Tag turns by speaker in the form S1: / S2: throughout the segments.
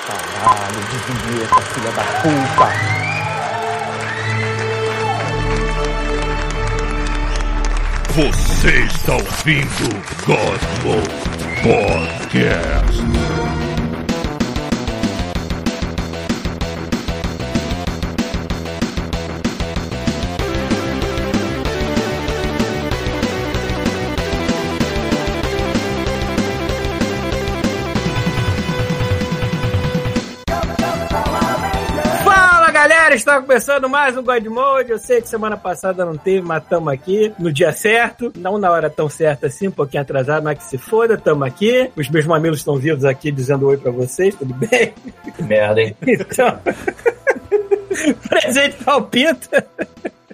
S1: Caralho, desviei essa filha da puta.
S2: Você está ouvindo Godlow Podcast.
S3: Fala galera, está começando mais um God Mode. Eu sei que semana passada não teve, mas tamo aqui no dia certo. Não na hora tão certa assim, um pouquinho atrasado, mas que se foda, tamo aqui. Os meus mamilos estão vivos aqui dizendo oi pra vocês, tudo bem?
S4: Merda, hein?
S3: Então. Presente palpita.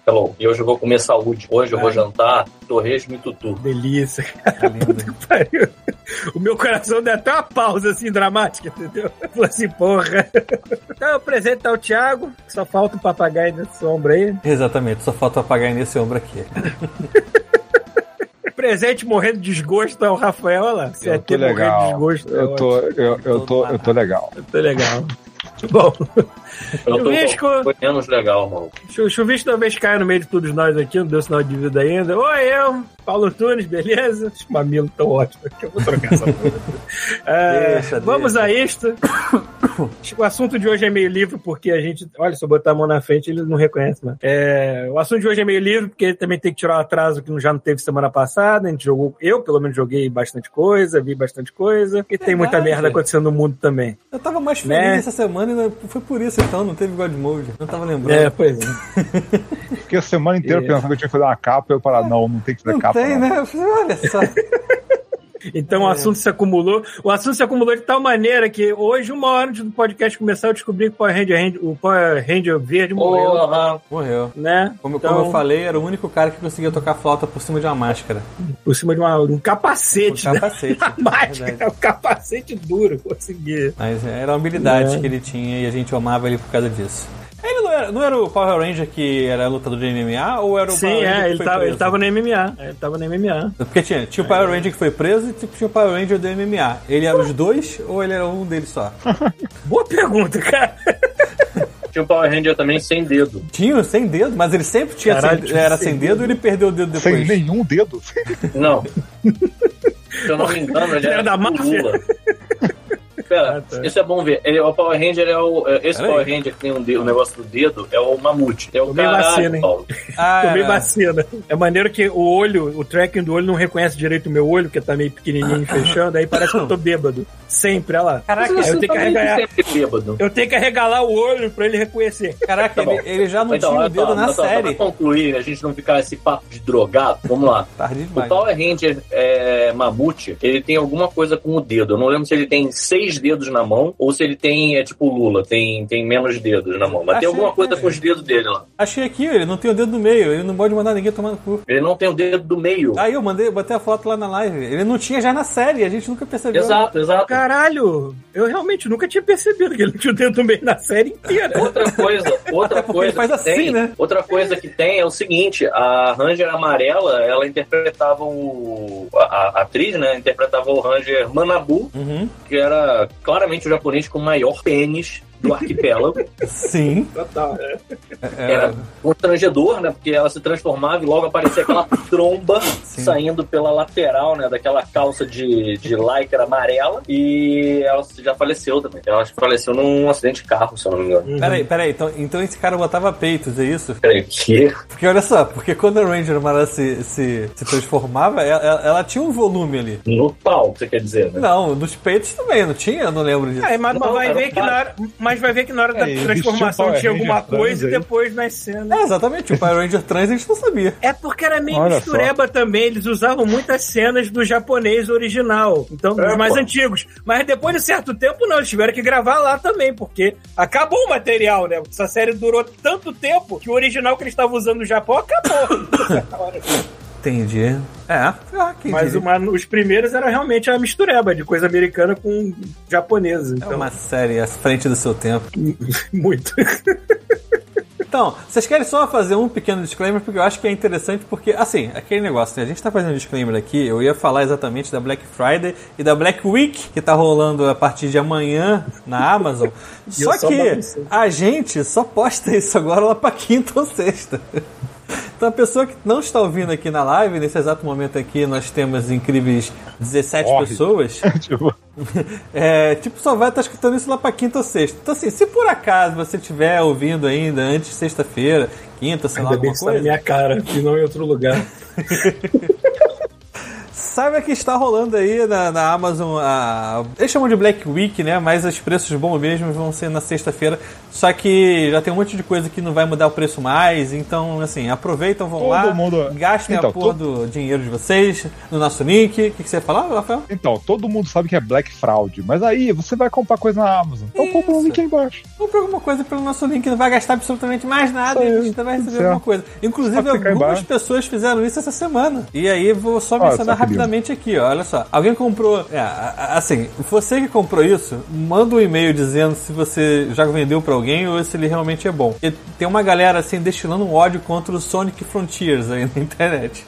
S4: Hello. E hoje eu vou comer saúde. Hoje
S1: É.
S4: eu vou jantar torresmo e tutu.
S3: Delícia, cara. Puta que pariu. O meu coração deu até uma pausa assim dramática, entendeu? Falei assim, porra. Então, eu presente tá o Thiago, que só falta o papagaio nessa sombra aí.
S1: Exatamente, só falta apagar nesse ombro aqui.
S3: Presente morrendo de desgosto é o Rafael, olha lá. Você
S5: Eu tô
S3: morrendo de
S5: legal.
S3: desgosto. é
S5: Eu tô,
S3: ótimo.
S5: eu, eu tô, eu tô legal.
S3: Eu tô legal. Bom,
S4: Eu tô
S3: Risco.
S4: foi menos legal, mano.
S3: o chuvisco talvez caia no meio de todos nós aqui, não deu sinal de vida ainda. Oi, eu, Paulo Tunes, beleza? Os mamilos tão ótimos que eu vou trocar essa porra. É,
S1: Deixa,
S3: vamos a isto. O assunto de hoje é meio livre, porque a gente. Olha, se eu botar a mão na frente, ele não reconhece, mano. É, o assunto de hoje é meio livre, porque também tem que tirar o atraso que já não teve semana passada. A gente jogou. Eu, pelo menos, joguei bastante coisa, vi bastante coisa. E tem muita
S1: Verdade.
S3: merda acontecendo no mundo também.
S1: Eu tava mais feliz
S3: Né?
S1: essa semana e não- foi por isso então, não teve God Mode. Não tava lembrando.
S3: É, pois é.
S5: Fiquei a semana inteira pensando que eu tinha que fazer uma capa, eu falar, não, não tem que fazer
S1: não
S5: capa.
S1: tem,
S5: não.
S1: né? Eu falei, olha só.
S3: Então
S1: É.
S3: o assunto se acumulou. O assunto se acumulou de tal maneira que hoje, uma hora antes do podcast começar, eu descobri que o Power Ranger, Ranger- o Power Ranger verde morreu.
S4: Porra!
S1: Morreu.
S3: Né?
S1: Como,
S3: Então,
S1: como eu falei, era o único cara que conseguia tocar flauta por cima de uma máscara.
S3: Por cima de uma- um
S1: Um
S3: capacete. né?
S1: capacete.
S3: A máscara,
S1: Verdade.
S3: um capacete duro, consegui.
S1: Mas era uma habilidade
S3: É.
S1: que ele tinha e a gente amava ele por causa disso. Ele não era, não era o Power Ranger que era lutador de MMA ou era o
S3: Sim,
S1: Power Ranger
S3: é,
S1: que
S3: ele
S1: foi
S3: tava,
S1: preso?
S3: ele tava no MMA. é, Ele tava no MMA.
S1: Porque tinha, tinha o Power Ranger que foi preso e tinha o Power Ranger do MMA. Ele era os dois ou ele era um deles só?
S3: Boa pergunta, cara.
S4: Tinha um Power Ranger também sem dedo.
S1: Tinha o sem dedo, mas ele sempre tinha
S3: Caralho,
S1: sem-
S3: tinha
S1: era
S3: sem
S1: sem dedo e ele perdeu o dedo
S5: Sem
S1: depois.
S5: nenhum dedo.
S4: Não. Se eu não me engano, ele
S3: Ele
S4: era
S3: era da
S4: tipo
S3: máfia? Ah, tá.
S4: Lula. Pera, isso é bom ver. Ele, o Power Ranger é o. é, Esse
S1: Pera
S4: Power Ranger que tem um dedo, o negócio do dedo é o Mamute. É o
S3: Tomei
S4: caralho,
S3: vacina, hein?
S4: Paulo.
S1: Ah,
S3: Tomei
S1: é.
S3: vacina. É maneiro que o olho, o tracking do olho não reconhece direito o meu olho, que tá meio pequenininho fechando. Aí parece que eu tô bêbado. Sempre, olha lá.
S1: Caraca,
S3: Aí eu tenho Ah, que tá arreganhar.
S4: sempre bêbado.
S3: Eu tenho que arregalar o olho pra ele reconhecer.
S1: Caraca,
S4: Tá bom.
S1: ele, ele já não
S4: Então,
S1: tinha
S4: olha
S1: o dedo
S4: só,
S1: na
S4: olha só,
S1: série.
S4: Pra concluir, a gente não ficar esse papo de drogado, vamos lá.
S1: Tarde
S4: O
S1: demais.
S4: Power Ranger é, Mamute, ele tem alguma coisa com o dedo. Eu não lembro se ele tem seis dedos na mão ou se ele tem, é tipo o Lula, tem, tem menos dedos na mão. Mas
S1: Acho
S4: tem alguma
S1: que
S4: coisa
S1: é.
S4: com os dedos dele lá.
S1: Achei aqui, ele não tem o dedo no meio, ele não pode mandar ninguém tomar no cu.
S4: Ele não tem o dedo do meio.
S1: Aí eu mandei, botei a foto lá na live. Ele não tinha já na série, a gente nunca percebeu.
S4: Exato, exato.
S3: Caralho, eu realmente nunca tinha percebido que ele tinha o dedo no meio na série inteira.
S4: Outra coisa, outra
S1: Até porque
S4: coisa
S1: ele faz
S4: que
S1: assim,
S4: tem,
S1: né?
S4: outra coisa que tem é o seguinte, a Ranger amarela, ela interpretava o a, a atriz, né, interpretava o Ranger Manabu,
S1: Uhum.
S4: que era claramente o japonês com o maior pênis do arquipélago.
S1: Sim.
S3: Total.
S1: É,
S4: Era constrangedor, né? Porque ela se transformava e logo aparecia aquela tromba saindo pela lateral, né? Daquela calça de, de lycra amarela. E ela já faleceu também. Ela acho que faleceu num acidente de carro, se eu não me engano.
S1: Peraí, peraí, então, então esse cara botava peitos, é isso?
S4: Peraí, que?
S1: Porque olha só, porque quando a Ranger Amarela se, se, se transformava, ela, ela- ela tinha um volume ali.
S4: No pau, você quer dizer, né?
S1: Não, nos peitos também, não tinha? Eu não lembro disso.
S3: É, mas, mas
S4: Não,
S3: vai
S4: cara,
S3: ver que na hora, mas vai ver que na hora
S5: É,
S3: da
S5: existe um
S3: transformação
S5: Power
S3: tinha alguma
S5: Ranger
S3: coisa e
S5: trans aí.
S3: depois nas cenas.
S1: É, exatamente, o Power Ranger trans a gente não sabia.
S3: É porque era meio
S5: Olha
S3: mistureba também, eles usavam muitas cenas do japonês original, então dos
S4: É,
S3: mais
S4: pô.
S3: antigos. Mas depois de certo tempo, não, eles tiveram que gravar lá também, porque acabou o material, né? Essa série durou tanto tempo que o original que eles estavam usando no Japão acabou.
S1: Entendi. É, ah, quem
S3: Mas
S1: diria?
S3: uma- os primeiros era realmente a mistureba de coisa americana com japonesa.
S1: É
S3: Então,
S1: uma série à frente do seu tempo.
S3: muito.
S1: Então, vocês querem só fazer um pequeno disclaimer, porque eu acho que é interessante, porque, assim, aquele negócio, né? A gente tá fazendo um disclaimer aqui, eu ia falar exatamente da Black Friday e da Black Week, que tá rolando a partir de amanhã na Amazon. só
S3: eu só
S1: que
S3: baguncei.
S1: a gente só posta isso agora lá pra quinta ou sexta. Então a pessoa que não está ouvindo aqui na live, nesse exato momento aqui, nós temos incríveis 17
S5: Corre.
S1: pessoas.
S5: tipo,
S1: É, tipo, só vai estar escutando isso lá pra quinta ou sexta. Então, assim, se por acaso você estiver ouvindo ainda antes de sexta-feira, quinta, sei lá,
S3: Ainda bem
S1: alguma
S3: que tá está na
S1: coisa,
S3: minha cara, que não em outro lugar.
S1: saiba que está rolando aí na, na Amazon a. Eles chamam de Black Week, né? Mas os preços bons mesmo vão ser na sexta-feira. Só que já tem um monte de coisa que não vai mudar o preço mais. Então, assim, aproveitam, vão
S5: Todo
S1: lá.
S5: mundo-
S1: Gastem
S5: Então,
S1: a porra do dinheiro de vocês, no nosso link. O que, que você ia falar, Rafael?
S5: então, todo mundo sabe que é Black Fraud, mas aí você vai comprar coisa na Amazon. Então compra o
S1: Isso.
S5: link aí embaixo.
S1: Compre alguma coisa pelo nosso link, não vai gastar absolutamente mais nada e a gente ainda vai receber
S5: certo.
S1: alguma coisa. Inclusive,
S5: Só clicar
S1: algumas
S5: embaixo.
S1: pessoas fizeram isso essa semana. E aí, vou só
S5: Ah,
S1: mencionar
S5: só que lindo.
S1: rapidamente aqui, ó. Olha só. Alguém comprou. é, a- a- assim, você que comprou isso, manda um e-mail dizendo se você já vendeu pra alguém ou se ele realmente é bom. Porque tem uma galera, assim, destilando um ódio contra o Sonic Frontiers aí na internet.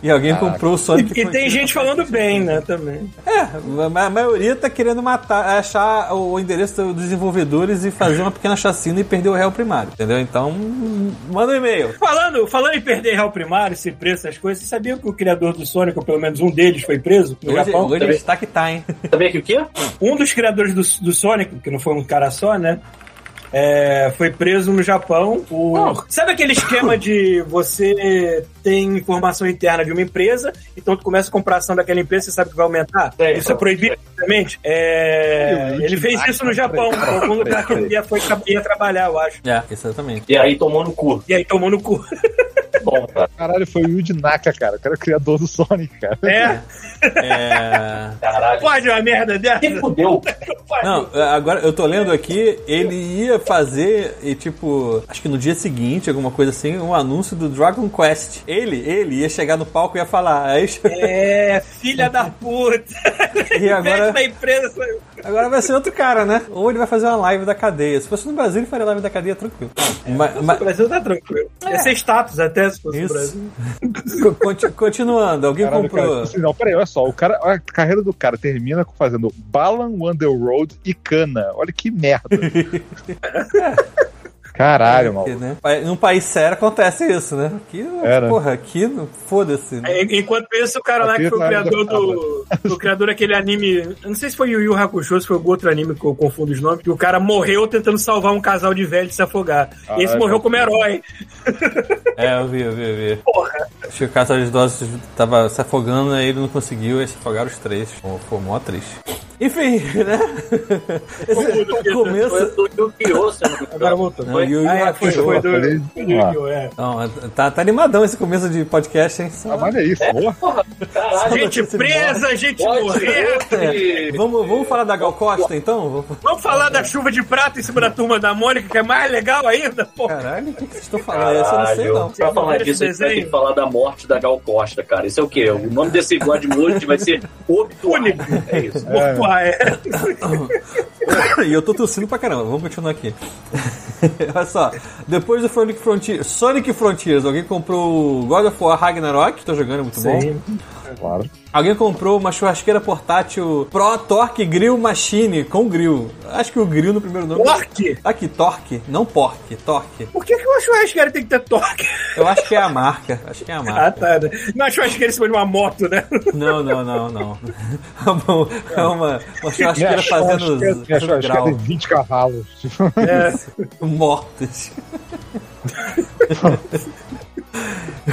S1: E alguém comprou o Sonic
S3: E tem gente falando bem, né, também.
S1: é, ma- a maioria tá querendo matar, achar o o endereço dos desenvolvedores e fazer uma pequena chacina e perder o réu primário, entendeu? Então, manda um e-mail.
S3: Falando, falando em perder real primário, esse preço, essas coisas, você sabia que o criador do Sonic, ou pelo menos um deles, foi preso no
S1: Hoje,
S3: Japão?
S1: hoje está que tá, hein?
S6: Sabia que o quê?
S3: Um dos criadores do, do Sonic, que não foi um cara só, né? é, foi preso no Japão por. Sabe aquele esquema de você tem informação interna de uma empresa, então tu começa a comprar ação daquela empresa, você sabe que vai aumentar?
S6: Sei.
S3: isso é proibido, obviamente. É, ele fez isso no Japão, em algum lugar que ele ia, foi, ia trabalhar, eu acho.
S1: É, exatamente.
S6: E aí tomou no cu.
S3: E aí tomou no cu.
S4: É
S6: Bom, cara.
S5: Caralho, foi o Yuji Naka, cara. O cara é o criador do Sonic, cara.
S3: É,
S1: É...
S6: Caralho.
S3: pode uma merda dessa?
S6: Que fudeu.
S3: Pode.
S1: Não, agora eu tô lendo aqui, ele ia fazer, e tipo, acho que no dia seguinte, alguma coisa assim, um anúncio do Dragon Quest. Ele, ele ia chegar no palco e ia falar. Aí,
S3: É, filha da puta.
S1: e agora.
S3: Investe na empresa. saiu.
S1: Agora vai ser outro cara, né? Ou ele vai fazer uma live da cadeia. Se fosse no Brasil, ele faria live da cadeia tranquilo. Ma- ma-
S3: O Brasil tá tranquilo. Esse é status até se fosse o
S1: Isso.
S3: Brasil.
S1: Co- conti- continuando, alguém
S5: Caralho,
S1: comprou.
S5: cara. Assim, não, peraí, olha só. O cara, a carreira do cara termina fazendo Balan Wonder Road e Cana. Olha que merda. Caralho,
S1: Aqui,
S5: maluco.
S1: né? Pa- Num país sério acontece isso, né? Aqui,
S5: Era.
S1: porra, aqui, não- foda-se. Né?
S3: É, Enquanto isso, o cara lá que foi o criador do. O criador daquele anime. eu Não sei se foi Yu Yu Hakusho, se foi algum outro anime que eu confundo os nomes. Que o cara morreu tentando salvar um casal de velho de se afogar. E esse
S5: Caralho.
S3: morreu como herói.
S1: É, eu vi, eu vi, eu vi.
S3: Porra.
S1: Acho que o caça de doses tava se afogando, aí ele não conseguiu, aí se afogaram os três. Pô, Foi mó triste. Enfim, né? Esse
S6: Foi
S1: começo.
S6: do Yu-Gi-Oh! se eu não me engano.
S3: Agora voltou.
S1: Não, Yu Yu
S3: Ah, é, foi,
S1: Hakusho.
S3: foi do. foi
S5: Falei-
S3: do Yu-Gi-Oh! é.
S1: Não, tá, tá animadão esse começo de podcast, hein? Só-
S5: Ah, olha isso, porra.
S6: Caralho.
S3: Gente
S1: Esse
S3: presa, gente
S6: Pode
S3: morrer.
S1: É,
S6: ser.
S1: Vamos, vamos falar da Gal Costa então? Vamos-
S3: Vamos falar da chuva de prata em cima da turma da Mônica, que é mais legal ainda, pô.
S1: Caralho, o que, que vocês estão falando? Ah, Essa eu não sei, não.
S6: Pra falar
S3: Esse
S6: disso, a gente vai ter
S3: desenho.
S6: que falar da morte da Gal Costa, cara. Isso é o quê? O nome desse God Mode vai ser Obituário. É isso.
S3: Porra, é.
S1: e eu tô tossindo pra caramba, vamos continuar aqui. Olha só, depois do Sonic Frontiers, Sonic Frontiers, alguém comprou o God of War Ragnarok, tô jogando, é muito bom.
S5: Claro.
S1: Alguém comprou uma churrasqueira portátil Pro Torque Grill Machine com grill. Acho que o grill no primeiro nome. é
S3: Torque?
S1: Aqui, Torque, não Porque, Torque.
S3: Por que, que uma churrasqueira tem que ter toque?
S1: Eu acho que é a marca, acho que é a
S3: Ah,
S1: marca.
S3: tá. né? Não é churrasqueira em cima de uma moto, né?
S1: Não, não, não, não. É uma, uma churrasqueira
S5: Minha
S1: fazendo
S5: churrasqueira- minha churrasqueira
S1: grau.
S5: tem 20 cavalos. Tipo,
S3: É.
S1: mortas.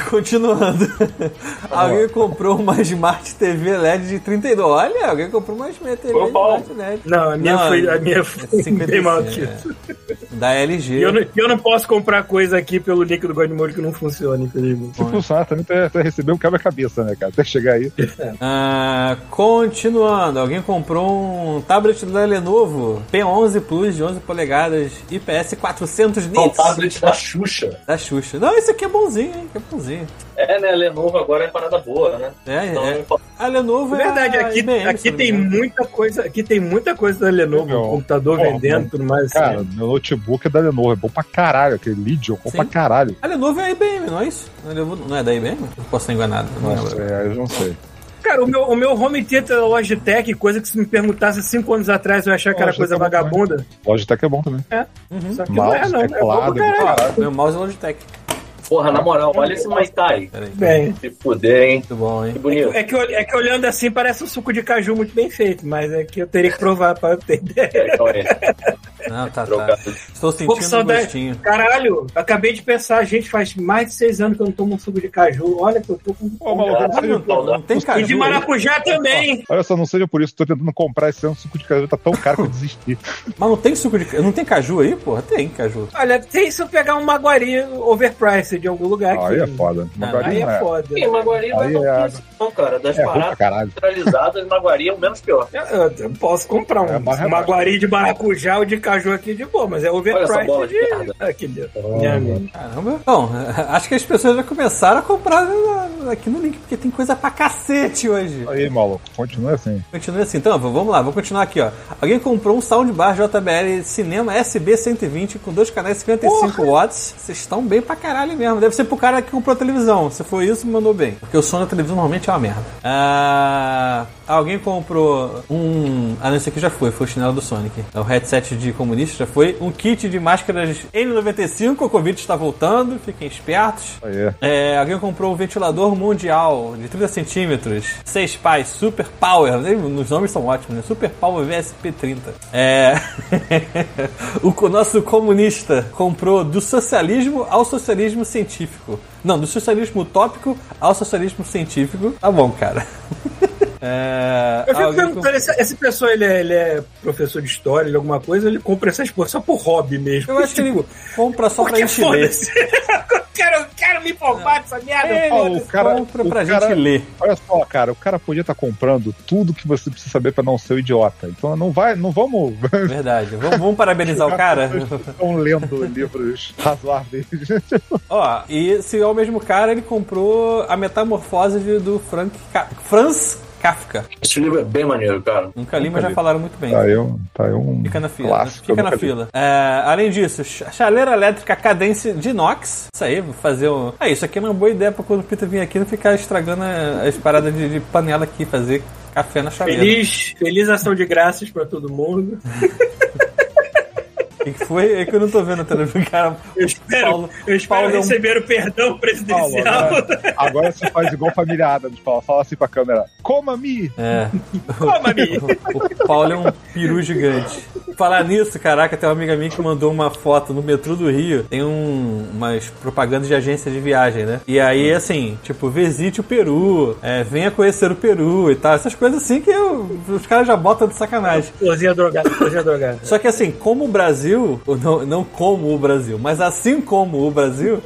S1: Continuando.
S3: Tá
S1: alguém comprou uma Smart TV LED de 32. Olha, alguém comprou uma Smart TV
S6: Foi o Paulo.
S1: Smart LED.
S3: Não, a minha
S1: Não,
S3: foi,
S1: é
S3: a minha foi bem
S1: 55,
S3: mal
S1: é.
S3: tira.
S1: Da LG.
S3: E eu, não, e eu não posso comprar coisa aqui pelo link do Godmode que não funciona, infelizmente.
S5: se funcionar também, até, até receber um quebra-cabeça, né, cara? Até chegar aí.
S1: Ah, continuando, alguém comprou um tablet da Lenovo P11 Plus de 11 polegadas IPS 400
S6: É o
S1: nits
S6: tablet da Xuxa.
S1: da Xuxa. Não, esse aqui é bonzinho, hein? que É bonzinha.
S6: É, né? Lenovo agora é parada boa, né?
S1: É,
S6: Então,
S1: é. A Lenovo é.
S3: Verdade,
S1: a
S3: aqui,
S1: IBM, se
S3: aqui
S1: não me
S3: tem
S1: engano.
S3: muita coisa, aqui tem muita coisa da Lenovo,
S5: Legal.
S3: computador
S5: Pô,
S3: vendendo e tudo mais.
S5: Cara,
S3: assim.
S5: meu notebook é da Lenovo, é bom pra caralho. Aquele Legion, bom
S1: Sim.
S5: pra caralho.
S1: A Lenovo é a IBM, não é isso? A Lenovo não é da IBM? Eu posso estar enganado. Não
S5: Nossa,
S1: lembro.
S5: é, eu não sei.
S3: Cara, o meu, o meu home theater da Logitech, coisa que se me perguntasse há cinco anos atrás, eu ia achar que era
S5: Logitech
S3: coisa
S5: é bom
S3: vagabunda.
S5: Logitech é bom também.
S3: Só que não é,
S5: Mouse,
S3: não. É bom
S5: teclado,
S3: pra caralho.
S1: Ó, meu mouse é Logitech.
S6: Porra, na moral, olha esse Maitai.
S1: Peraí.
S3: Bem,
S6: Se fuder, hein?
S1: Muito bom, hein?
S6: Que bonito.
S3: É que, ol- é que olhando assim parece um suco de caju muito bem feito, mas é que eu teria que provar pra eu ter ideia.
S6: É, então é.
S1: Não, tá, tá.
S6: Trocado.
S3: Pô,
S1: Estou sentindo um
S3: saudade.
S1: gostinho.
S3: Caralho, eu acabei de pensar, gente, faz mais de seis anos que eu não tomo um suco de caju. Olha que eu tô com.
S5: Ô, maluco,
S4: Tá
S5: eu não
S1: Sabe,
S5: sei-
S1: não, não tem caju.
S3: e de
S1: aí?
S3: maracujá também!
S5: Olha só, não seja por isso, tô tentando comprar esse ano, suco de caju tá tão caro que eu desisti.
S1: Mas não tem suco de caju. Não tem caju aí, porra? Tem caju.
S3: Olha, tem se eu pegar um maguari overpriced de algum lugar
S5: Aí é foda.
S3: Aí
S5: Maguari não
S3: é
S5: é.
S3: foda.
S6: Sim, Maguari não é
S5: Aí
S6: tão
S5: é-
S6: difícil, não, cara. Das
S5: É ruim pra
S6: paradas
S5: caralho.
S6: centralizadas, Maguari é o menos pior.
S3: Eu, eu posso comprar um
S5: É, mas é
S3: maguari de maracujá ou de caju aqui de boa, mas é overpriced.
S6: Olha essa bola de merda.
S3: Aqui
S5: Ah,
S3: dentro. Minha amiga.
S1: Caramba. Bom, acho que as pessoas já começaram a comprar né, aqui no link, porque tem coisa pra cacete hoje.
S5: Aí, maluco, continua assim.
S1: Continua assim, então v- vamos lá, vamos continuar aqui, ó. Alguém comprou um soundbar JBL Cinema SB120 com dois canais 55 watts. Vocês estão bem pra caralho mesmo. Deve ser pro cara que comprou a televisão. Se foi isso, mandou bem. Porque o som da televisão normalmente é uma merda. Ah, alguém comprou um. Ah, não, esse aqui já foi, foi o chinelo do Sonic. É O headset de comunista já foi. Um kit de máscaras N95, o Covid está voltando, fiquem espertos.
S5: Aí.
S1: É, alguém comprou um ventilador mundial de 30 centímetros, 6 pais, Super Power. né? Os nomes são ótimos, né? Super Power VSP30. É... o co- nosso comunista comprou do socialismo ao socialismo científico. Não, do socialismo utópico ao socialismo científico. Tá bom, cara. É,
S3: Eu fico
S1: alguém comprou-
S3: perguntando, esse, esse pessoal ele é, ele é professor de história, ele é alguma coisa, ele compra essas coisas só por hobby mesmo.
S1: Eu acho que ele compra só pra
S3: Porque
S1: gente ler.
S3: tipo, foda-se. Eu quero, eu quero me informar dessa merda.
S1: Ele
S5: Ó, o
S1: eles
S5: cara-
S1: compra
S5: o
S1: pra
S5: cara-
S1: gente ler.
S5: Olha só, cara, o cara podia estar comprando tudo que você precisa saber pra não ser um idiota. Então não vai, não vamos.
S1: Verdade. Vamos, vamos parabenizar o cara?
S5: Estão lendo livros razoáveis.
S1: Ó, e se é o mesmo cara, ele comprou a metamorfose de- do Frank Ka- Franz Kafka.
S6: Esse livro é bem maneiro, cara.
S1: Nunca li, mas já
S5: li.
S1: falaram muito bem.
S5: Tá aí, um- tá aí um
S1: Fica na fila. né?
S5: clássico.
S1: Fica
S5: eu
S1: na
S5: nunca li.
S1: fila. É, além disso, ch- chaleira elétrica cadência de inox. Isso aí, vou fazer um. Ah, isso aqui é uma boa ideia pra quando o Peter vir aqui não ficar estragando a- as paradas de, de panela aqui, fazer café na chaleira.
S3: Feliz, feliz ação de graças pra todo mundo.
S1: O que foi? É que eu não tô vendo a televisão, cara.
S3: Eu espero,
S1: Paulo-
S3: eu espero
S1: Paulo é um-
S3: receber o perdão
S5: Paulo,
S3: presidencial.
S5: agora, agora você faz igual família Adams, Paulo. Fala assim pra câmera: Coma-me!
S1: É.
S3: Toma, amigo.
S1: O Paulo é um peru gigante. Falar nisso, caraca, tem uma amiga minha que mandou uma foto no metrô do Rio. Tem um, umas propagandas de agência de viagem, né? E aí, assim, tipo, visite o Peru, é, venha conhecer o Peru e tal. Essas coisas assim que eu- os caras já botam de sacanagem.
S3: Cozinha drogada, cozinha drogada.
S1: Só que assim, como o Brasil, ou não, não como o Brasil, mas assim como o Brasil,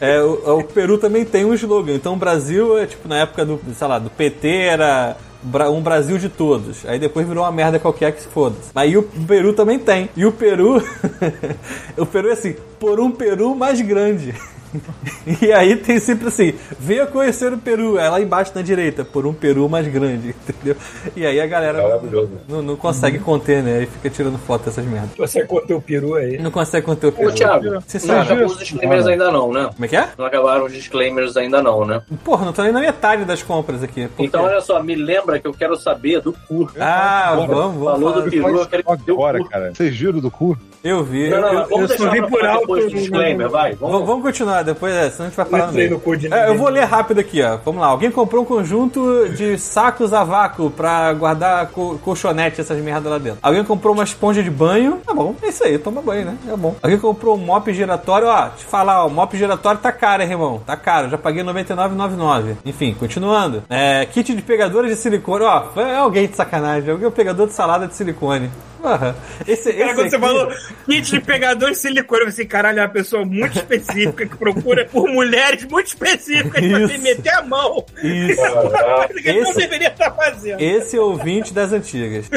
S1: é, o, o Peru também tem um slogan. Então o Brasil é tipo na época do, sei lá, do PT era Bra- um Brasil de todos. Aí depois virou uma merda qualquer que se foda. Mas e o Peru também tem. E o Peru, o Peru é assim, por um Peru mais grande. E aí tem sempre assim, venha conhecer o Peru, é lá embaixo na direita, por um Peru mais grande, entendeu? E aí a galera
S6: Maravilhoso.
S1: não, não consegue conter, né? E fica tirando foto dessas merdas.
S3: Você cortou o peru aí.
S1: Não consegue conter o
S6: Ô,
S1: peru.
S6: Thiago,
S1: Sim,
S6: não
S1: senhora.
S6: acabou os disclaimers ainda não, né?
S1: Como é que é?
S6: Não acabaram os disclaimers ainda não, né?
S1: Porra, não tô nem na metade das compras aqui. Por
S6: Então,
S1: quê?
S6: olha só, me lembra que eu quero saber do cu.
S1: Ah,
S5: Agora,
S1: vamos, vamos.
S6: falou
S1: falar.
S6: do peru, eu quero que dê o
S5: Agora,
S6: cu.
S5: cara. Vocês giram do cu?
S1: Eu vi.
S6: Não, não,
S1: eu-
S6: não,
S1: eu-
S6: vamos
S3: eu só
S6: deixar
S3: vi
S6: pra
S3: por
S6: falar depois do
S3: alto,
S6: disclaimer, vai.
S1: Vamos,
S6: Vamos.
S1: vamos continuar depois, é, senão a gente vai parar no
S3: Entrei
S1: meio.
S3: no cu de
S1: É, eu
S3: ninguém.
S1: vou ler rápido aqui, ó. Vamos lá. Alguém comprou um conjunto de sacos a vácuo pra guardar co colchonete, essas merdas lá dentro. Alguém comprou uma esponja de banho. Tá bom, é isso aí, toma banho, né? É bom. Alguém comprou um mop giratório, ó. Te falar, ó, o mop giratório tá caro, hein, irmão? Tá caro, já paguei 99,99. Enfim, continuando. É, kit de pegadora de silicone, ó. foi- É alguém de sacanagem, alguém é um pegador de salada de silicone. Porra, Esse,
S3: Cara,
S1: esse
S3: quando você
S1: aqui-
S3: falou kit de pegador de silicone, eu falei assim, caralho, é uma pessoa muito específica que procura por mulheres muito específicas pra
S1: Isso.
S3: se meter a mão.
S1: Isso.
S3: Coisa que ele não
S1: Esse-
S3: deveria estar fazendo.
S1: Esse é o ouvinte das antigas.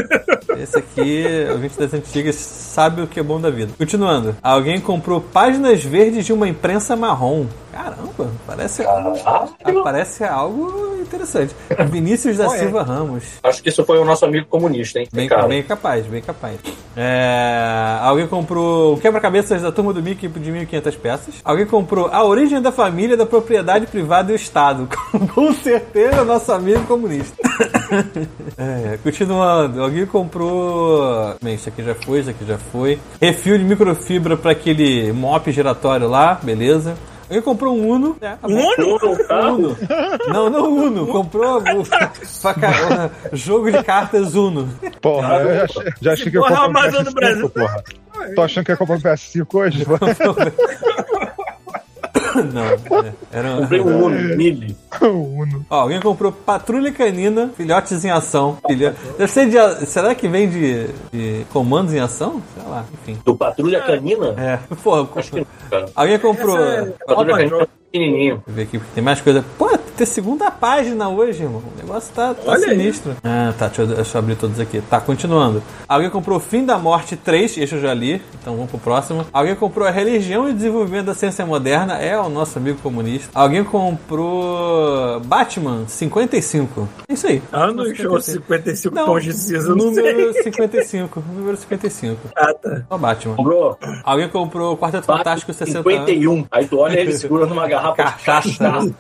S1: Esse aqui, ouvinte das antigas, sabe o que é bom da vida. Continuando. Alguém comprou páginas verdes de uma imprensa marrom. Caramba, Parece, ah,
S4: Caralho!
S1: parece algo interessante. Vinícius da
S3: Qual é?
S1: Silva Ramos.
S4: Acho que isso foi o nosso amigo comunista, hein?
S1: Bem,
S4: Cara,
S1: bem capaz, bem capaz. É, alguém comprou o quebra-cabeças da turma do Mickey de 1.500 peças. Alguém comprou a origem da família, da propriedade privada e o Estado. Com- Com certeza, nosso amigo comunista. É, continuando, alguém comprou. Bem, isso aqui já foi, isso aqui já foi. Refil de microfibra pra aquele mop giratório lá, beleza. Alguém comprou um Uno. É, tá bom.
S4: Uno, tá?
S1: Uno. Não, não Uno. Comprou o- pra ca- jogo de cartas Uno.
S5: Porra, eu já, achei- já achei que eu
S3: Porra,
S5: comprei um
S3: Amazon
S5: PS5,
S3: do Brasil.
S5: porra. Tô achando que eu comprei um PS5 hoje.
S1: Não, é, era
S4: Comprei um Uno, Mille.
S5: O Uno.
S1: Ó, alguém comprou Patrulha Canina, Filhotes em Ação. Filho... Eu sei de... a- Será que vem de... de Comandos em Ação? Sei lá, enfim.
S4: Do Patrulha Canina?
S1: É, porra,
S4: Acho que
S1: comprou...
S4: não, cara.
S1: alguém comprou.
S3: Essa é-
S4: Patrulha
S3: Opa,
S4: Canina
S3: João.
S4: é pequenininho.
S1: Deixa eu ver aqui, porque tem mais coisa. Pô, tem segunda página hoje, irmão. O negócio tá, tá
S3: Olha aí.
S1: sinistro. Ah, tá. Deixa eu, deixa eu abrir todos aqui. Tá, continuando. Alguém comprou Fim da Morte 3, esse eu já li, então vamos pro próximo. Alguém comprou a Religião e Desenvolvimento da Ciência Moderna, é o nosso amigo comunista. Alguém comprou Batman 55. É isso aí.
S3: Anos
S1: Batman
S3: ou 55
S1: Não,
S3: tons de cinza, eu não sei.
S1: número 55. Número 55.
S3: Ah, tá.
S1: Só Batman.
S4: Comprou
S1: Alguém comprou Quarteto Fantástico 60 anos.
S4: 51. Aí tu olha ele segurando uma garrafa de
S1: Cachaça.
S4: cachaça.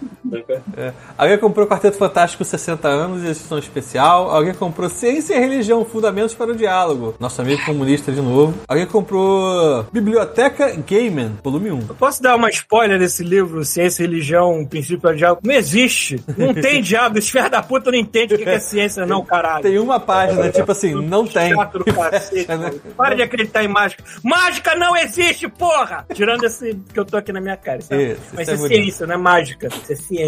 S1: É. Alguém comprou Quarteto Fantástico 60 anos, edição especial. Alguém comprou Ciência e Religião, Fundamentos para o Diálogo. Nosso amigo comunista de novo. Alguém comprou Biblioteca Gaiman, volume 1.
S3: Posso dar uma spoiler desse livro, Ciência, Religião, Um Princípio para o Diabo? Não existe. Não tem diabo. Esse filho da puta não entende o que que é ciência, não, caralho.
S1: Tem uma página, tipo assim, não tem.
S3: Chato do cacete,
S1: Fecha, né?
S3: mano. Para de acreditar em mágica. Mágica não existe, porra! Tirando esse que eu tô aqui na minha cara. sabe?
S1: Isso,
S3: Mas
S1: isso
S3: isso
S1: é
S3: é
S1: bonito.
S3: ciência, não é mágica. Isso é ciência.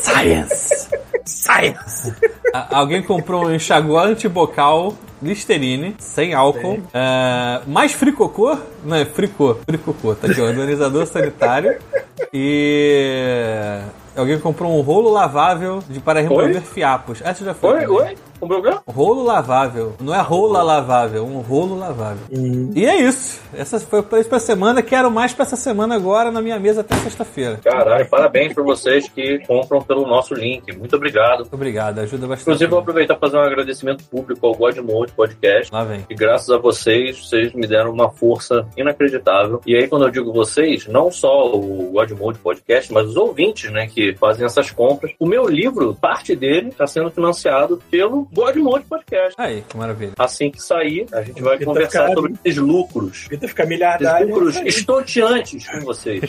S1: Science!
S3: Science.
S1: A- alguém comprou um enxaguante bocal Listerine, sem álcool. É, mais fricocô? Não, é fricô. Fricocô. Tá aqui, ó, organizador sanitário. E... Alguém comprou um rolo lavável de para remover fiapos. Essa já foi.
S4: Oi,
S1: também.
S4: oi? Comprou o quê?
S1: Rolo lavável. Não é rola lavável, é um rolo lavável.
S4: Hum.
S1: E é isso. Essa foi pra isso pra semana. Quero mais pra essa semana agora na minha mesa até sexta-feira.
S4: Caralho, parabéns pra vocês que compram pelo nosso link. Muito obrigado.
S1: Muito obrigado, ajuda bastante.
S4: Inclusive, vou aproveitar para fazer um agradecimento público ao Godmode Podcast.
S1: Lá vem.
S4: E graças a vocês, vocês me deram uma força inacreditável. E aí, quando eu digo vocês, não só o Godmode Podcast, mas os ouvintes, né, que fazem essas compras. O meu livro, parte dele, está sendo financiado pelo Godmode Podcast.
S1: Aí, que maravilha.
S4: Assim que sair, a gente vai
S3: Eita,
S4: conversar
S3: caralho.
S4: sobre esses lucros.
S3: Tenta ficar
S4: Esses
S3: milhardário.
S4: lucros estonteantes com vocês.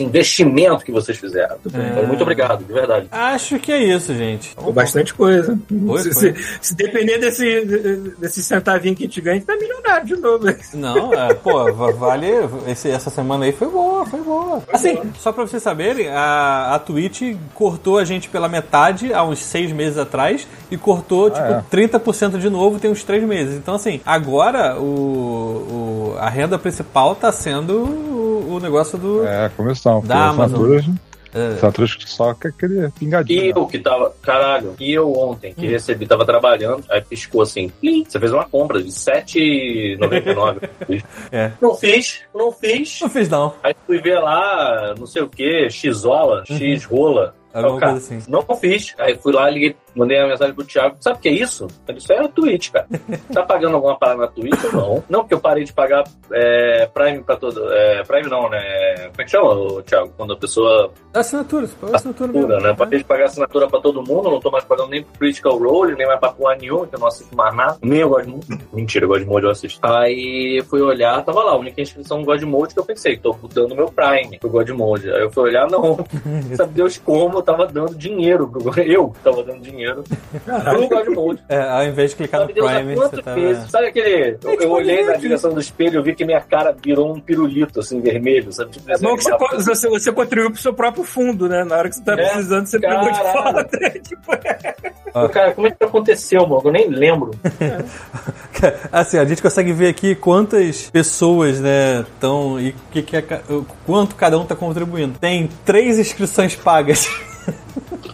S4: Investimento que vocês fizeram. Então,
S1: É.
S4: Muito obrigado, de verdade.
S1: Acho que é isso, gente.
S3: Pô, bastante coisa.
S1: Foi,
S3: se,
S1: foi.
S3: se- se depender desse, desse centavinho que a gente ganha, a gente tá milionário de novo.
S1: Não, é, pô, va- vale. esse- essa semana aí foi boa, foi boa. Assim, só pra vocês saberem, a, a Twitch cortou a gente pela metade há uns seis meses atrás e cortou, tipo, 30% de novo tem uns três meses. Então, assim, agora o, o- a renda principal tá sendo o, o negócio do.
S5: É, começou. porque
S1: Da Amazon.
S5: assinaturas-
S1: É.
S5: Assinaturas que só com aquele
S4: E
S5: pingadinho. né?
S4: eu que tava, caralho, e eu ontem que recebi, tava trabalhando, aí piscou assim, "Plim, você fez uma compra de 7,99.
S1: É.
S4: Não fiz, não fiz.
S1: Não fiz, não.
S4: Aí fui ver lá, não sei o que, Xola, X rola.
S1: Alguma
S4: Aí o cara,
S1: coisa assim.
S4: Não fiz. Aí fui lá, liguei, mandei uma mensagem pro Thiago. Sabe o que é isso? Ele disse, é a Twitch, cara. Tá pagando alguma parada na Twitch ou não? Não, porque eu parei de pagar é, Prime pra todo. É, Prime não, né? Como é que chama, ô, Thiago? Quando a pessoa
S1: Assinatura, você pagou assinatura mesmo.
S4: assinatura, né?
S3: Uhum.
S4: Eu Parei de pagar assinatura pra todo mundo, não tô mais pagando nem pro Critical Role, nem mais pra porra nenhuma, que eu não assisto mais nada. Nem eu gosto muito. Mentira, eu gosto de mode, eu assisto. Aí fui olhar, tava lá, a única inscrição do Godmode que eu pensei, tô dando meu Prime pro Godmode. Aí eu fui olhar, não. Sabe Deus como eu tava dando dinheiro pro God- Eu tava dando dinheiro pro Godmode.
S1: É, ao invés de clicar no
S4: Sabe Deus há
S1: Prime,
S4: quanto
S1: você tá.
S4: peso? Sabe
S3: É
S4: aquele.
S3: tipo
S4: Eu, eu olhei na direção do espelho, eu vi que minha cara virou um pirulito, assim, vermelho, sabe? Tipo,
S3: É bom que você,
S4: desenho
S3: co-
S4: animado.
S3: você, você contribui pro seu próprio fundo, né? Na hora que você tá
S4: É,
S3: precisando, você pegou de
S4: caralho.
S3: fora. né? Tipo,
S4: Cara, como é que aconteceu, mano? Eu nem lembro.
S1: Assim, a gente consegue ver aqui quantas pessoas, né, estão e que, que é ca- o quanto cada um tá contribuindo. Tem três inscrições pagas.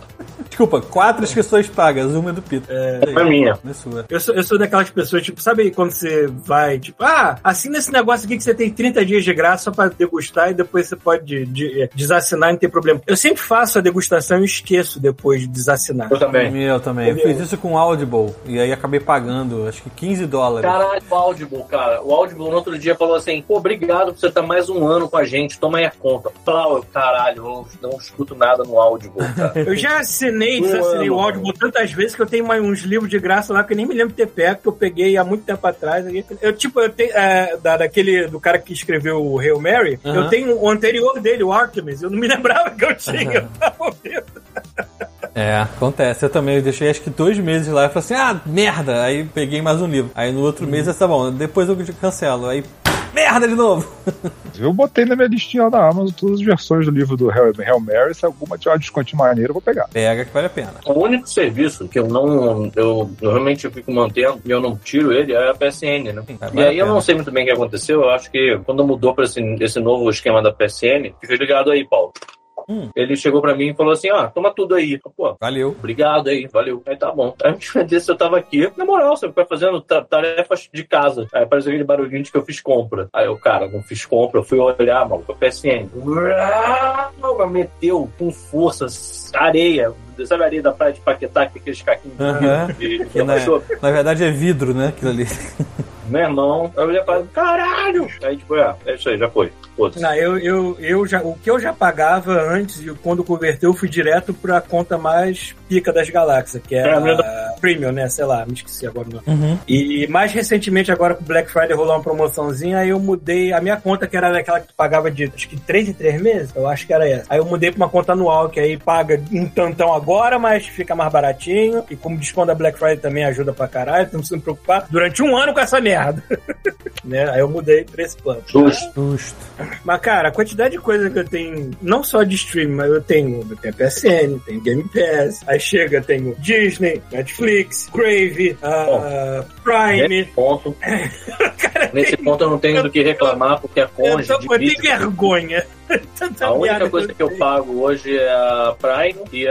S1: Desculpa, quatro inscrições pagas, uma é do Pito. É,
S4: Foi minha.
S1: Não é sua.
S3: Eu sou, eu sou daquelas pessoas, tipo, sabe quando você vai, tipo, ah, assina esse negócio aqui que você tem 30 dias de graça só pra degustar e depois você pode de- de- desassinar e não tem problema. Eu sempre faço a degustação e esqueço depois de desassinar.
S4: Eu também.
S1: Eu também. Eu fiz isso com o Audible. E aí acabei pagando, acho que 15 dólares.
S4: Caralho, o Audible, cara. O Audible no outro dia falou assim: pô, obrigado por você estar mais um ano com a gente, toma aí a conta. Fala, caralho, eu não, não escuto nada no Audible, cara.
S3: Eu já assinei,
S4: Um
S3: assinei
S4: ano,
S3: o Audible tantas vezes que eu tenho mais uns livros de graça lá que eu nem me lembro de ter pego, que eu peguei há muito tempo atrás. Eu, tipo, eu tenho. é, da, daquele. Do cara que escreveu o Hail Mary,
S1: Aham.
S3: eu tenho o anterior dele, o Artemis. Eu não me lembrava que eu tinha. Eu tava vendo.
S1: É, acontece. Eu também deixei acho que dois meses lá e falei assim, ah, merda! Aí peguei mais um livro. Aí no
S4: Uhum.
S1: outro mês, tá bom, depois eu cancelo. Aí, merda de novo!
S5: Eu botei na minha listinha lá da Amazon todas as versões do livro do Hail, Hail Mary. Se alguma tiver um desconto maneiro, eu vou pegar.
S1: Pega que vale a pena.
S4: O único serviço que eu não. Eu, eu realmente fico mantendo e eu não tiro ele é a PSN, né?
S1: Sim, vale
S4: E aí
S1: a
S4: eu
S1: pena.
S4: não sei muito bem o que aconteceu. Eu acho que quando mudou pra esse, esse novo esquema da PSN, fica ligado aí, Paulo.
S1: Hum.
S4: Ele chegou pra mim e falou assim: ó, toma tudo aí. Eu, Pô,
S1: Valeu.
S4: Obrigado aí, valeu. Aí tá bom. Aí um dia desse eu tava aqui. Na moral, você fica fazendo ta- tarefas de casa. Aí apareceu aquele barulhinho de que eu fiz compra. Aí eu, cara, não fiz compra, eu fui olhar, mano, com a PSN. Uau, Meteu com força areia. Sabe a areia da praia de Paquetá, que é aqueles caquinhos
S1: Aham.
S4: de, de,
S1: Que
S4: de
S1: na,
S4: abaixou?
S1: na verdade é vidro, né? Aquilo ali.
S4: Meu irmão. Aí eu olhei pra caralho! Aí tipo, é, é isso aí, já foi. Foda-se.
S3: Não, eu, eu, eu já, o que eu já pagava antes, e quando converteu, eu fui direto pra conta mais pica das galáxias, que era
S4: É, meu
S3: a Premium, né? Sei lá, me esqueci agora o nome.
S1: Uhum.
S3: E mais recentemente, agora com o Black Friday rolou uma promoçãozinha, aí eu mudei a minha conta, que era daquela que tu pagava de acho que 3 em 3 meses, eu acho que era essa. Aí eu mudei pra uma conta anual, que aí paga um tantão agora, mas fica mais baratinho. E como desconto da Black Friday também ajuda pra caralho, então não precisa me preocupar durante um ano com essa merda. né? Aí eu mudei pra esse plano.
S4: Justo.
S1: Justo.
S3: Mas, cara, a quantidade de coisa que eu tenho, não só de streaming, mas eu tenho, eu tenho PSN, tenho Game Pass, aí chega, eu tenho Disney, Netflix, Crave, ah, Prime.
S4: Nesse ponto, nesse ponto eu não tenho do que reclamar, porque é
S3: Eu,
S4: cônjuge,
S3: tô, eu tenho
S4: difícil.
S3: vergonha. Tanta
S4: A única
S3: merda
S4: coisa que eu pago hoje é a Prime e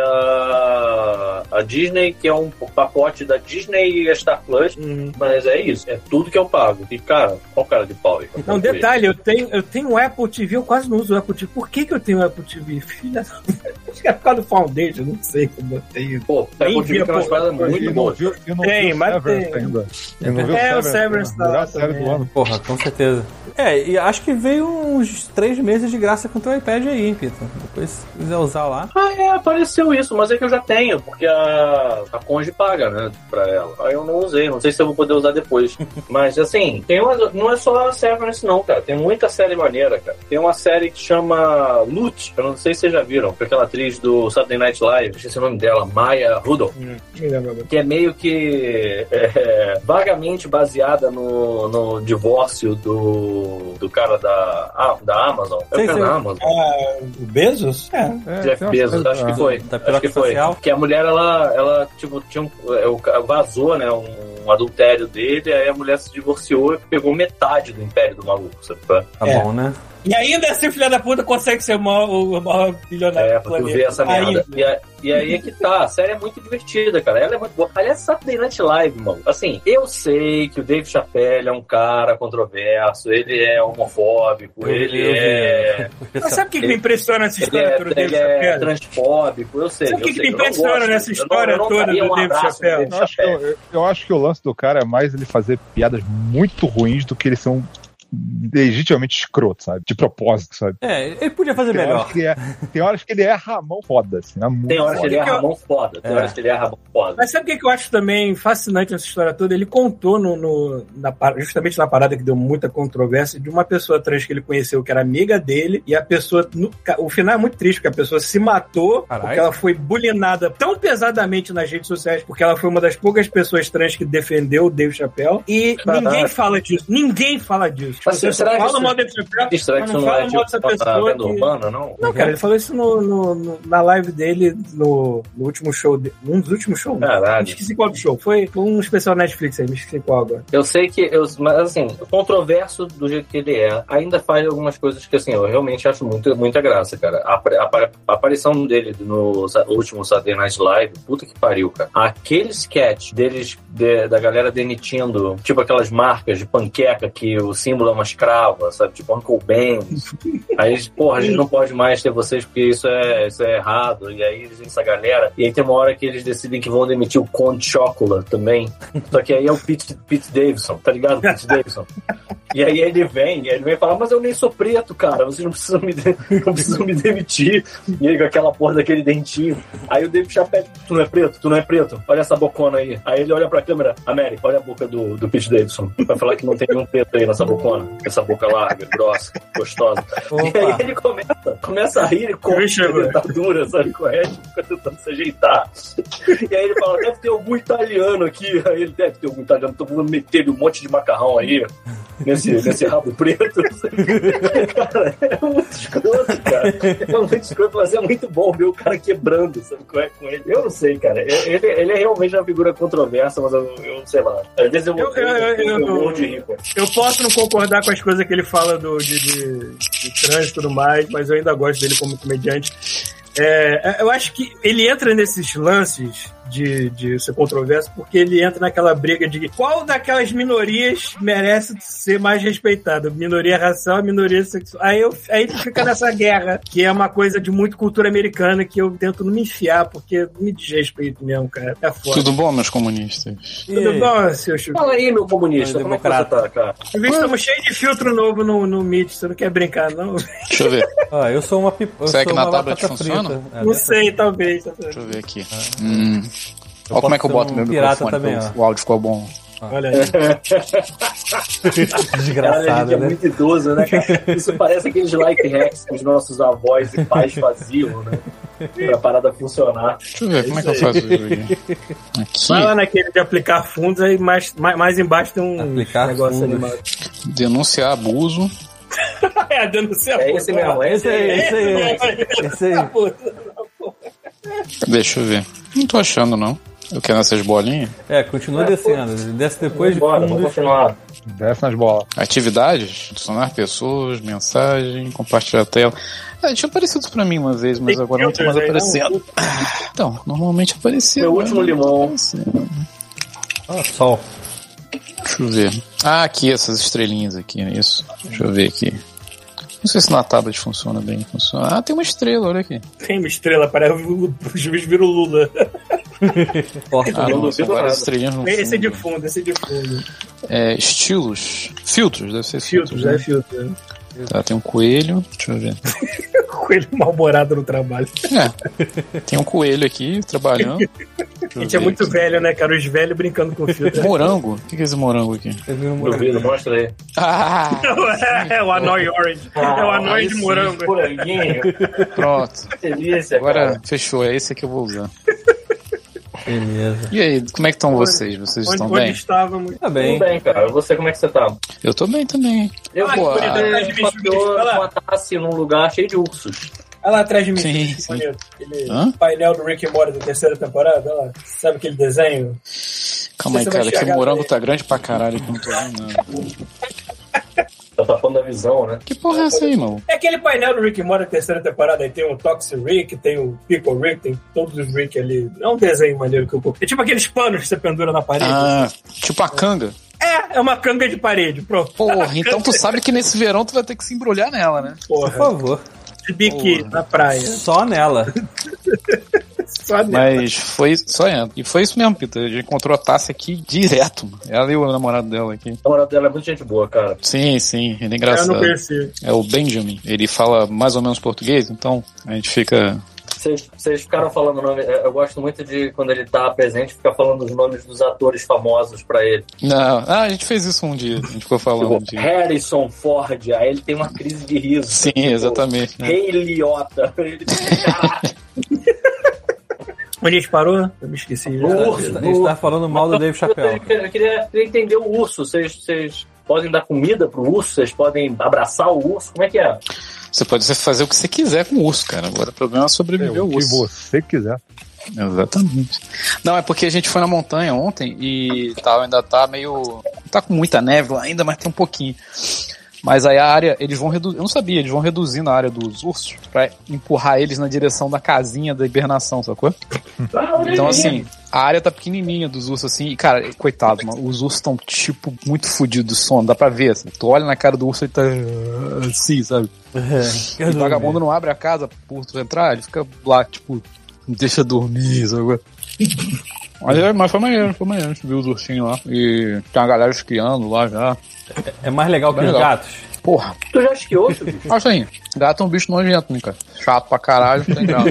S4: a, a Disney, que é um pacote da Disney e a Star Plus.
S3: Hum.
S4: Mas é isso, é tudo que eu pago. E, cara, qual cara de pau aí?
S3: Não, detalhe, eu tenho, eu tenho o Apple TV, eu quase não uso o Apple TV. Por que, que eu tenho o Apple TV? Filha da... Acho que é por causa do Foundation, não sei como eu tenho.
S4: Pô, é
S3: Nem vi,
S4: contigo que umas
S3: pô.
S4: paradas
S5: e
S4: muito
S5: não
S4: boas.
S5: viu, e não
S3: Tem,
S5: viu
S3: mas
S5: Severance
S3: tem.
S5: ainda. E não viu
S3: É, o Severance tá lá
S5: melhor série
S3: também.
S5: do ano.
S1: Porra, com certeza. É, e acho que veio uns três meses de graça com o teu iPad aí, hein, Pita. Depois, se quiser usar lá.
S4: Ah, é, apareceu isso, mas é que eu já tenho, porque a, a Conge paga, né, pra ela. Aí eu não usei, não sei se eu vou poder usar depois. mas, assim, tem umas, não é só a Severance, não, cara. Tem muita série maneira, cara. Tem uma série que chama Loot, eu não sei se vocês já viram, com aquela atriz do Saturday Night Live, esqueci o nome dela, Maya Rudolph.
S3: Não me lembro agora.
S4: Que é meio que é, vagamente baseada no, no divórcio do, do cara da, ah, da Amazon. É
S1: Sei,
S4: o cara
S1: sei.
S4: da Amazon.
S3: O Bezos? É.
S5: É,
S4: Jeff
S5: tem umas
S4: Bezos,
S5: coisas-
S4: acho que
S5: ah,
S4: foi.
S1: da
S4: acho que
S1: piroca
S4: foi.
S1: social.
S4: Que a mulher, ela, ela tipo, tinha um, é, o ca- vazou, né, um, um adultério dele, aí a mulher se divorciou e pegou metade do império do maluco, sabe? qual é?
S1: Tá
S3: É.
S1: bom, né?
S3: E ainda assim, filha da puta, consegue ser o maior, o maior bilionário
S4: É,
S3: do
S4: pra tu
S3: planeta.
S4: ver essa
S3: Ainda.
S4: merda. E, a- e aí é que tá, a série é muito divertida, cara. Ela é muito boa. Aliás, Saturday Night Live, mano. Assim, eu sei que o Dave Chappelle é um cara controverso, ele é homofóbico,
S1: Eu vi,
S4: ele
S1: eu vi.
S4: é.
S3: Mas sabe o que, que me impressiona nessa
S4: Ele
S3: história
S4: é,
S3: toda do David
S4: ele é
S3: Chapelle?
S4: transfóbico, eu sei.
S3: Sabe o que
S4: eu
S3: que
S4: sei,
S3: me
S4: eu não
S3: impressiona
S4: gosto.
S3: nessa
S4: Eu não-
S3: história
S4: eu não
S3: toda
S4: daria um
S3: do David
S4: abraço pro
S3: Chappelle?
S4: David
S5: Eu acho, que,
S4: Chappelle.
S5: eu, eu acho que o lance do cara é mais ele fazer piadas muito ruins do que ele ser um legitimamente escroto, sabe? De propósito, sabe?
S1: É, ele podia fazer
S5: Tem
S1: melhor.
S5: horas, que ele é, tem horas que ele é Ramon foda, assim, é muito
S4: Tem horas que
S5: foda.
S4: ele erra a mão foda. Tem
S1: É.
S4: horas que ele erra a mão foda.
S3: Mas sabe o que que eu acho também fascinante nessa história toda? Ele contou no, no- na par- justamente na parada que deu muita controvérsia de uma pessoa trans que ele conheceu que era amiga dele e a pessoa. no- ca- o final é muito triste, porque a pessoa se matou
S1: Caralho.
S3: porque ela foi bulinada tão pesadamente nas redes sociais, porque ela foi uma das poucas pessoas trans que defendeu o Dave Chappelle. E
S4: Caralho.
S3: ninguém fala disso. Ninguém fala disso. Tipo,
S4: Assim,
S3: você só
S4: será que
S3: fala
S4: isso-
S3: mal desse cara,
S4: Será que
S3: mas
S4: isso
S3: não
S4: não
S3: fala
S4: é de
S3: mal dessa pessoa
S4: propaganda
S3: que...
S4: urbana, não?
S3: Não, cara, ele falou isso no, no- no- na live dele, no, no último show, de, um dos últimos shows.
S4: Caralho.
S3: Esqueci qual do show. Foi foi um especial Netflix aí, me esqueci qual agora.
S4: Eu sei que, eu, mas assim, controverso do jeito que ele é, ainda faz algumas coisas que, assim, eu realmente acho muito, muita graça, cara. A, apare- a apare- a aparição dele no sa- último Saturday Night Live, puta que pariu, cara. Aquele sketch deles, de- da galera demitindo, tipo aquelas marcas de panqueca que o símbolo é uma escrava, sabe? Tipo Uncle Ben's. Aí eles, porra, a gente não pode mais ter vocês porque isso é, isso é errado. E aí eles, essa galera. E aí tem uma hora que eles decidem que vão demitir o Conde Chocola também. Só que aí é o Pete, Pete Davidson, tá ligado? Pete Davidson. E aí ele vem, ele vem falar, mas eu nem sou preto, cara, vocês não precisam me, de- não precisam me demitir. E aí com aquela porra daquele dentinho. Aí o David Chapelle, tu não é preto, tu não é preto, olha essa bocona aí. Aí ele olha pra câmera, América, olha a boca do, do Pete Davidson. Vai falar que não tem nenhum preto aí nessa bocona. Essa boca larga, grossa, gostosa. E aí
S1: Opa.
S4: ele começa, começa a rir com
S3: Ele chegou.
S4: a dentadura, sabe? Com a Ed, fica tentando se ajeitar. E aí ele fala, deve ter algum italiano aqui. Aí ele deve ter algum italiano, todo mundo metendo um monte de macarrão aí, nesse, nesse rabo preto. cara, é muito escroto, cara. É muito escroto, mas é muito bom ver o cara quebrando, sabe? Qual é com ele? Eu não sei, cara. Ele, ele é realmente uma figura controversa, mas eu, eu sei lá. Às vezes eu,
S3: Eu- eu- eu- eu-
S4: morro de rir, cara.
S3: Eu posso não concordar com as coisas que ele fala do, de, de, de trânsito e tudo mais, mas eu ainda gosto dele como comediante. É, eu acho que ele entra nesses lances de, de ser controverso porque ele entra naquela briga de qual daquelas minorias merece ser mais respeitada, minoria racial, minoria sexual. Aí, eu, aí tu fica nessa guerra, que é uma coisa de muito cultura americana que eu tento não me enfiar porque me desrespeito mesmo, cara. É foda.
S7: Tudo bom, meus comunistas?
S1: E
S3: Tudo
S1: aí?
S3: bom, seu Chico?
S4: Fala aí, meu comunista, como é que você
S1: Democrata.
S4: tá, cara?
S3: Em vez estamos cheios de filtro novo no, no Meet, você não quer brincar, não?
S7: Deixa eu ver,
S1: Ó, eu sou uma pipoca.
S7: Será que na tablet
S1: batata frita.
S7: funciona?
S1: É,
S3: não
S1: dessa-
S3: sei, talvez. tá
S7: deixa eu ver aqui. Hum. Olha como
S1: posso
S7: é que eu
S1: ser
S7: boto
S1: um
S7: meu
S1: pirata
S7: microfone,
S1: também,
S7: pra o áudio ficou bom.
S3: Olha aí.
S4: Cara, a gente
S1: Desgraçada,
S4: é
S1: né?
S4: muito idoso, né, cara? Isso parece aqueles like hacks que os nossos avós e pais faziam, né? Pra parada funcionar.
S7: Deixa eu ver, como é que eu faço isso
S3: Vai
S7: aqui?
S3: lá naquele de aplicar fundos, aí mais, mais, mais embaixo tem um
S1: Aplicar
S3: negócio
S1: fundos.
S3: animado.
S7: Aqui, denunciar abuso.
S3: É, denuncia
S4: É esse mesmo, é esse
S1: Esse aí,
S4: aí.
S1: esse aí. Esse aí.
S7: Deixa eu ver. Não tô achando, não. Eu quero essas bolinhas.
S1: É, continua descendo. Desce depois de
S4: Bora, vamos
S1: fundo.
S4: continuar.
S5: Desce nas bolas.
S7: Atividades, adicionar pessoas, mensagem, compartilhar a tela. É, tinha aparecido pra mim uma vez, mas
S3: Tem
S7: agora não tá mais
S3: filtros aí,
S7: aparecendo. Então, normalmente aparecia.
S4: Meu
S7: mas
S4: último
S7: não tá
S4: limão.
S7: aparecendo.
S1: Ó, sol.
S7: Deixa eu ver. Ah, aqui, essas estrelinhas aqui, né? Isso. Deixa eu ver aqui. Não sei se na tablet funciona bem. Funciona. Ah, tem uma estrela, olha aqui.
S3: Tem uma estrela, parece que o o juiz vira o Lula.
S1: Porta.
S7: Ah,
S4: Eu
S7: não,
S4: não
S7: são
S4: duvido
S7: várias
S4: nada.
S7: estrelinhas no
S3: Esse é de
S7: fundo.
S3: fundo, esse é de fundo.
S7: É, estilos. Filtros, deve ser filtros.
S3: Filtros,
S7: né?
S3: é filtro.
S7: Tá, tem um coelho. Deixa eu ver.
S3: Coelho mal-humorado no trabalho.
S7: É. Tem um coelho aqui trabalhando.
S3: A gente é muito velho, né, cara? Os velhos brincando com filtro.
S7: Morango? O que que é esse morango aqui?
S4: Duvido, mostra aí.
S7: Ah,
S3: é o Hanoi Orange. é o Hanoi
S7: esse
S3: de morango.
S4: Poranguinho,
S7: pronto.
S4: que delícia, cara.
S7: Agora fechou, é esse que eu vou usar.
S1: Beleza.
S7: E aí, como é que estão vocês? Vocês
S3: Onde,
S7: estão
S3: onde
S7: bem?
S3: estávamos?
S1: Tá
S4: Tudo
S1: bem.
S4: bem, cara. Você, como é que você tá?
S7: Eu tô bem também.
S4: Eu
S3: Ah, que
S4: vi você
S7: bonito,
S3: atrás de mim,
S4: passeou
S3: deixa eu
S4: com
S3: falar.
S4: a Tassi num lugar cheio de ursos.
S3: Olha lá atrás de mim.
S7: Sim,
S3: que
S7: sim.
S3: bonito. Aquele
S7: Hã?
S3: painel do Rick and Morty da terceira temporada, olha lá. Sabe aquele desenho?
S7: Calma aí,
S3: Você vai
S7: cara, que
S3: chegar
S7: morango
S3: bem.
S7: tá grande pra caralho que eu não tô vendo nada.
S4: Tá tapando a visão, né?
S7: Que porra é essa aí, mano?
S3: É aquele painel do Rick and Morty da terceira temporada. Aí tem o Toxic Rick, tem o Pickle Rick, tem todos os Rick ali. É um desenho maneiro que eu comprei. É tipo aqueles panos que você pendura na parede.
S7: Ah, tipo a canga.
S3: É, é uma canga de parede, pronto.
S7: Porra, então tu sabe que nesse verão tu vai ter que se embrulhar nela, né?
S1: Por
S3: Porra,
S1: favor.
S3: de biquíni na praia.
S1: Só nela.
S3: Só nela.
S7: Mas foi só é. E foi isso mesmo, Pita. A gente encontrou a Tássia aqui direto, mano. Ela e o namorado dela aqui.
S4: A namorada dela é muito gente boa, cara.
S7: Sim, sim, ele é
S3: Eu não
S7: engraçado.
S3: conheci.
S7: É o Benjamin. Ele fala mais ou menos português, então a gente fica.
S4: Vocês vocês ficaram falando o nome. é, Eu gosto muito de quando ele tá presente, ficar falando os nomes dos atores famosos pra ele.
S7: Não, ah, a gente fez isso um dia. A gente ficou falando um
S4: Tipo,
S7: dia.
S4: Harrison Ford, aí ele tem uma crise de riso.
S7: Sim,
S4: Tipo,
S7: exatamente. né?
S4: Rei Liotta. Ele fica,
S3: Onde a gente parou? Eu me esqueci. já.
S4: No
S1: A gente tá falando mal do Dave
S4: "Caralho,
S1: Chappelle.
S4: Eu queria, eu queria entender o urso. Vocês, vocês
S6: podem dar comida pro urso, vocês podem abraçar o urso, como é que é?
S7: Você pode fazer o que você quiser com o urso, cara. Agora o problema é
S5: É,
S7: sobreviver
S5: o
S7: ao
S5: que
S7: urso.
S5: você quiser.
S7: Exatamente. Não, é porque a gente foi na montanha ontem e tal, ainda tá meio. tá com muita neve lá ainda, mas tem um pouquinho. Mas aí a área, eles vão reduzir. Eu não sabia, eles vão reduzindo a área dos ursos pra empurrar eles na direção da casinha da hibernação, sacou?
S6: Ah, olha
S7: Então
S6: aí.
S7: assim, a área tá pequenininha dos ursos assim, e cara, coitado, mano, os ursos estão tipo muito fodidos de sono, dá pra ver. Assim. Tu olha na cara do urso e tá ah, assim, sabe?
S1: É.
S7: E o vagabundo não abre a casa pro urso entrar, ele fica lá, tipo, não deixa dormir, sabe? Mas, é- mas foi maneiro, foi maneiro. A gente viu os ursinhos lá. E tem uma galera esquiando lá já.
S1: É mais legal que
S7: Bem
S1: os
S7: legal.
S1: gatos.
S7: Porra,
S6: Tu já esquiou, Chubi?
S7: acho aí. Gato é um bicho nojento, né, cara? Chato pra caralho, não tem grau.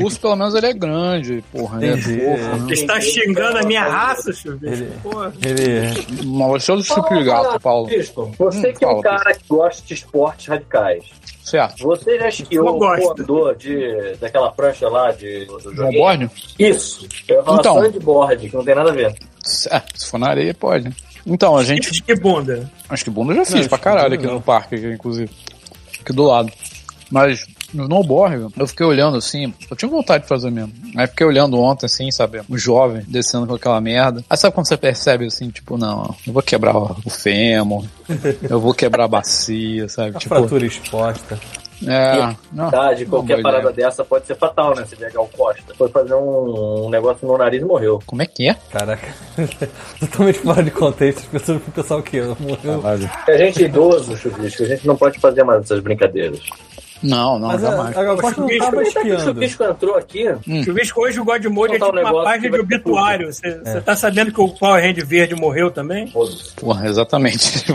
S7: O urso, pelo menos, ele é grande, porra. Ele é
S1: Entendi.
S7: fofo, né?
S3: Você está xingando a minha raça, Chuvisco. Porô.
S1: Ele.
S7: Mas gostou do tipo de gato, Paulo.
S6: Pisco, Você
S7: Hum,
S6: que é um
S7: fala,
S6: cara que gosta de esportes radicais,
S7: Certo.
S6: você já esquiou
S3: Eu
S6: o
S3: gosto.
S6: voador de, daquela prancha lá de, do do joguinho?
S7: Longboard?
S6: Isso. Eu ia falar
S7: Então.
S6: sandboard, que não tem nada a ver.
S7: É, se for na areia, pode. né? Então, a gente
S3: Que bunda.
S7: Acho que bunda eu já fiz
S1: acho
S7: pra
S1: que
S7: caralho
S1: bunda
S7: aqui
S1: não.
S7: no parque, aqui, inclusive. Aqui do lado. Mas no snowboard, eu fiquei olhando assim, eu tinha vontade de fazer mesmo. Aí fiquei olhando ontem, assim, sabe, um jovem descendo com aquela merda. Aí sabe quando você percebe assim, tipo, não, eu vou quebrar o fêmur, eu vou quebrar a bacia, sabe?
S1: A
S7: Tipo,
S1: fratura exposta.
S7: é, não,
S6: Tá, de qualquer
S1: é.
S7: boa
S6: parada
S7: ideia.
S6: dessa pode ser fatal, né? Se pegar o Costa. Foi fazer um, um negócio no nariz e morreu.
S7: Como é que é?
S1: Caraca. Totalmente fora de contexto. As pessoas vão pensar o quê? Ela Morreu.
S5: Caralho.
S6: A gente é idoso, Chubisco, a gente não pode fazer mais essas brincadeiras.
S7: Não, não,
S1: Mas é, a,
S7: jamais.
S1: a Costa não tá tava
S6: Aproveitar que o
S1: espiando. Hum.
S6: Chubisco entrou aqui,
S3: Chuvisco, hoje o Godmode é
S6: Vou contar
S3: tipo
S6: um
S3: uma
S6: negócio
S3: página
S6: que
S3: de
S6: vai ter
S3: obituário. Você você tá sabendo que o Power Hand verde morreu também?
S6: foda-se.
S7: Porra, exatamente.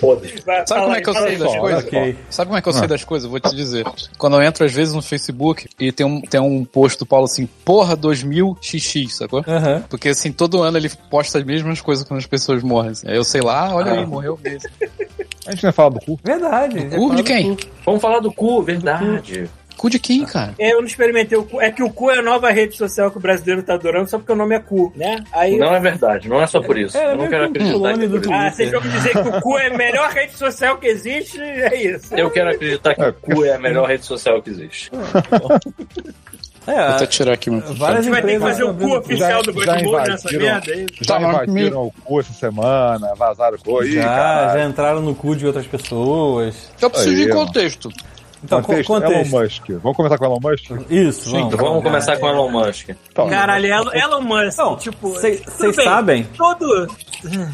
S6: foda-se.
S3: Vai
S7: Sabe como
S3: falar
S7: é que
S3: aí, fala
S7: eu sei
S3: aí,
S7: das
S3: Paulo.
S7: coisas?
S1: ok.
S7: Paulo? Sabe como é que eu sei das coisas? Eu Vou te dizer. Quando eu entro às vezes no Facebook e tem um, tem um post do Paulo assim, porra 2000xx, sacou?
S1: Aham.
S7: Porque assim, todo ano ele posta as mesmas coisas quando as pessoas morrem. assim. Aí eu sei lá, olha aí, morreu mesmo.
S5: A gente não ia falar do cu.
S1: Verdade. É
S7: O cu de quem?
S6: Vamos falar do cu, verdade.
S7: Cu de quem, cara?
S3: É, Eu não experimentei o cu. É que o cu é a nova rede social que o brasileiro tá adorando, só porque o nome é cu, né? Aí.
S6: Não é verdade, não é só por isso.
S1: Hum. É,
S6: eu não
S1: meio
S6: quero
S1: que um
S6: acreditar
S1: clone
S6: que é
S1: do
S6: por isso.
S3: Ah, vocês vão me dizer que o cu é a melhor rede social que existe? É isso.
S6: Eu quero acreditar que o cu é a melhor rede social que existe.
S1: Ah, É,
S7: Vou
S1: a-
S7: até tirar aqui, mano.
S1: várias
S3: A gente vai ter que
S1: empresas
S3: fazer o cu
S1: abrindo-
S3: oficial do
S5: já
S3: Godmode nessa
S5: invadiram.
S3: merda aí.
S5: Já
S7: Tá, mas me-
S5: invadiram o cu essa semana, vazaram o cu aí,
S1: Já,
S5: caralho.
S1: já entraram no cu de outras pessoas.
S7: Eu preciso
S5: Aí,
S7: de
S5: mano.
S7: contexto.
S1: Então, contexto.
S5: Elon
S1: contexto.
S5: Musk. Vamos começar com Elon Musk?
S1: Isso, vamos.
S6: Então vamos começar
S1: é.
S6: com Elon Musk.
S5: Então,
S3: Caralho, Elon, Elon Musk,
S1: Não,
S3: tipo.
S1: cês-
S3: tudo
S1: cês
S3: bem,
S1: sabem?
S3: Todo.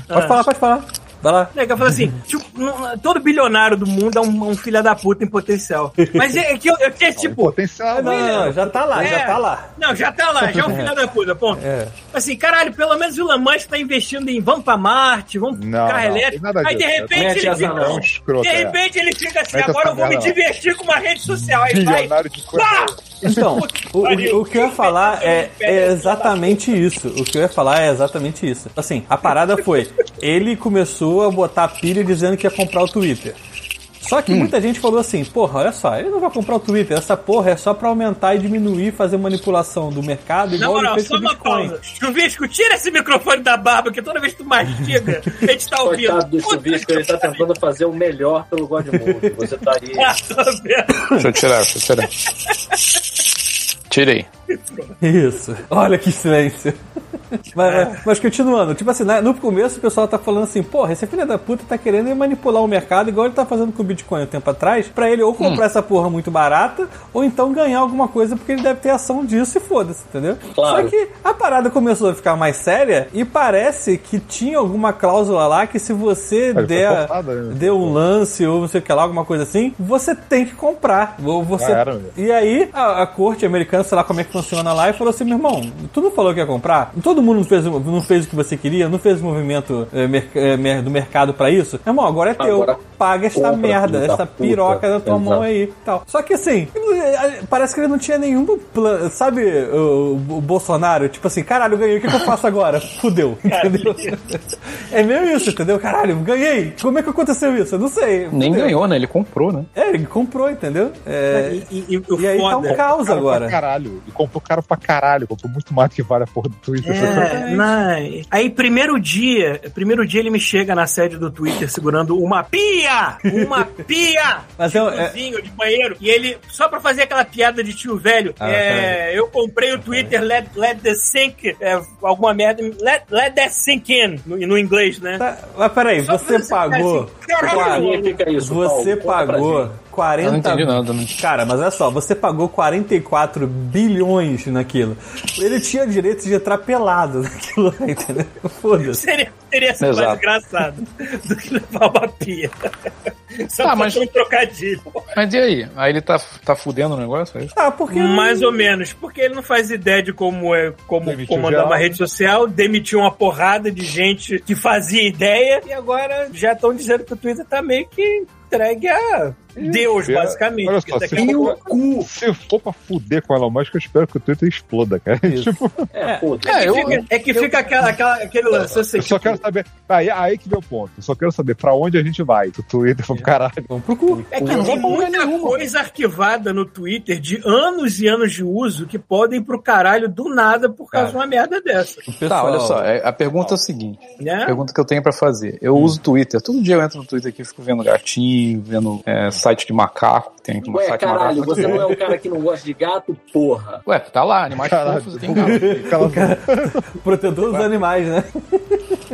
S1: Pode falar, pode falar. Vai lá.
S3: Né, que eu falo assim, tipo, um- todo bilionário do mundo é um, um filho da puta em potencial. Mas é, é que eu, eu tinha, tipo.
S5: potencial,
S1: Ah, Não,
S5: né?
S1: não, não, já tá lá,
S3: É.
S1: já tá lá.
S3: Não, já tá lá, já é um filho da puta, ponto.
S1: É.
S3: Assim, caralho, pelo menos o Elon Musk tá investindo em vamos pra Marte, vamos pro
S5: Não,
S3: carro
S5: não,
S3: elétrico.
S5: nada
S3: Aí de
S5: disso.
S3: repente
S6: Mete
S3: ele
S6: essa
S3: fica.
S5: É um
S6: não.
S5: escroto.
S3: De
S5: é.
S3: repente ele fica assim,
S5: Mete
S3: agora
S5: essa
S3: eu vou me
S5: merda, não.
S3: divertir com uma rede social. Aí vai.
S5: Bilionário de coisa.
S3: Pá!
S1: Então, o, o- o que eu ia falar é, é exatamente isso. O que eu ia falar é exatamente isso. Assim, a parada foi: ele começou a botar a pilha dizendo que ia comprar o Twitter. Só que muita gente falou assim: porra, olha só, ele não vai comprar o Twitter. Essa porra é só pra aumentar e diminuir, fazer manipulação do mercado,
S3: Na
S1: igual ele
S3: moral,
S1: fez
S3: só
S1: com o
S3: uma
S1: Bitcoin.
S3: pausa. Chuvisco, tira esse microfone da barba, que toda vez que tu mastiga, a gente tá ouvindo.
S6: Coitado do
S3: Puta
S6: Chubisco, ele tá tentando fazer o melhor pelo Godmode. Você tá aí.
S3: que merda.
S7: Deixa eu tirar, deixa eu tirar. Tirei.
S1: Isso. Olha que silêncio. Mas, mas continuando, tipo assim, né, no começo o pessoal tá falando assim, porra, esse filho da puta tá querendo ir manipular o mercado, igual ele tá fazendo com o Bitcoin um tempo atrás, pra ele ou comprar essa porra muito barata, ou então ganhar alguma coisa, porque ele deve ter ação disso e foda-se, entendeu?
S6: Claro.
S1: Só que a parada começou a ficar mais séria e parece que tinha alguma cláusula lá que se você
S5: foi
S1: der,
S5: forçada, né?
S1: der um lance ou não sei o que lá, alguma coisa assim, você tem que comprar. Ou você...
S6: Ah,
S5: Já era, meu.
S1: E aí, a, a corte americana, sei lá como é que funciona lá, e falou assim: meu irmão, tu não falou que ia comprar? Todo mundo não fez, o- não fez o que você queria, não fez o movimento eh, mer- eh, mer- do mercado pra isso? Meu irmão, agora é teu.
S6: Agora
S1: Paga esta
S6: compra,
S1: merda,
S6: filho da
S1: essa
S6: puta.
S1: piroca na tua
S6: Exato.
S1: mão aí e tal. Só que assim, eh, parece que ele não tinha nenhum plano. Sabe o, o Bolsonaro? Tipo assim, caralho, eu ganhei, o que, que eu faço agora? Fudeu, entendeu? É meio isso, entendeu? Caralho, ganhei. Como é que aconteceu isso? Eu não sei.
S7: Nem
S1: fudeu.
S7: ganhou, né? Ele comprou, né?
S1: É, ele comprou, entendeu? É,
S3: E, e, e, o
S1: e aí tá
S3: foda-
S1: um caos
S5: Cara
S1: agora.
S5: Pra caralho. E comprou caro pra caralho. Comprou muito mais do que vale a porra do Twitter.
S3: É, mas- Aí, primeiro dia, primeiro dia ele me chega na sede do Twitter segurando uma pia! Uma pia!
S1: Mas
S3: de
S1: eu- é-
S3: cozinha, de banheiro. E ele, só pra fazer aquela piada de tio velho,
S1: Ah,
S3: é, eu comprei o Twitter let, let the sink, é, alguma merda, let, let that sink in, no, no inglês, né?
S1: Tá, mas peraí,
S3: Só pra
S1: você
S3: você ficar
S1: pagou.
S3: assim, caralho,
S1: Claro.
S6: significa isso,
S1: Você
S6: Paulo? Conta pra
S1: pagou
S6: gente.
S1: 40.
S7: Eu não entendi nada, né?
S1: Cara, mas olha só, você pagou 44 bilhões naquilo. Ele tinha direito de entrar pelado naquilo, lá, entendeu? Foda-se.
S3: Seria, seria mais
S7: Exato.
S3: engraçado do que levar uma pia. Só
S7: Tá,
S3: pra
S7: mas-
S3: ter um trocadilho.
S7: Mas e aí? Aí ele tá, tá fudendo o negócio? é isso?
S1: Ah, porque.
S3: Mais ou menos, porque ele não faz ideia de como é como
S5: Demitiu
S3: comandar
S5: geral.
S3: uma rede social, demitiu uma porrada de gente que fazia ideia e agora já estão dizendo que o Twitter tá meio que entregue a Deus,
S5: é.
S3: basicamente.
S5: Olha só,
S3: Porque daqui a
S5: se
S3: pouco-
S5: for, pra, se for pra fuder com o Elon Musk, eu espero que o Twitter exploda, cara. Tipo,
S6: É, puta.
S7: É, eu,
S3: Fica- é que fica aquela, aquela- aquele lance assim.
S5: eu só quero saber. Aí, aí que meu ponto. Eu só quero saber pra onde a gente vai. Do Twitter pro caralho.
S1: Vamos pro cu.
S3: É que
S7: Não
S3: tem
S7: vai pra lugar
S3: muita
S7: nenhuma.
S3: coisa arquivada no Twitter de anos e anos de uso que podem ir pro caralho do nada por causa de uma merda dessa.
S7: Tá, olha só, é- a pergunta é a seguinte. A
S3: Né?
S7: pergunta que eu tenho pra fazer. Eu
S1: Hum.
S7: uso Twitter. Todo dia eu entro no Twitter aqui e fico vendo gatinho, vendo é, site de macaco. Tem um
S6: Ué,
S7: site de
S6: caralho,
S7: macaco.
S6: você não é um cara que não gosta de gato, porra.
S7: Ué, tá lá, animais
S5: Caralho.
S7: fofos assim, e tem gato.
S5: Cala a boca.
S1: Protetor dos animais, né?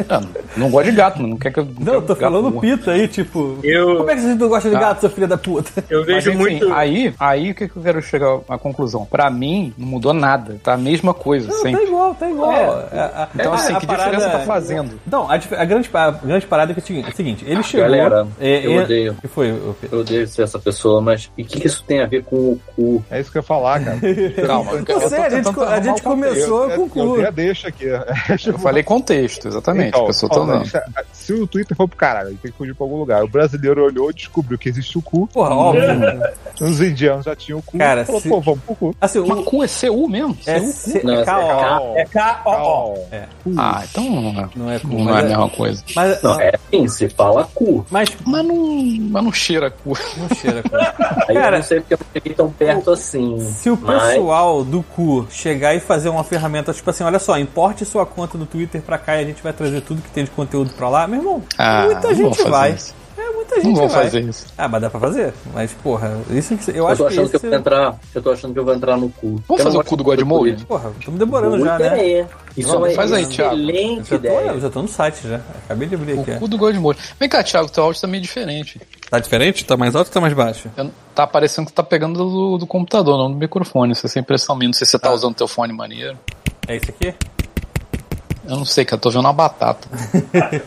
S7: Ah, não gosto de gato, mano. Não quer que eu.
S1: Não, eu tô
S7: gato
S1: falando
S7: morra.
S1: pita aí, tipo.
S3: Eu,
S1: Como é que vocês não gostam de
S7: Ah.
S1: gato, seu filho da puta?
S3: eu
S7: Mas,
S3: vejo
S7: enfim,
S3: muito.
S7: Aí, aí o que, que eu quero chegar à conclusão? Pra mim, não mudou nada. Tá a mesma coisa,
S1: Não, tá
S7: sempre.
S1: igual, tá igual. É, é,
S7: Então,
S1: é,
S7: assim,
S1: a
S7: que
S1: parada-
S7: diferença tá fazendo?
S1: Não, a, dif- a grande, pa- a grande parada é, que é o seguinte- é o seguinte: ele chegou.
S6: Galera,
S1: é,
S6: eu
S1: é-
S6: odeio.
S1: que foi, ô, Pedro?
S6: Eu odeio ser essa pessoa, mas e o que, que isso tem a ver com o cu?
S5: É isso que eu ia falar, cara.
S7: Calma. eu-
S1: Não
S7: eu
S1: sei,
S7: tô
S1: Tá a gente,
S7: tentando
S1: co- a
S7: arrumar um
S1: gente
S7: o contexto.
S1: começou com
S5: eu,
S1: o cu.
S5: eu, eu deixa aqui.
S7: Eu falei contexto, exatamente.
S5: Então,
S7: a pessoa
S5: ó,
S7: tá andando.
S5: se- se o Twitter for pro caralho, ele tem que fugir pra algum lugar. O brasileiro olhou, descobriu que existe o cu.
S1: Porra, óbvio. né?
S5: Os indianos já tinham o cu.
S1: Cara,
S5: falou,
S1: se-
S5: pô, vamos pro cu.
S1: Assim,
S7: Mas
S1: o.
S7: cu é CU mesmo?
S1: É,
S7: CU?
S1: C-
S6: Não,
S1: é
S6: é
S1: K.O.
S3: É K.O.O.
S5: Ó,
S7: Ah, então não é.
S1: Não é cu,
S7: Não é
S1: mas
S7: a
S1: é-
S7: mesma coisa.
S1: Mas,
S6: Não, é assim, se fala cu.
S1: mas
S7: Mas não, mas não cheira cu.
S1: não cheira cu.
S6: Aí
S1: Cara,
S6: eu não sei porque eu não cheguei tão perto assim.
S1: Se o
S6: mas-
S1: pessoal do cu chegar e fazer uma ferramenta, tipo assim, olha só, importe sua conta do Twitter pra cá e a gente vai trazer tudo que tem de conteúdo pra lá, meu irmão,
S7: Ah,
S1: muita
S7: não vão
S1: gente
S7: fazer
S1: vai.
S7: isso.
S1: É, muita gente
S7: Não vão
S1: vai.
S7: fazer isso.
S1: Ah, mas dá pra fazer. Mas, porra, isso que eu
S6: Eu
S1: acho
S6: tô achando
S1: que
S6: que, eu
S1: esse...
S6: vou entrar. Eu tô achando que eu vou entrar no cu. Eu
S7: Vamos
S6: não
S7: fazer o
S6: gosto
S7: cu do
S6: de
S7: Godmode?
S6: cu.
S1: Porra, estamos demorando já,
S6: Boa
S1: né?
S6: ideia. Isso
S7: Vamos,
S6: é
S7: faz
S6: uma
S7: aí, Thiago.
S1: Eu
S6: excelente
S1: já, tá tô,
S6: ideia.
S1: eu já tô no site já. Acabei de abrir
S7: O
S1: aqui.
S7: cu do Godmode. Vem cá, Thiago, teu áudio tá meio diferente.
S1: Tá diferente? Tá mais alto ou tá mais baixo?
S7: Eu- Tá parecendo que tá pegando do, do computador, não do microfone. Isso é sem impressão minha. Não sei se você
S1: Ah.
S7: tá usando teu fone maneiro.
S1: É isso aqui?
S7: Eu não sei, cara. eu Tô vendo uma batata. É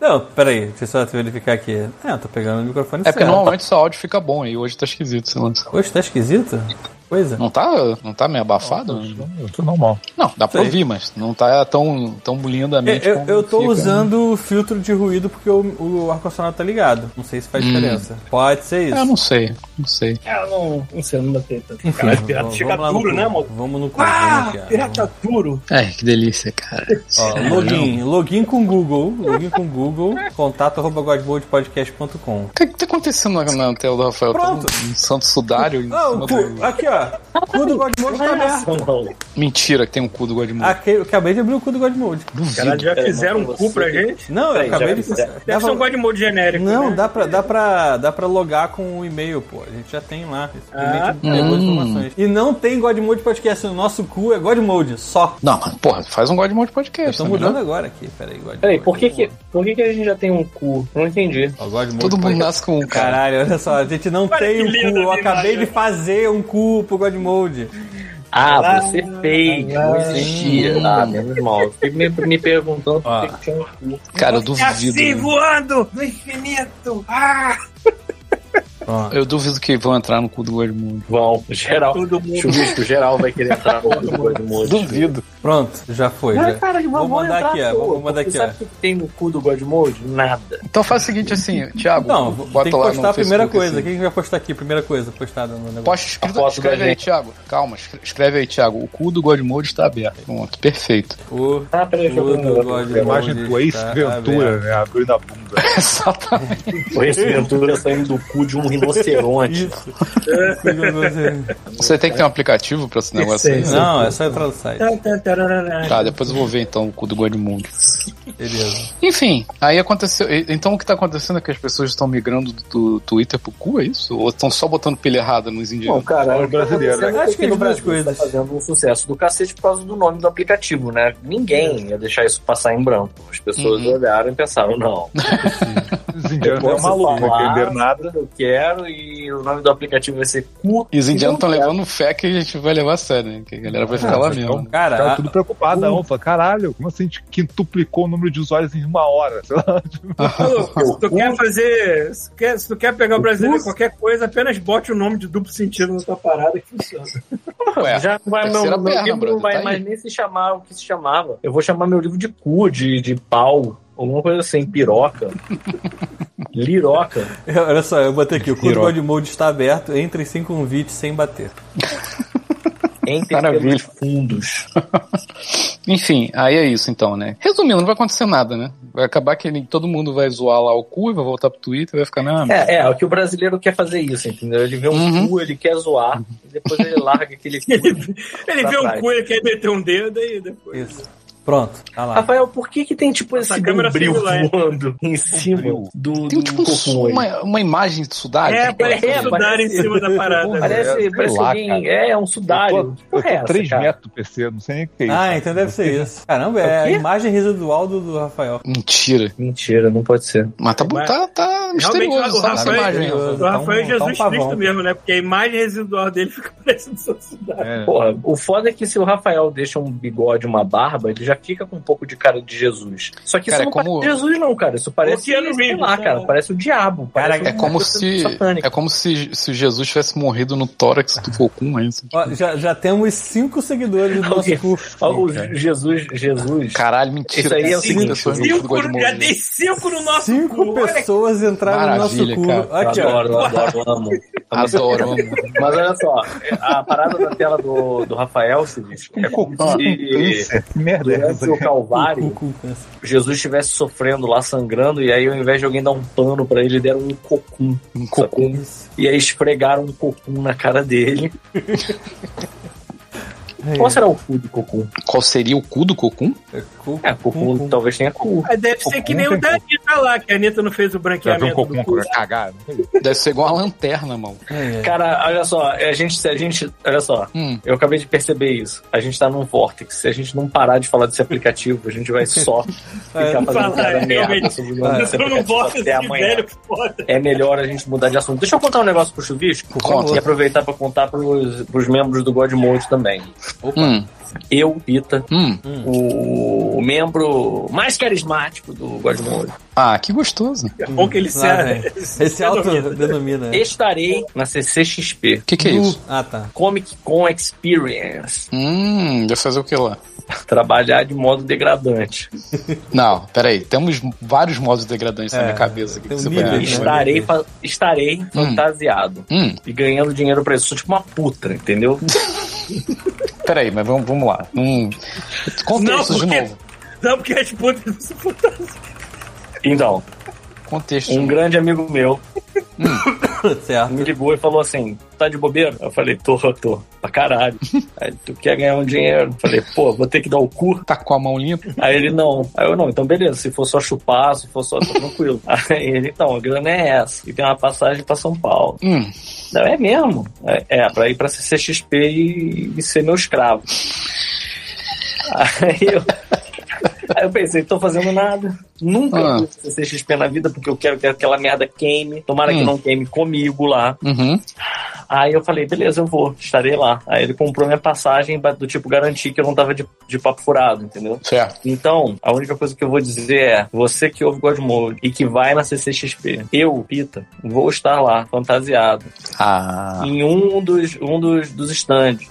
S1: Não, peraí, deixa eu só verificar aqui. Ah, eu tô pegando o microfone
S7: É porque
S1: certo.
S7: normalmente seu áudio fica bom aí. Hoje tá esquisito esse lance.
S1: Poxa, tá esquisito? Coisa.
S7: Não tá, não tá meio abafado?
S5: eu tô normal.
S7: Não, dá pra
S1: Sei.
S7: ouvir, mas não tá tão, tão
S1: É, Eu,
S7: lindamente
S1: eu,
S7: como
S1: eu tô
S3: né?
S7: fica.
S1: usando o filtro de ruído porque o, o ar-condicionado tá ligado. Não sei se
S3: Hum.
S1: faz diferença. Pode ser isso.
S7: É, não sei, não sei.
S3: Ah, não, não sei, não dá tempo.
S1: Enfim,
S3: Caralho, pirata
S1: vamos-
S3: chega
S1: vamos lá no
S3: duro,
S1: cu.
S3: né, mano?
S1: Vamos no cu.
S3: Ah,
S1: vamos aqui, ó.
S3: pirata duro.
S7: Ai, que delícia, cara.
S1: Ó, login, login com Google, login com Google, contato arroba godboldpodcast.com.
S7: O que, que tá acontecendo na, na tela do Rafael?
S1: Pronto.
S7: Todo Um santo sudário em
S1: Ah, o
S7: cima do...
S1: cu, aqui ó, cu do Godmode tá aberto.
S7: Mentira que tem um cu do Godmode.
S1: Aqui, eu acabei de abrir o cu do Godmode.
S3: Caralho,
S7: Duvido.
S3: já fizeram um cu pra gente?
S1: Não, eu
S6: Peraí,
S1: acabei
S6: já
S1: de.
S6: fizeram.
S1: Dá
S3: Deve ser um
S1: pra-
S3: Godmode genérico.
S1: Não,
S3: né?
S1: dá pra, dá, pra, dá pra logar com o e-mail, pô. A gente já tem lá.
S3: Ah,
S1: Simplesmente pegou as
S7: hum.
S1: informações. E não tem Godmode Podcast. O nosso cu é Godmode, só.
S7: Não, mas porra, faz um Godmode podcast.
S1: Eu tô
S7: tá
S1: mudando
S7: melhor?
S1: agora aqui. Peraí, Godmode.
S6: Peraí, por que que, por que que a gente já tem um cu? Não entendi.
S1: Ó, Godmode
S7: Todo mundo
S1: Podcast.
S7: nasce com um cara.
S1: Caralho, olha só, a gente não
S3: Olha
S1: tem
S3: que
S1: um
S3: linda
S1: cu. Eu
S3: a
S1: acabei de
S3: imagem.
S1: fazer um cu pro Godmode.
S6: Ah, você fez. Não
S4: é.
S6: existia.
S7: Hum.
S6: Ah, menos mal. Eu Fiquei me, me perguntando
S1: Ó.
S6: por que que tinha um cu.
S7: Cara, eu né?
S3: É assim
S7: duvido.
S3: voando no infinito. Ah!
S1: Ó.
S7: Eu duvido que vão entrar no cu do Edmundo.
S4: Vão, geral.
S3: Todo mundo.
S4: Chuvisco geral vai querer entrar no cu do Edmundo.
S7: Duvido.
S1: Pronto, já foi.
S3: Não,
S1: Já.
S3: cara, vamos
S1: Vou mandar
S3: entrar
S1: aqui,
S3: à
S1: ó,
S3: toa,
S1: vou mandar
S3: porque
S1: aqui,
S3: Sabe
S1: ó.
S3: o que que tem no cu do Godmode? Nada.
S7: Então faz o seguinte assim, Thiago,
S1: Não,
S7: bota
S1: tem que
S7: lá
S1: postar
S7: no
S1: a primeira
S7: Facebook,
S1: coisa.
S7: assim.
S1: Quem vai postar aqui? Primeira coisa postada no negócio.
S7: Posta escrito,
S4: Aposto
S7: escreve
S4: da
S7: aí,
S4: gente.
S7: Thiago. Calma, escre- escreve aí, Thiago. O cu do Godmode está aberto. Pronto, perfeito.
S1: O
S3: Ah, peraí, deixa eu
S1: Tudo
S3: ver.
S1: God
S5: A imagem
S1: Mode
S5: do Ace
S1: está
S5: Ventura,
S1: aberto.
S5: né? Abrindo a bunda.
S7: Exatamente.
S4: Foi esse Ventura saindo do cu de um rinoceronte.
S1: Isso. Filho do-
S7: Você tem que ter um aplicativo pra esse negócio aí. né?
S1: Não, é só entrar no site.
S3: Tá, tá, tararara.
S7: Tá, depois eu vou ver então o cu do Godmundo.
S1: Beleza.
S7: Enfim, aí aconteceu. e- Então o que tá acontecendo é que as pessoas estão migrando do Twitter pro cu, é isso? Ou estão só botando pilha errada nos
S4: Bom,
S7: indianos?
S4: cara,
S5: Fala brasileiro, né?
S1: Acho que
S4: no
S1: as duas
S4: Brasil
S1: coisas.
S4: tá fazendo um sucesso do cacete por causa do nome do aplicativo, né? Ninguém ia deixar isso passar em branco. As pessoas
S7: Uhum.
S4: olharam e pensaram, não,
S5: Os indianos
S4: posso
S5: é maluco, não
S4: falar.
S5: entenderam nada.
S4: eu quero e o nome do aplicativo vai ser cu.
S7: E os indianos estão levando fé que a gente vai levar a sério, né? Que a galera vai ficar lá mesmo.
S1: Cara,
S4: Ah,
S5: Ficaram
S1: a-
S5: tudo preocupado. Um fala, caralho, como assim a gente quintuplicou o número de usuários em uma hora? Sei lá.
S3: Ô, Se tu quer fazer. Se tu quer, se tu quer pegar o brasileiro em qualquer coisa, apenas bote o nome de duplo sentido na tua parada que funciona.
S7: Ué,
S4: Já não vai, meu,
S7: É. terceira
S4: meu
S7: perna,
S4: livro
S7: brother,
S4: não vai
S7: tá aí.
S4: mais nem se chamar o que se chamava. Eu vou chamar meu livro de cu, de, de pau, alguma coisa assim, piroca. Liroca.
S1: eu- olha só, eu botei aqui. O cu do
S7: Virou.
S1: God Mode está aberto. Entre em cinco convites sem bater.
S4: Entre
S7: Maravilha.
S4: pelos fundos.
S7: Enfim, aí é isso então, né? Resumindo, não vai acontecer nada, né? Vai acabar que nem- todo mundo vai zoar lá o cu e vai voltar pro Twitter e vai ficar na.
S4: É, é, o que o brasileiro quer fazer isso, entendeu? Ele vê um
S7: Uhum.
S4: cu, ele quer zoar, e depois ele larga aquele cu.
S3: Ele
S4: Pra
S3: vê um
S4: trás.
S3: cu, ele quer meter um dedo e depois.
S1: Isso. Pronto, tá lá.
S4: Rafael, por que que tem, tipo,
S3: Essa
S4: esse
S3: câmera é
S4: bombril
S3: celular, hein?
S4: voando em cima
S5: Bombril.
S4: do,
S7: Tem
S4: do
S7: tipo um su-
S4: cocô aí?
S7: uma, uma imagem de sudade.
S3: É,
S7: tipo,
S3: parece
S4: é,
S3: um sudário em
S4: parece-
S3: cima da parada. né?
S4: Parece,
S5: sei
S4: parece
S5: lá,
S4: alguém...
S5: cara.
S4: É, é um sudário.
S5: Eu tô,
S4: Que
S5: eu
S4: porra é
S5: tô
S4: essa,
S5: 3
S4: cara?
S5: metros do PC, não sei nem o que é isso.
S1: Ah, então deve ser isso. Caramba, é a
S4: quê?
S1: imagem residual do, do Rafael.
S7: Mentira.
S4: Mentira, não pode ser.
S7: Mas tá,
S3: Mas-
S7: tá, tá
S3: Realmente,
S7: misterioso
S3: o
S7: essa- essa
S3: Rafael-
S7: imagem.
S1: o
S7: Rafael.
S3: O Rafael é
S1: Tá um- tá um
S3: Jesus
S1: pavão.
S3: Cristo mesmo, né? Porque a imagem residual dele fica parecendo sua cidade.
S5: É.
S4: Porra, o foda é que se o Rafael deixa um bigode, uma barba, ele já fica com um pouco de cara de Jesus. Só que
S7: Cara,
S4: isso não
S7: é como-
S4: parece Jesus, não, cara. Isso
S3: O
S4: parece,
S3: Keanu
S4: sei
S3: Reeves,
S4: lá,
S3: né?
S4: cara, parece o diabo.
S1: Cara,
S4: parece
S7: É
S4: um-
S7: como se.
S4: satânico.
S7: É como se, se Jesus tivesse morrido no tórax do Cocum, é isso?
S1: Ó, já, já temos cinco seguidores do nosso
S4: Alguém-
S1: cu.
S4: Ó, o
S7: É.
S4: Jesus, Jesus.
S7: Caralho, mentira.
S4: Isso aí é o
S7: Cinco
S4: seguinte,
S7: pessoas no
S3: Cinco,
S7: cu de
S3: já
S7: Godmode.
S3: dei cinco no nosso cu. é
S1: Cinco
S3: Olha
S1: pessoas entraram no nosso
S7: Maravilha,
S1: cu.
S7: cara.
S1: Aqui,
S4: eu
S1: ó.
S4: adoro, eu adoro, eu amo.
S7: Adoro, amo.
S4: Mas olha só, a parada da tela do, do Rafael, Silvio, é como se
S5: Câncer, que merda é
S4: durante
S5: essa?
S4: o Calvário
S1: Cu, cu, câncer.
S4: Jesus estivesse sofrendo lá, sangrando, e aí ao invés de alguém dar um pano pra ele, deram um cocum.
S7: Um cocum.
S4: sacou? E aí esfregaram um cocum na cara dele.
S3: É.
S4: Qual será o cu do cocum?
S7: Qual seria o cu do Cocum?
S1: É, cu,
S4: É, cocum
S1: cu, cu.
S4: talvez tenha cu.
S3: Aí deve ser que nem o da Anitta lá, que a Anitta não fez o
S5: Já tem
S3: branqueamento
S5: um cocum
S3: do cu.
S5: agora cagado.
S7: Deve ser igual uma lanterna, mano.
S1: É, é.
S4: Cara, olha só, é, a gente, se a gente. Olha só,
S7: Hum.
S4: eu acabei de perceber isso. A gente tá num vórtex. Se a gente não parar de falar desse aplicativo, a gente vai só ficar
S1: É,
S4: fazendo
S3: falar,
S4: cara
S3: é,
S4: merda
S3: realmente.
S4: sobre o nome desse
S3: Eu não
S4: aplicativo
S3: gosto
S4: até
S3: desse
S4: amanhã.
S3: velho que foda.
S4: É melhor a gente mudar de assunto. Deixa eu contar um negócio pro Chuvisco.
S7: Conta.
S4: E aproveitar pra contar pros, pros membros do Godmode também.
S7: Hum.
S4: Eu, Pita,
S7: Hum.
S4: o, o membro mais carismático do Godmode,
S7: Ah, que gostoso.
S3: É bom que ele se,
S1: lá vem. Esse
S3: se
S1: auto
S3: denomina.
S1: denomina. né?
S4: estarei na CCXP.
S7: O que, que é isso?
S1: Ah, tá.
S4: Comic Con Experience.
S7: Hum, vai fazer o que lá?
S4: Trabalhar de modo degradante.
S7: Não, peraí. Temos vários modos degradantes na
S1: É,
S7: minha cabeça aqui.
S1: tem
S7: que
S1: um
S7: você
S1: nível
S7: vai
S1: de
S7: achar.
S4: Estarei, fa- estarei fantasiado.
S7: Hum,
S4: E ganhando dinheiro pra isso. Sou tipo uma puta, entendeu?
S7: peraí, mas vamos, vamos lá. Hum. Contexto
S3: Não,
S7: de
S3: porque-
S7: novo.
S3: Não, porque as putas não se putam.
S4: Então,
S7: Contexto. de
S4: um
S7: novo.
S4: grande amigo meu
S1: Certo.
S4: me ligou e falou assim: tá de bobeira? Eu falei, tô, tô, pra caralho. Aí, tu quer ganhar um dinheiro? Eu falei, pô, vou ter que dar o cu.
S7: Tá com a mão limpa?
S4: Aí ele, não. Aí eu, não, então beleza, se for só chupar, se for só, tá tranquilo. Aí ele, então, a grana é essa. E tem uma passagem pra São Paulo.
S7: Hum.
S4: Não, é mesmo. É, é pra ir pra CCXP e, e ser meu escravo. Aí eu, aí eu pensei, tô fazendo nada. Nunca
S7: Ah.
S4: ah. CCXP na vida, porque eu quero que aquela merda queime. Tomara que
S7: Hum.
S4: não queime comigo lá.
S7: Uhum.
S4: Aí eu falei, beleza, eu vou, estarei lá. Aí ele comprou minha passagem ba- do tipo garantir que eu não tava de, de papo furado, entendeu?
S7: Certo.
S4: Então, a única coisa que eu vou dizer é: você que ouve Godmode e que vai na CCXP, eu, Pita, vou estar lá, fantasiado,
S7: Ah.
S4: em um dos, um dos, dos stands,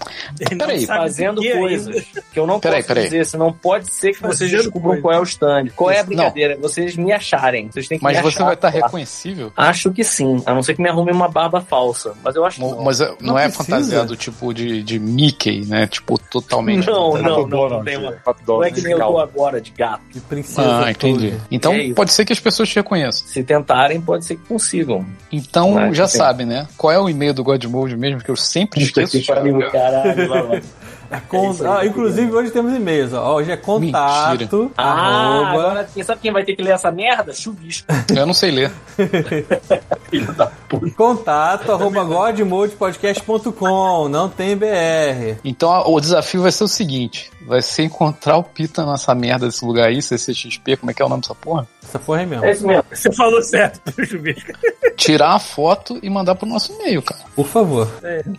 S7: Peraí.
S3: Sabe
S4: fazendo
S3: do que é
S4: coisas que eu não
S7: Peraí,
S4: posso
S7: peraí.
S4: dizer, senão pode ser que vocês
S3: Fazendo
S4: descubram
S3: coisas.
S4: qual é o stand. Qual é a
S7: Não.
S4: brincadeira? Vocês me acharem. Vocês têm que
S7: Mas
S4: me
S7: você
S4: achar
S7: vai tá estar
S4: lá.
S7: reconhecível?
S4: Acho que sim, a não ser que me arrume uma barba falsa. Mas eu acho que. Não,
S7: Mas é- não,
S1: Não
S7: é
S1: precisa.
S7: fantasiado tipo de, de Mickey, né? Tipo, totalmente.
S4: não, não, não,
S5: Pato
S4: não
S5: Donald,
S4: tem uma.
S5: Pato
S4: Não
S5: Donald,
S4: é que nem eu tô
S5: né? calma.
S4: agora de gato.
S1: De princesa.
S7: Ah, entendi.
S1: toda.
S7: Então
S4: É isso.
S7: pode ser que as pessoas te reconheçam.
S4: Se tentarem, pode ser que consigam.
S7: Então
S4: Ah,
S7: já
S4: entendi.
S7: sabem, né? Qual é o e-mail do Godmode mesmo que eu sempre esqueço?
S4: Puta que pariu, caralho, lá, lá.
S1: Con-
S4: É isso aí,
S1: ah,
S4: tá
S1: inclusive, hoje temos e-mails. Ó. Hoje é contato.
S4: Ah,
S1: arroba-
S4: agora quem sabe quem vai ter que ler essa merda? Chuvisco.
S7: Eu não sei ler.
S4: Filho da puta.
S1: Contato arroba godmodepodcast.com. Não tem BR.
S7: Então a- o desafio vai ser o seguinte: vai ser encontrar o Pita nessa merda desse lugar aí, CCXP, como é que é o nome dessa porra?
S1: Essa porra é mesmo.
S4: É isso mesmo.
S3: Você falou certo, Chuvisco.
S7: Tirar a foto e mandar pro nosso e-mail, cara.
S1: Por favor.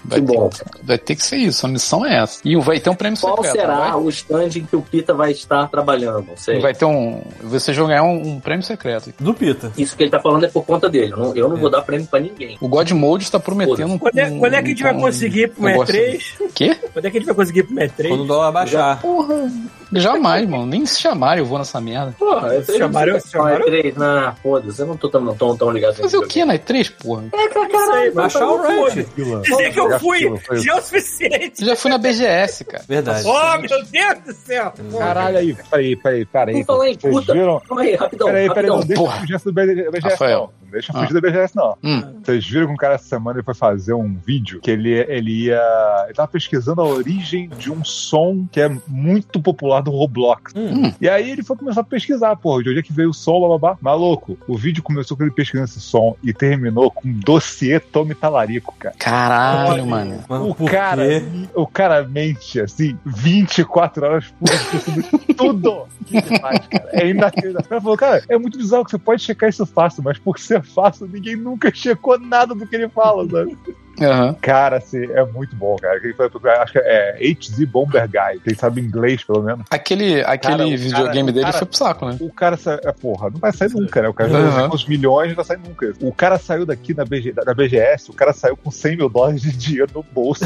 S7: Vai,
S4: Que bom.
S7: ter, vai ter que ser isso, a missão é essa. E vai ter um prêmio
S4: Qual
S7: secreto.
S4: será
S7: Vai,
S4: o stand em que o Pita vai estar trabalhando? Não sei.
S7: vai ter um. Vocês vão ganhar um, um prêmio secreto.
S1: Do Pita.
S4: Isso que ele tá falando é por conta dele. Eu não, eu
S7: É.
S4: não vou dar prêmio pra ninguém.
S7: O God Mode está prometendo um.
S3: Quando é, quando é que a gente vai conseguir pro
S7: negócio-
S3: E3?
S7: Quê?
S3: Quando é que a gente vai conseguir pro
S1: Quando o
S3: E3?
S1: dólar baixar.
S7: Porra, jamais, mano. Nem se chamarem, eu vou nessa merda.
S4: Porra, eu
S3: Chamaram- chamaram?
S4: três. Ah, foda-se, eu não tô tão, tão, tão ligado.
S7: Fazer o que na E3, porra?
S1: Baixar o rate.
S5: Fila.
S3: Dizer que eu fui
S5: Fila, foi-
S3: já é o suficiente.
S7: Eu já fui na BGS, cara.
S1: Verdade.
S3: Oh, meu Deus do céu.
S5: Caralho, aí, peraí, peraí, peraí.
S4: Vamos falar em
S5: Vocês
S4: puta.
S5: viram?
S4: Calma aí, rapidão.
S5: Peraí, peraí,
S4: rapidão.
S5: não deixa eu
S7: Porra.
S5: fugir da BGS,
S7: Rafael.
S5: não. Não deixa eu fugir da BGS, não.
S7: Hum.
S5: Vocês viram que um cara essa semana ele foi fazer um vídeo que ele, ele ia. Ele tava pesquisando a origem de um som que é muito popular do Roblox.
S1: Hum.
S5: E aí ele foi começar a pesquisar, pô, de onde é que veio o som, bababá. Maluco, o vídeo começou com ele pesquisando esse som e terminou com um dossiê Tommy Talarico, cara.
S7: Caralho, mano.
S1: Mas
S5: O
S1: por
S5: cara,
S1: quê?
S5: o cara mente assim 24 horas por dia sobre tudo que ele faz, cara. É inacreditável. O cara falou, cara, é muito bizarro que você pode checar isso fácil, mas por ser fácil, ninguém nunca checou nada do que ele fala, sabe?
S7: Aham.
S5: Cara, assim, é muito bom, cara. Quem foi procurar, acho que é HZ Bomber Guy, quem sabe inglês, pelo menos.
S7: Aquele, aquele
S5: Cara, o
S7: videogame
S5: cara-
S7: dele
S5: cara-
S7: foi pro saco, né?
S5: O cara sa... é, porra, não vai sair nunca, né? O cara já
S7: Uhum.
S5: ganhou uns milhões não vai sair nunca. O cara saiu daqui na, BG... da- da BGS, o cara saiu com 100 mil dólares de dinheiro no bolso.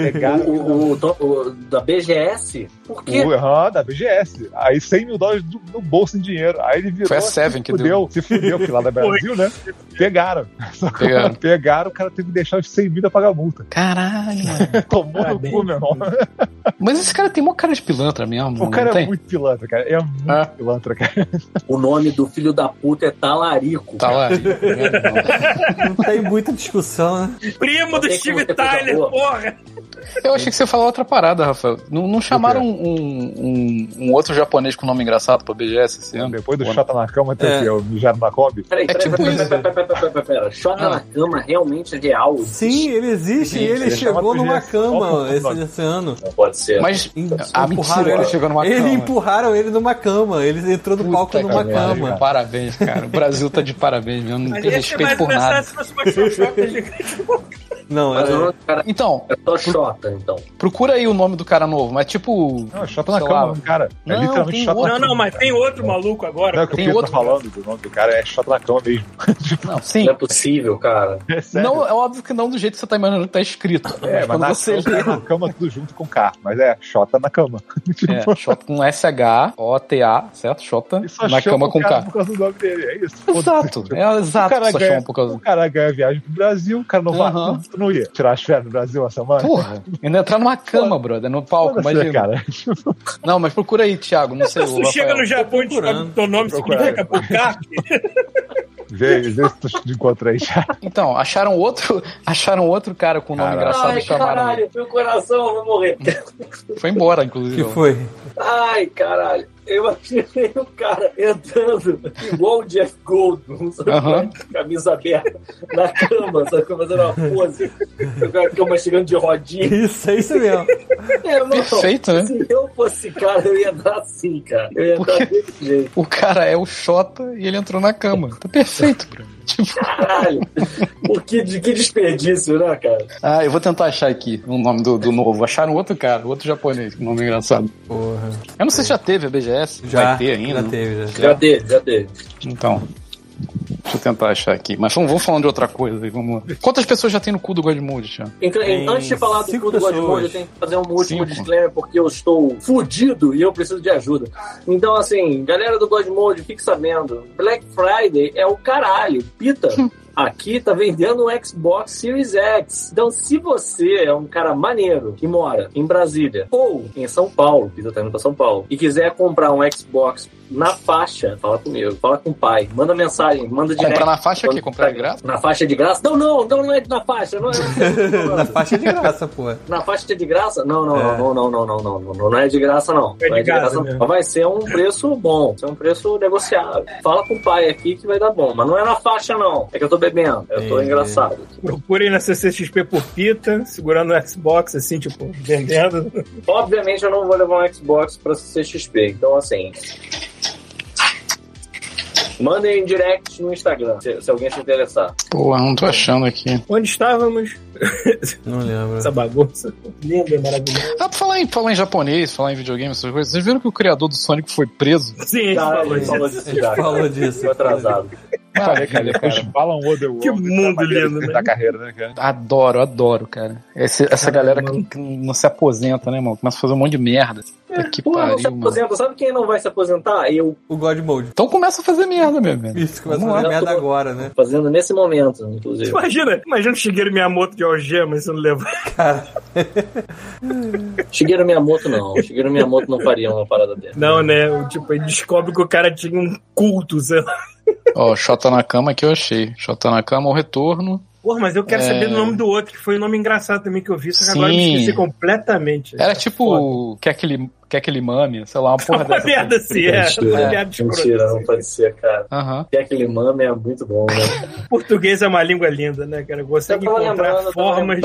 S5: Pegaram
S4: O, o- o to- o da BGS? Por quê?
S5: O, aham, da BGS. Aí 100 mil dólares do- no bolso em dinheiro. Aí ele virou. assim,
S7: Foi a
S5: se
S7: Seven que deu.
S5: fudeu, se fudeu, porque lá da Brasil, né? Pegaram. Só que
S7: Pegaram.
S5: pegaram. o cara teve que deixar os 100 mil pra pagar a multa.
S7: Caralho, mano.
S5: Tomou no
S3: Parabéns.
S5: cu, meu irmão.
S7: Mas esse cara tem mó cara de pilantra mesmo.
S5: O
S7: não
S5: cara é
S7: tem?
S5: muito pilantra, cara. É muito
S7: Ah.
S5: pilantra, cara.
S4: O nome do filho da puta é Talarico.
S7: Tá lá. Não.
S1: Não tem muita discussão, né?
S3: Primo do
S4: Tem que
S3: Steve
S4: ter coisa
S3: Tyler,
S4: boa.
S3: porra.
S7: Eu achei que você ia falar outra parada, Rafael. Não, não chamaram um, um, um outro japonês com nome engraçado pra BGS esse ano?
S5: Depois do
S7: Pô,
S5: chota na cama, tem
S1: É.
S5: o quê? O mijar na Kobe?
S4: Peraí,
S7: É
S4: peraí,
S7: tipo
S4: peraí,
S7: isso.
S4: peraí, peraí, peraí, peraí, peraí. Xota
S7: Ah.
S4: na cama realmente é real?
S1: Sim, ele existe e ele
S5: ele
S1: chegou
S5: chama
S1: numa
S5: pro
S1: cama
S5: G-
S1: esse, esse ano.
S4: Não pode ser.
S7: Mas.
S1: Em-
S7: Ah,
S1: empurraram
S7: mentira, ele chegou numa
S1: ele
S7: cama.
S1: empurraram ele numa cama. Ele entrou no
S7: Puta
S1: palco
S7: que
S1: numa
S7: pariu,
S1: cama.
S7: cara. Parabéns, cara. O Brasil tá de parabéns mesmo. Não
S3: Mas
S7: tem
S3: ia ser mais
S7: respeito por nada.
S3: engraçado se fosse uma xoxota gigante.
S1: Não,
S4: Mas o
S1: era,
S4: nome do cara
S7: Então,
S4: é só Xota, então.
S7: procura aí o nome do cara novo, mas tipo.
S5: Não, é chota na
S7: sei
S5: cama,
S7: lá.
S5: cara. É
S7: Não, tem
S5: literalmente chota na
S3: Não,
S5: cama.
S3: não, mas tem outro maluco
S5: Não, é o
S3: agora.
S5: que
S7: Tem
S5: o Pedro
S7: outro.
S5: tá falando do nome do cara é chota na cama mesmo.
S7: Não, sim.
S4: Não é possível, cara.
S5: É sério.
S7: Não, é óbvio que não do jeito que você tá imaginando que tá escrito.
S5: é,
S7: mas quando
S5: mas
S7: você
S5: na,
S7: lê.
S5: na cama tudo junto com K. Mas é chota na cama. Tipo,
S7: É, Xota com SH, OTA, certo? Xota
S5: E só
S7: na
S5: chama
S7: cama
S5: o
S7: com
S5: cara
S7: K.
S5: Por causa do nome dele, é isso.
S7: Exato, é
S5: O
S7: exato
S5: cara,
S7: que só chama
S5: ganha,
S7: por causa
S5: o cara ganha viagem pro Brasil, o cara não vai.
S7: Aham.
S5: Tu não ia tirar as férias no Brasil essa semana?
S7: Porra, ainda entrar numa cama, brother, no palco,
S5: Foda-se, né, cara.
S7: imagina. Não, mas procura aí, Thiago, não sei o
S3: Tu chega
S7: Rafael.
S3: no Japão e descobre
S1: procurando.
S3: teu nome, se
S5: Procurando.
S3: clica pro carro.
S5: Vê, vê se tu te encontra aí já.
S7: Então, acharam outro, acharam outro cara com nome
S5: Caralho.
S7: engraçado e
S4: Ai,
S7: chamaram. ele.
S4: caralho, meu coração, eu vou morrer.
S7: Foi embora,
S1: que
S7: inclusive.
S1: foi?
S4: Ai, caralho. Eu imaginei o cara entrando igual o Jeff Goldblum, sabe?
S7: Aham.
S4: camisa aberta na cama, sabe? Fazendo uma pose. O cara cama chegando de rodinha.
S1: Isso, é isso mesmo.
S4: Eu não-
S7: Perfeito, né?
S4: Se eu fosse cara, eu ia dar assim, cara. Eu ia dar desse jeito.
S7: O cara é o Xota e ele entrou na cama. Tá perfeito, bro. Tipo,
S4: Caralho. O que, de, que desperdício, né, cara?
S7: ah, eu vou tentar achar aqui o nome do, do novo. Acharam outro cara, outro japonês, que nome engraçado.
S1: Porra.
S7: Eu não sei se já teve a BGS.
S1: Já,
S7: Vai ter ainda.
S1: Já teve, já.
S4: Já teve, já teve.
S7: Então. Deixa eu tentar achar aqui. Mas vamos, vamos falando de outra coisa aí, vamos lá. Quantas pessoas já tem no cu do Godmode, Tiago?
S4: Então,
S1: Tem
S4: antes de falar do
S1: cinco
S4: cu do Godmode, eu
S1: pessoas.
S4: tenho que fazer um último
S7: Cinco.
S4: disclaimer, porque eu estou fudido e eu preciso de ajuda. Então, assim, galera do Godmode, fique sabendo. Black Friday é o caralho. Pita, aqui tá vendendo um Xbox Series X. Então, se você é um cara maneiro que mora em Brasília ou em São Paulo, Pita tá indo pra São Paulo, e quiser comprar um Xbox na faixa, fala comigo, fala com o pai, manda mensagem, manda direct.
S7: Comprar na faixa aqui, comprar de graça?
S4: Na faixa de graça? Não, não, não, não é na faixa, não é.
S1: Na faixa de graça, porra.
S4: Na faixa de graça? Não, não,
S1: É.
S4: não, não, não, não, não, não, não, não é de graça, não.
S3: É de
S4: Não
S3: graça
S4: não.
S3: mesmo.
S4: Mas Vai ser um preço bom, é um preço negociável. Fala com o pai aqui que vai dar bom, mas não é na faixa, não. É que eu tô bebendo, eu tô
S1: Entendi.
S4: engraçado.
S3: Procurem na CCXP por pita, segurando o Xbox, assim, tipo, vendendo.
S4: Obviamente eu não vou levar um Xbox pra CXP, então assim. Mandem em direct no Instagram, se, se alguém se interessar.
S7: Pô, eu não tô achando aqui.
S3: Onde estávamos?
S1: Não lembro.
S3: Essa bagunça. Linda,
S4: né?
S3: maravilhosa.
S7: Ah, pra falar em, falar em japonês, falar em videogame, essas coisas, vocês viram que o criador do Sonic foi preso?
S3: Sim, a gente
S4: Cara,
S3: falou
S4: ele
S3: isso.
S4: falou disso
S1: Ele
S4: já.
S1: falou disso.
S4: Tô atrasado.
S7: Maravilha,
S5: Os
S7: cara.
S5: falam Otherworld.
S3: Que mundo
S5: da maneira
S3: lindo,
S5: que-
S3: né?
S5: Da carreira, né, cara?
S7: Adoro, adoro, cara. Esse- essa galera que, que não se aposenta, né, mano? Começa a fazer um monte de merda. Puta que
S4: Pô, não se
S7: pariu, mano.
S4: aposenta. Sabe quem não vai se aposentar? Eu,
S1: O God Mode.
S7: Então começa a fazer merda, meu velho.
S1: Isso, começa
S7: Vamos
S1: a fazer
S4: lá.
S1: merda agora, né?
S4: fazendo nesse momento, inclusive.
S3: Imagina, imagina o Shigeru Miyamoto de algema e você não levar.
S4: Shigeru Miyamoto não. Shigeru Miyamoto não faria uma parada dessa.
S3: Não, né? O, tipo, ele descobre que o cara tinha um culto, sei lá.
S7: Ó, Xota na cama que eu achei. Xota na cama, o retorno.
S3: Porra, mas eu quero
S7: É.
S3: saber do nome do outro, que foi um nome engraçado também que eu vi, só que
S7: Sim.
S3: agora eu me esqueci completamente.
S7: Era tipo. Quer aquele, quer aquele mame? Sei lá, uma
S3: uma
S7: porra dessa.
S3: merda assim, é. Uma merda
S4: Mentira,
S3: escrota. assim.
S4: não pode ser, cara.
S7: Aham.
S4: E aquele mame é muito bom, né?
S3: Português é uma língua linda, né, cara? Consegue
S4: Eu tava
S3: encontrar
S4: lembrando, eu tava
S3: formas.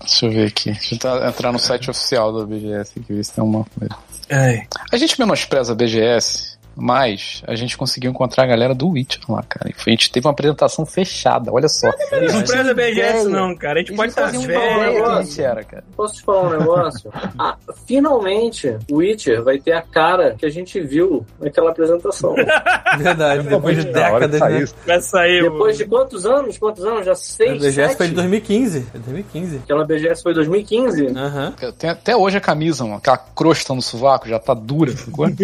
S7: Deixa eu ver aqui. Deixa eu tentar entrar no site oficial da BGS aqui, ver se tem uma coisa.
S3: Ai.
S7: A gente menospreza a BGS, mas a gente conseguiu encontrar a galera do Witcher lá, cara. E foi- A gente teve uma apresentação fechada, olha só.
S1: é
S3: Não despreza
S7: ideia.
S3: BGS, não, cara. A gente um
S7: Eles
S3: pode estar
S1: um
S7: não faziam um
S3: velho.
S7: ideia que a
S4: velho.
S7: gente era, cara.
S4: Posso te falar um negócio? Ah, finalmente, o Witcher vai ter a cara que a gente viu naquela apresentação.
S1: Verdade, depois de
S5: Na hora de
S1: décadas,
S5: sair,
S1: né?
S5: isso.
S3: Vai sair.
S4: Depois de quantos anos? Quantos anos? Já
S1: A
S4: seis,
S1: BGS foi
S4: sete?
S1: de 2015. É 2015.
S4: Aquela BGS foi em 2015?
S1: Aham.
S7: Tem até hoje a camisa, mano. Aquela crosta no sovaco já tá dura, ficou?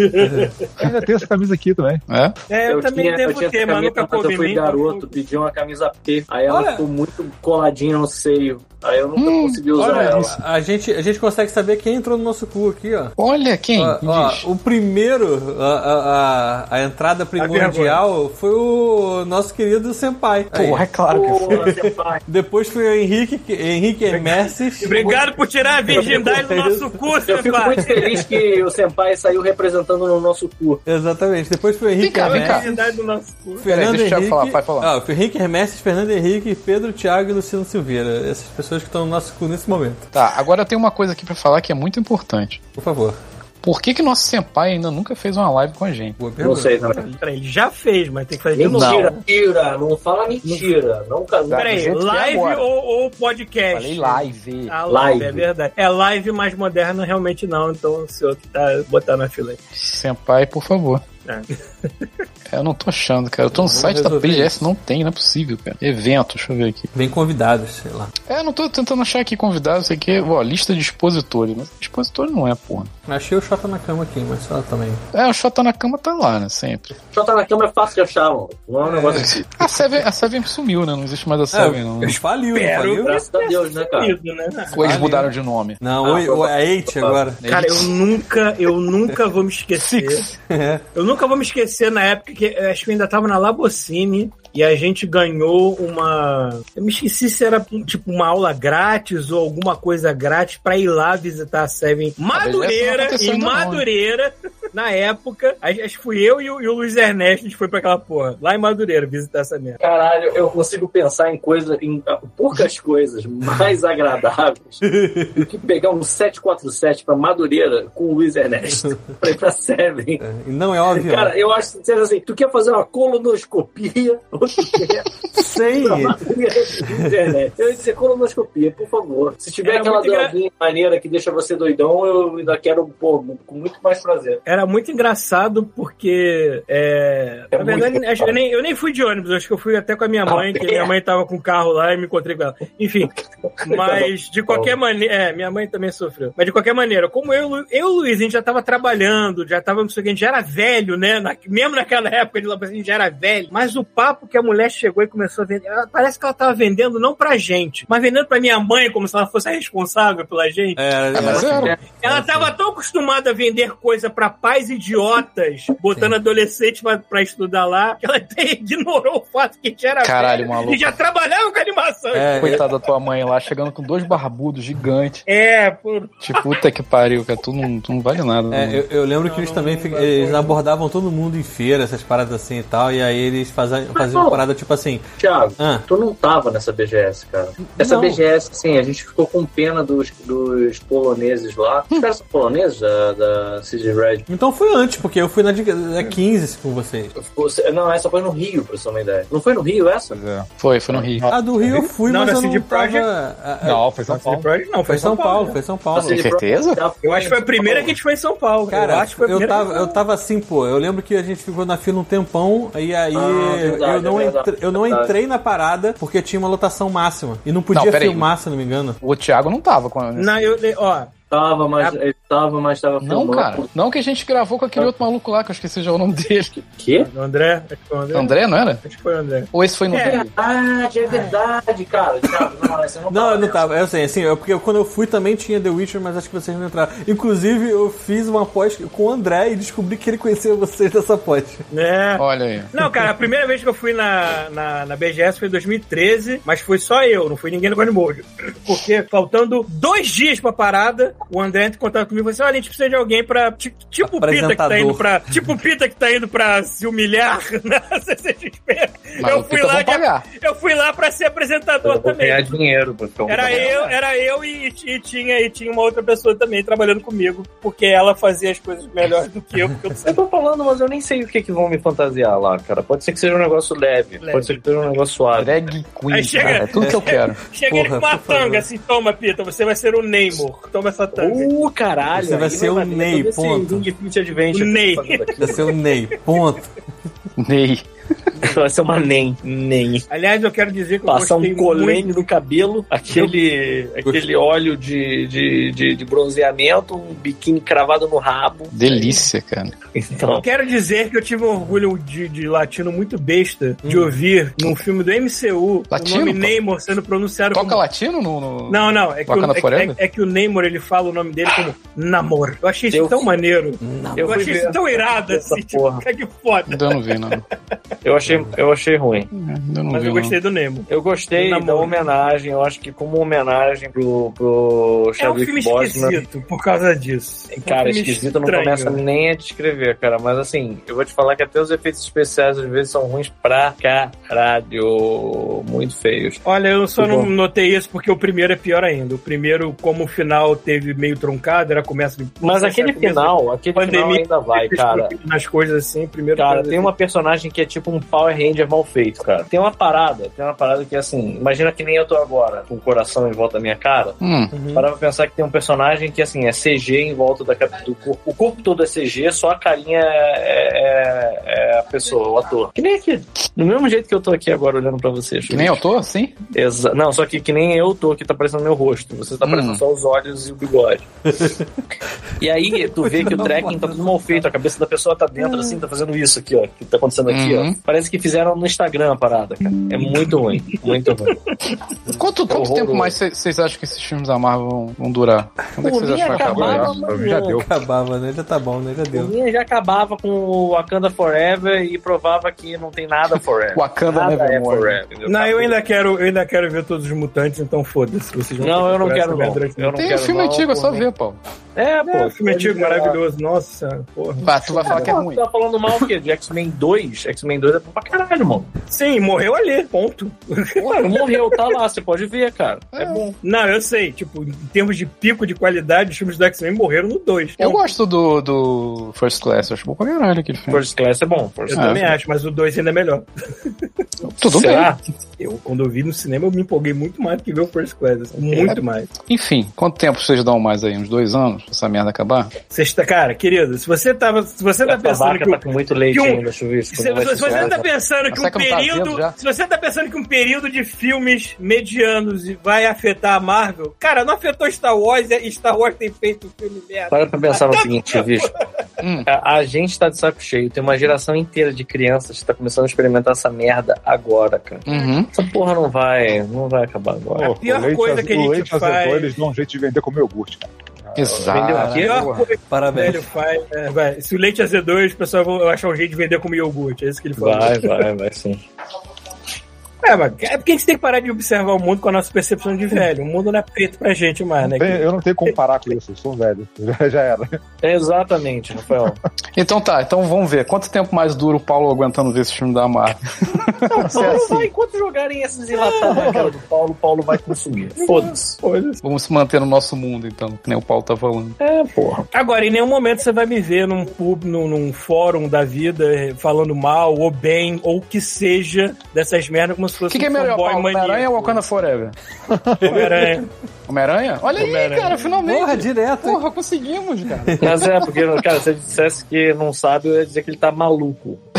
S5: Ainda tem essa camisa aqui também.
S7: É?
S3: É, eu, também devo
S4: essa
S3: ter, mas
S4: camisa
S3: nunca
S4: quando
S3: coube em
S4: eu fui
S3: mim.
S4: garoto, pedi uma camisa P. Aí ela
S1: Olha.
S4: ficou muito coladinha no seio. Aí eu nunca consegui usar
S1: Olha,
S4: ela.
S1: a gente, a gente consegue saber quem entrou no nosso cu aqui, ó.
S7: Olha quem,
S1: Ó,
S7: me
S1: ó,
S7: diz.
S1: o primeiro, a, a, a- a entrada primordial foi o nosso querido Senpai. Aí.
S7: Porra, é claro que foi.
S4: Pô, você faz.
S1: Depois foi o Henrique, que- Henrique Emersis.
S3: Obrigado por tirar a virgindade do nosso curso,
S4: Eu fico muito
S3: rapaz.
S4: feliz que o Senpai saiu representando no nosso cu.
S1: Exatamente. Depois foi o
S7: Vem
S1: Henrique
S7: cá, vem cá.
S1: Hermes.
S3: Virgindade do nosso curso.
S1: Fernando
S7: Peraí, deixa eu
S1: Henrique,
S7: falar, vai falar.
S1: Ah, foi o Henrique Hermes, Fernando Henrique, Pedro, Thiago e Luciano Silveira. Essas pessoas que estão no nosso cu nesse momento.
S7: Tá, agora eu tenho uma coisa aqui pra falar que é muito importante.
S1: Por favor.
S7: Por que que nosso senpai ainda nunca fez uma live com a gente?
S1: Boa
S4: Não
S1: pergunta.
S4: sei também.
S3: Peraí, ele já fez, mas tem que fazer de novo.
S4: Mentira, mentira, não fala mentira. Não, não,
S7: do
S3: Peraí,
S7: jeito que é
S3: live
S7: agora.
S3: ou, ou podcast?
S7: Falei live.
S3: Ah, live,
S4: Live.
S3: é verdade. É live mais moderna, realmente não. Então, se eu tá botar na fila aí.
S7: Senpai, por favor. Eu não tô achando, cara. Eu tô no site da
S1: É. resolver
S7: BGS, não tem, não é possível, cara. Evento, deixa eu ver aqui.
S1: Vem convidados, sei lá.
S7: É, eu não tô tentando achar aqui convidados, sei que. Ó, lista de expositores. Mas expositor não é, porra.
S1: Achei o Xota na cama aqui, mas só também.
S7: É, o Xota na cama tá lá, né? Sempre.
S4: só tá na cama é fácil de achar, mano. Não é um negócio assim.
S7: A Seven, a Seven sumiu, né? Não existe mais a Seven, não.
S1: É, faliu, não
S3: Espero
S1: faliu?
S4: Graças a Deus, né,
S7: Tá.
S4: cara?
S3: Sumido, né?
S7: Ou eles mudaram de nome.
S1: Não,
S4: Ah,
S1: o, o, a Eight agora.
S7: É
S3: Cara, eu nunca, eu nunca vou me esquecer.
S7: Six.
S3: Eu nunca vou me esquecer na época que eh, acho que eu ainda tava na Labocine e a gente ganhou uma. Eu me esqueci se era tipo uma aula grátis ou alguma coisa grátis pra ir lá visitar a Seven
S7: beleza, não
S3: Madureira,
S7: aconteceu
S3: em
S7: ainda não, né?
S3: Madureira. na época, acho acho que fui eu e o, e o Luiz Ernesto, a gente foi pra aquela porra, lá em Madureira, visitar essa merda.
S6: Caralho, eu consigo pensar em coisas, em ah, poucas coisas mais agradáveis do que pegar um 747 pra Madureira com o Luiz Ernesto pra ir pra Seven.
S1: E não é óbvio.
S6: Cara, eu acho sincero assim, tu quer fazer uma colonoscopia ou tu quer
S1: Sei.
S6: pra Madureira com o Luiz Ernesto? Eu ia dizer colonoscopia, por favor. Se tiver
S3: Era
S6: aquela
S3: muito engra-
S6: droguinha maneira que deixa você doidão, eu ainda quero, pô, com muito mais prazer.
S3: Era muito engraçado porque. É,
S6: É
S3: na verdade,
S6: muito Ah,
S3: acho que eu, nem, eu nem fui de ônibus, acho que eu fui até com a minha mãe, que minha mãe tava com o carro lá e me encontrei com ela. Enfim,
S6: Então,
S3: mas de qualquer maneira. É, minha mãe também sofreu. Mas de qualquer maneira, como eu, e o Lu- eu e o Luiz, a gente já tava trabalhando, já tava, não sei o que, a gente já era velho, né? Na- mesmo naquela época de lá, a gente já era velho. Mas o papo que a mulher chegou e começou a vender. ela- parece que ela tava vendendo não pra gente, mas vendendo pra minha mãe, como se ela fosse a responsável pela gente.
S1: É, era-
S7: mas
S1: era-
S7: era.
S3: Ela tava tão acostumada a vender coisa pra pais idiotas, botando adolescente pra, pra estudar lá, que ela até ignorou o fato que a gente era
S7: Caralho,
S3: velho
S7: maluco.
S3: e já trabalhava com animação. É,
S1: é,
S7: Coitada da tua mãe lá, chegando com dois barbudos gigantes.
S3: É, por...
S7: Tipo, puta que pariu, cara. Tu não, tu não vale nada. né?
S1: É,
S7: não.
S1: eu, eu lembro que eles também fi- eles abordavam todo mundo em feira, essas paradas assim e tal, e aí eles faziam, faziam uma
S6: bom.
S1: parada tipo assim.
S6: Thiago,
S1: Ah,
S6: Tu não tava nessa BGS, cara. Essa
S1: Não.
S6: BGS, sim, a gente ficou com pena dos, dos poloneses lá. Os caras são poloneses da, da CD Red.
S1: então foi antes, porque eu fui na de na 15 com vocês.
S6: Ficou- Não, essa foi no Rio, pra você ter uma ideia. Não foi no Rio essa?
S7: Foi, foi no Rio.
S1: A Ah, do Rio eu fui,
S3: Não,
S1: mas
S3: na
S1: eu
S3: CD
S1: não tava...
S3: Projekt?
S1: a- a-
S5: Não, foi São
S3: Não, foi
S5: Paulo.
S3: Project, não,
S1: Foi São Paulo, foi São Paulo.
S6: Assim,
S7: certeza?
S3: Eu acho que foi a primeira que a gente foi em São Paulo.
S1: Cara,
S3: eu acho que foi a
S1: eu
S3: primeira
S1: tava,
S3: que-
S1: eu tava assim, pô. Eu lembro que a gente ficou na fila um tempão, e aí
S6: Ah, verdade,
S1: eu, não
S6: é verdade,
S1: entre- eu não
S6: verdade.
S1: entrei na parada porque tinha uma lotação máxima. E não podia
S7: Não, peraí.
S1: filmar, se não me engano.
S7: O Thiago não tava com a...
S3: Não, eu, ó,
S6: Tava, mas
S3: É.
S6: eu tava, mas tava
S7: Não,
S6: filmando.
S7: cara. Não que a gente gravou com aquele outro maluco lá, que eu esqueci já o nome dele.
S6: Quê?
S3: o André, acho que foi o André.
S7: André, não era?
S3: Acho que foi o André.
S7: Ou esse foi no
S3: É.
S7: Rio?
S6: Ah, é verdade, cara. Thiago, não, você não
S1: Não, eu não
S6: nessa.
S1: tava. Eu sei, assim, eu, porque quando eu fui também tinha The Witcher, mas acho que vocês não entraram. Inclusive, eu fiz uma pós com o André e descobri que ele conhecia vocês dessa pós.
S3: É.
S7: Olha aí.
S3: Não, cara, a primeira vez que eu fui na, na, na BGS foi em 2013, mas foi só eu, não foi ninguém do Godmode. Porque faltando dois diis pra parada, o André entrou em contato comigo e falou assim: olha, a gente precisa de alguém pra. ti- Tipo o Pita que tá indo pra. Tipo o Pita que tá indo pra se humilhar na CCXP.
S7: Mas
S3: Eu
S7: o
S3: fui,
S7: Pita
S3: lá
S7: vão
S3: de,
S7: pagar.
S3: eu fui lá pra ser apresentador
S4: Eu vou
S3: também.
S4: ganhar dinheiro pra ficar um
S3: Era
S4: trabalhador.
S3: eu, era eu e, e tinha, e tinha uma outra pessoa também trabalhando comigo, porque ela fazia as coisas melhor do que eu, porque eu não
S4: Eu
S3: sabia.
S4: tô falando, mas eu nem sei o que, que vão me fantasiar lá, cara. Pode ser que seja um negócio leve,
S3: Leve.
S4: pode ser que seja um negócio suave.
S7: Drag
S3: Aí
S7: Queen,
S3: chega-
S7: cara. É tudo que eu quero.
S3: Cheguei
S1: Porra,
S3: com uma
S1: por favor.
S3: tanga assim, toma, Pita, você vai ser o Neymor. Toma essa tanga.
S4: Uh, caralho!
S1: Você vai
S4: aí
S1: ser o
S4: valer
S1: Ney,
S4: todo esse
S1: ponto.
S4: Ring Fit Adventure
S3: O
S4: que
S3: Ney.
S4: eu tô fazendo aqui.
S1: Ia ser é o Ney. Ponto.
S7: Ney.
S4: Vai ser uma NEM. NEM.
S3: Aliás, eu quero dizer que eu
S4: Passar
S3: gostei
S4: um colene
S3: muito.
S4: no cabelo, aquele, aquele óleo de, de, de, de bronzeamento, um biquíni cravado no rabo.
S7: Delícia, cara.
S4: Então,
S3: Eu quero dizer que eu tive um orgulho de, de latino muito besta de ouvir num filme do MCU
S7: Hum. Latino,
S3: o nome
S7: pô?
S3: Neymor sendo pronunciado
S7: Toca
S3: como...
S7: latino no... no-
S3: Não, não, é que,
S7: Toca
S3: o,
S7: na
S3: é,
S7: Floresta?
S3: é- é que o Neymor ele fala o nome dele como Namor. Eu achei isso
S4: Eu-
S3: tão maneiro. Eu,
S4: fui
S3: achei
S4: ver
S3: isso tão irado
S4: essa
S3: assim, tipo,
S4: porra.
S3: cara, que foda.
S7: Ainda não vi, não.
S4: eu achei, eu achei ruim.
S7: Ainda não
S3: Mas
S7: vi,
S3: eu
S7: não.
S3: gostei do Nemo.
S4: Eu gostei
S3: Do
S4: da
S3: namoro.
S4: homenagem, eu acho que como homenagem pro, pro
S3: É um filme
S4: Chadwick Boseman.
S3: esquisito por causa disso. É um
S4: Cara,
S3: filme
S4: esquisito não
S3: estranho.
S4: começa nem a descrever, cara. Mas assim, eu vou te falar que até os efeitos especiais às vezes são ruins pra caralho. Muito feios.
S3: Olha, eu só
S4: Muito
S3: não
S4: bom.
S3: notei isso porque o primeiro é pior ainda. O primeiro, como o final teve meio truncado, era começa.
S4: Mas aquele
S3: começa-
S4: final, aquele final
S3: Pandemia.
S4: ainda vai, cara.
S3: Nas coisas assim, primeiro.
S4: Cara,
S3: coisa
S4: tem
S3: assim.
S4: uma personagem que é tipo um Power Ranger mal feito, cara. Tem uma parada, tem uma parada que é assim, imagina que nem eu tô agora, com o coração em volta da minha cara.
S7: Hum,
S4: Parava pra pensar que tem um personagem que, assim, é CG em volta da cap- do corpo. O corpo todo é CG, só a carinha é, é- é a pessoa, o ator. Que nem aqui. Do mesmo jeito que eu tô aqui agora olhando pra vocês.
S7: que nem assim? eu tô, sim?
S4: Exa- Não, só que que nem eu tô, que tá parecendo meu rosto. Você tá
S7: Hum.
S4: parecendo só os olhos e o bigode. e aí, tu vê que o tracking tá tudo mal feito, a cabeça da pessoa tá dentro, assim, tá fazendo isso aqui, ó. Que tá acontecendo aqui,
S7: Uhum.
S4: ó. Parece que fizeram no Instagram a parada, cara. É muito ruim, muito ruim.
S7: Quanto, quanto
S4: horroroso.
S7: tempo mais vocês acham que esses filmes da Marvel vão, vão durar? Quando é que
S4: Por
S7: vocês
S4: mim,
S7: acham que vai acabar?
S5: Pra
S4: acabava
S5: mim já
S4: amanhã,
S5: deu.
S1: Acabava, né? Já tá bom, né? Já
S4: O
S1: deu.
S4: minha já acabava com o Wakanda Forever Wakanda e provava que não tem nada forever.
S7: Wakanda
S4: nada é
S7: Nevermore.
S4: forever. entendeu?
S3: Não, eu
S4: Acabou.
S3: ainda quero, eu ainda quero ver todos os mutantes, então foda-se. Vocês vão ter
S4: Não, eu não
S3: procurar
S4: quero
S3: saber
S4: não.
S3: durante-
S4: Eu não
S7: Tem
S4: quero
S7: filme
S4: não,
S7: antigo, é só
S4: por
S7: ver, pô.
S4: É, pô.
S3: É, um filme antigo maravilhoso, nossa, porra.
S7: Ah, tu vai falar que é
S4: Você
S7: ruim.
S4: tá falando mal o quê? De X-Men 2? X-Men 2 é bom pra caralho, mano.
S3: Sim, morreu ali, ponto.
S4: Porra, não morreu, tá lá, você pode ver, cara. É bom.
S3: Não, eu sei, tipo, em termos de pico de qualidade, os filmes do X-Men morreram no 2.
S7: Eu gosto do, do First Class, acho bom pra caralho aquele filme.
S4: First Class é bom. First
S3: Eu
S4: Class.
S3: também acho, mas o 2 ainda é melhor.
S7: Tudo bem.
S4: Será?
S3: tá Eu, quando eu vi no cinema, eu me empolguei muito mais do que ver o First Class. assim,
S4: É.
S3: Muito mais.
S7: Enfim, quanto tempo vocês dão mais aí? Uns dois anos pra essa merda acabar?
S3: Sexta, cara, querido, se você tava. Se você tá
S4: Essa
S3: pensando
S4: vaca
S3: que.
S4: tá
S3: o-
S4: com muito leite
S3: que um-
S4: ainda, deixa eu ver isso.
S3: Se, se você tá pensando que
S7: Será
S3: um
S7: que não tá
S3: período.
S7: vendo já?
S3: se você tá pensando que um período de filmes medianos e vai afetar a Marvel, cara, não afetou Star Wars e Star Wars tem feito um filme merda.
S4: Para pra pensar no seguinte, bicho. A, a gente tá de saco cheio. Tem uma geração inteira de crianças que tá começando a experimentar essa merda agora, cara.
S7: Uhum.
S4: Essa porra não vai, não vai acabar agora.
S5: Pô,
S3: pior
S5: o leite
S3: coisa
S5: azul-
S3: que a gente
S5: o leite azedor,
S3: faz-
S5: eles dão um jeito de vender como iogurte. cara.
S3: é A
S7: Exato.
S3: pior coisa que o
S1: Parabéns.
S3: velho faz. é, vai, se o leite azedou, os pessoal vão achar um jeito de vender como iogurte. É isso que ele falou.
S4: Vai, vai, vai sim.
S3: É, mas é porque a gente tem que parar de observar o mundo com a nossa percepção de velho. O mundo não é preto pra gente mais, né?
S5: Bem, Eu não tenho como parar com isso, eu sou um velho. Já, já era.
S4: É, Exatamente, Rafael.
S7: Então tá, então vamos ver. Quanto tempo mais dura o Paulo aguentando ver esse filme da Marvel?
S4: Não,
S3: assim.
S4: não vai, enquanto jogarem essas enlatadas
S3: Ah.
S4: na cara do Paulo, o Paulo vai consumir. Foda-se.
S7: Vamos se manter no nosso mundo, então, que nem o Paulo tá falando.
S4: É, porra.
S3: Agora, em nenhum momento você vai me ver num pub, num, num fórum da vida eh, falando mal ou bem, ou o que seja dessas merdas como se
S7: O
S4: Tipo
S3: fosse
S7: que,
S4: assim,
S7: que é
S3: um
S7: melhor,
S3: fanboy
S7: Paulo? Homem-Aranha
S3: maníaco.
S7: ou Wakanda Forever?
S3: Homem-Aranha.
S7: Homem-Aranha? Olha aí,
S3: Homem-Aranha.
S7: cara, finalmente.
S1: Porra, direto. hein?
S7: Porra, conseguimos, cara.
S4: Mas é, porque, cara, se ele dissesse que não sabe, eu ia dizer que ele tá maluco.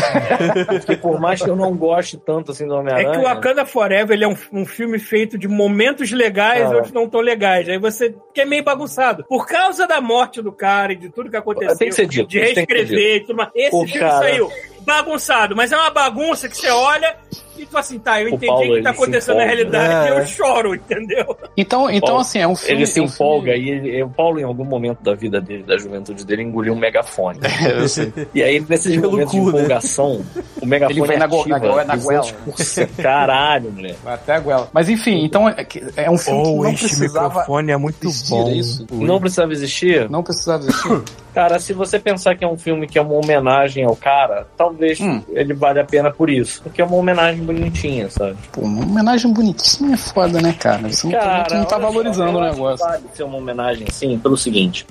S4: Porque por mais que eu não goste tanto assim do
S3: É
S4: Homem-Aranha.
S3: que o Wakanda Forever ele é um, um filme feito de momentos legais
S4: Cara.
S3: onde não tão legais. Aí você que é meio bagunçado. Por causa da morte do cara e de tudo que aconteceu,
S4: Tem que ser dito,
S3: de
S4: isso tem que ser
S3: reescrever e tudo mais. Esse
S4: O
S3: filme
S4: cara-
S3: saiu bagunçado, mas é uma bagunça que você olha e tu assim, tá, eu entendi o
S4: Paulo,
S3: que tá
S4: ele se
S3: acontecendo na
S4: empolga.
S3: realidade
S1: É,
S3: e
S1: é.
S3: eu choro, entendeu?
S7: Então, então
S4: Paulo,
S7: assim, é um filme.
S4: Ele se
S7: é um filme-
S4: empolga e ele- e o Paulo, em algum momento da vida dele, da juventude dele, engoliu um megafone. E aí, nesses
S1: Pelo
S4: momentos de
S1: cu, né?
S4: empolgação, o megafone
S7: Ele vai na go-
S4: ativa
S7: na go- na goela.
S4: 200%. Caralho, moleque.
S7: Vai até a goela. Mas enfim, então é, que- é um filme que não precisava
S3: é muito
S7: existir, é isso?
S4: Não precisava existir?
S7: Não precisava existir.
S4: Cara, se você pensar que é um filme que é uma homenagem ao cara, talvez
S7: Hum.
S4: ele valha a pena por isso. Porque é uma homenagem bonitinha, sabe?
S7: Pô, uma homenagem bonitinha é foda, né, cara? Você não, tá- tu não tá
S4: olha só,
S7: valorizando
S4: eu
S7: o
S4: acho
S7: negócio.
S4: que Vale ser uma homenagem, sim, pelo seguinte.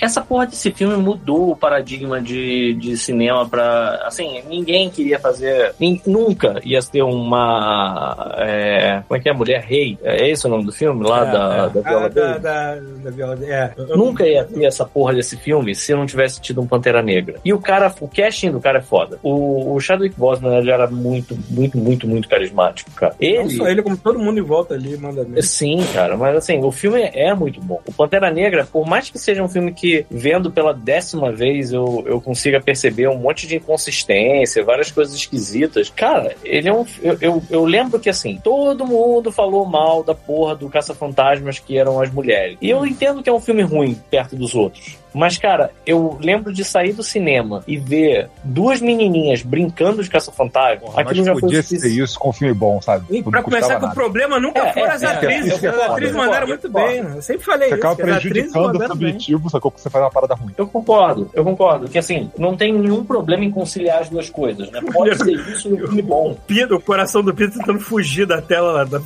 S4: Essa porra desse filme mudou o paradigma de, de cinema pra. Assim, ninguém queria fazer. nin- nunca ia ter uma. é, como é que é? Mulher Rei? É esse o nome do filme? Lá
S1: É,
S4: da,
S1: é.
S4: da Viola
S3: Ah, da,
S4: Davis?
S3: da, da viola, é.
S4: Nunca ia ter essa porra desse filme se não tivesse tido um Pantera Negra. E o cara, o casting do cara é foda. O, o Chadwick Boseman, ele era muito, muito, muito, muito carismático, cara.
S3: Não
S4: Ele,
S3: só ele, como todo mundo em volta ali, manda
S5: Né?
S3: mesmo.
S4: Sim, cara, mas assim, o filme é muito bom. O Pantera Negra, por mais que seja um filme que, vendo pela décima vez, eu, eu consiga perceber um monte de inconsistência, várias coisas esquisitas, cara, ele é um. Eu, eu, eu lembro que, assim, todo mundo falou mal da porra do Caça-Fantasmas que eram as mulheres.
S5: Hum.
S4: E eu entendo que é um filme ruim perto dos outros. Mas, cara, eu lembro de sair do cinema e ver duas menininhas brincando de caça-fantasma. Aquilo já
S5: Mas
S4: foi
S5: podia
S4: o
S5: ser
S4: suficiente.
S5: isso com um filme bom, sabe?
S3: E
S5: Não
S3: pra começar
S5: custava
S3: que o
S5: nada.
S3: problema nunca
S4: É,
S3: foram
S4: é,
S3: as
S4: é,
S3: atrizes.
S5: é,
S3: porque
S5: é,
S3: as
S5: é,
S3: atrizes
S5: é,
S3: mandaram
S4: é,
S3: muito
S4: é,
S3: bem. né? Eu sempre falei
S5: Você
S3: isso.
S5: acaba
S3: que As atrizes
S5: prejudicando o
S3: mandaram bem.
S5: subjetivo, sacou? Porque você faz uma parada ruim.
S4: Eu concordo, eu concordo. Que assim, não tem nenhum problema em conciliar as duas coisas, né? Pode ser isso e um filme bom.
S3: Pedro, o coração do Pedro tentando fugir da tela lá. Da...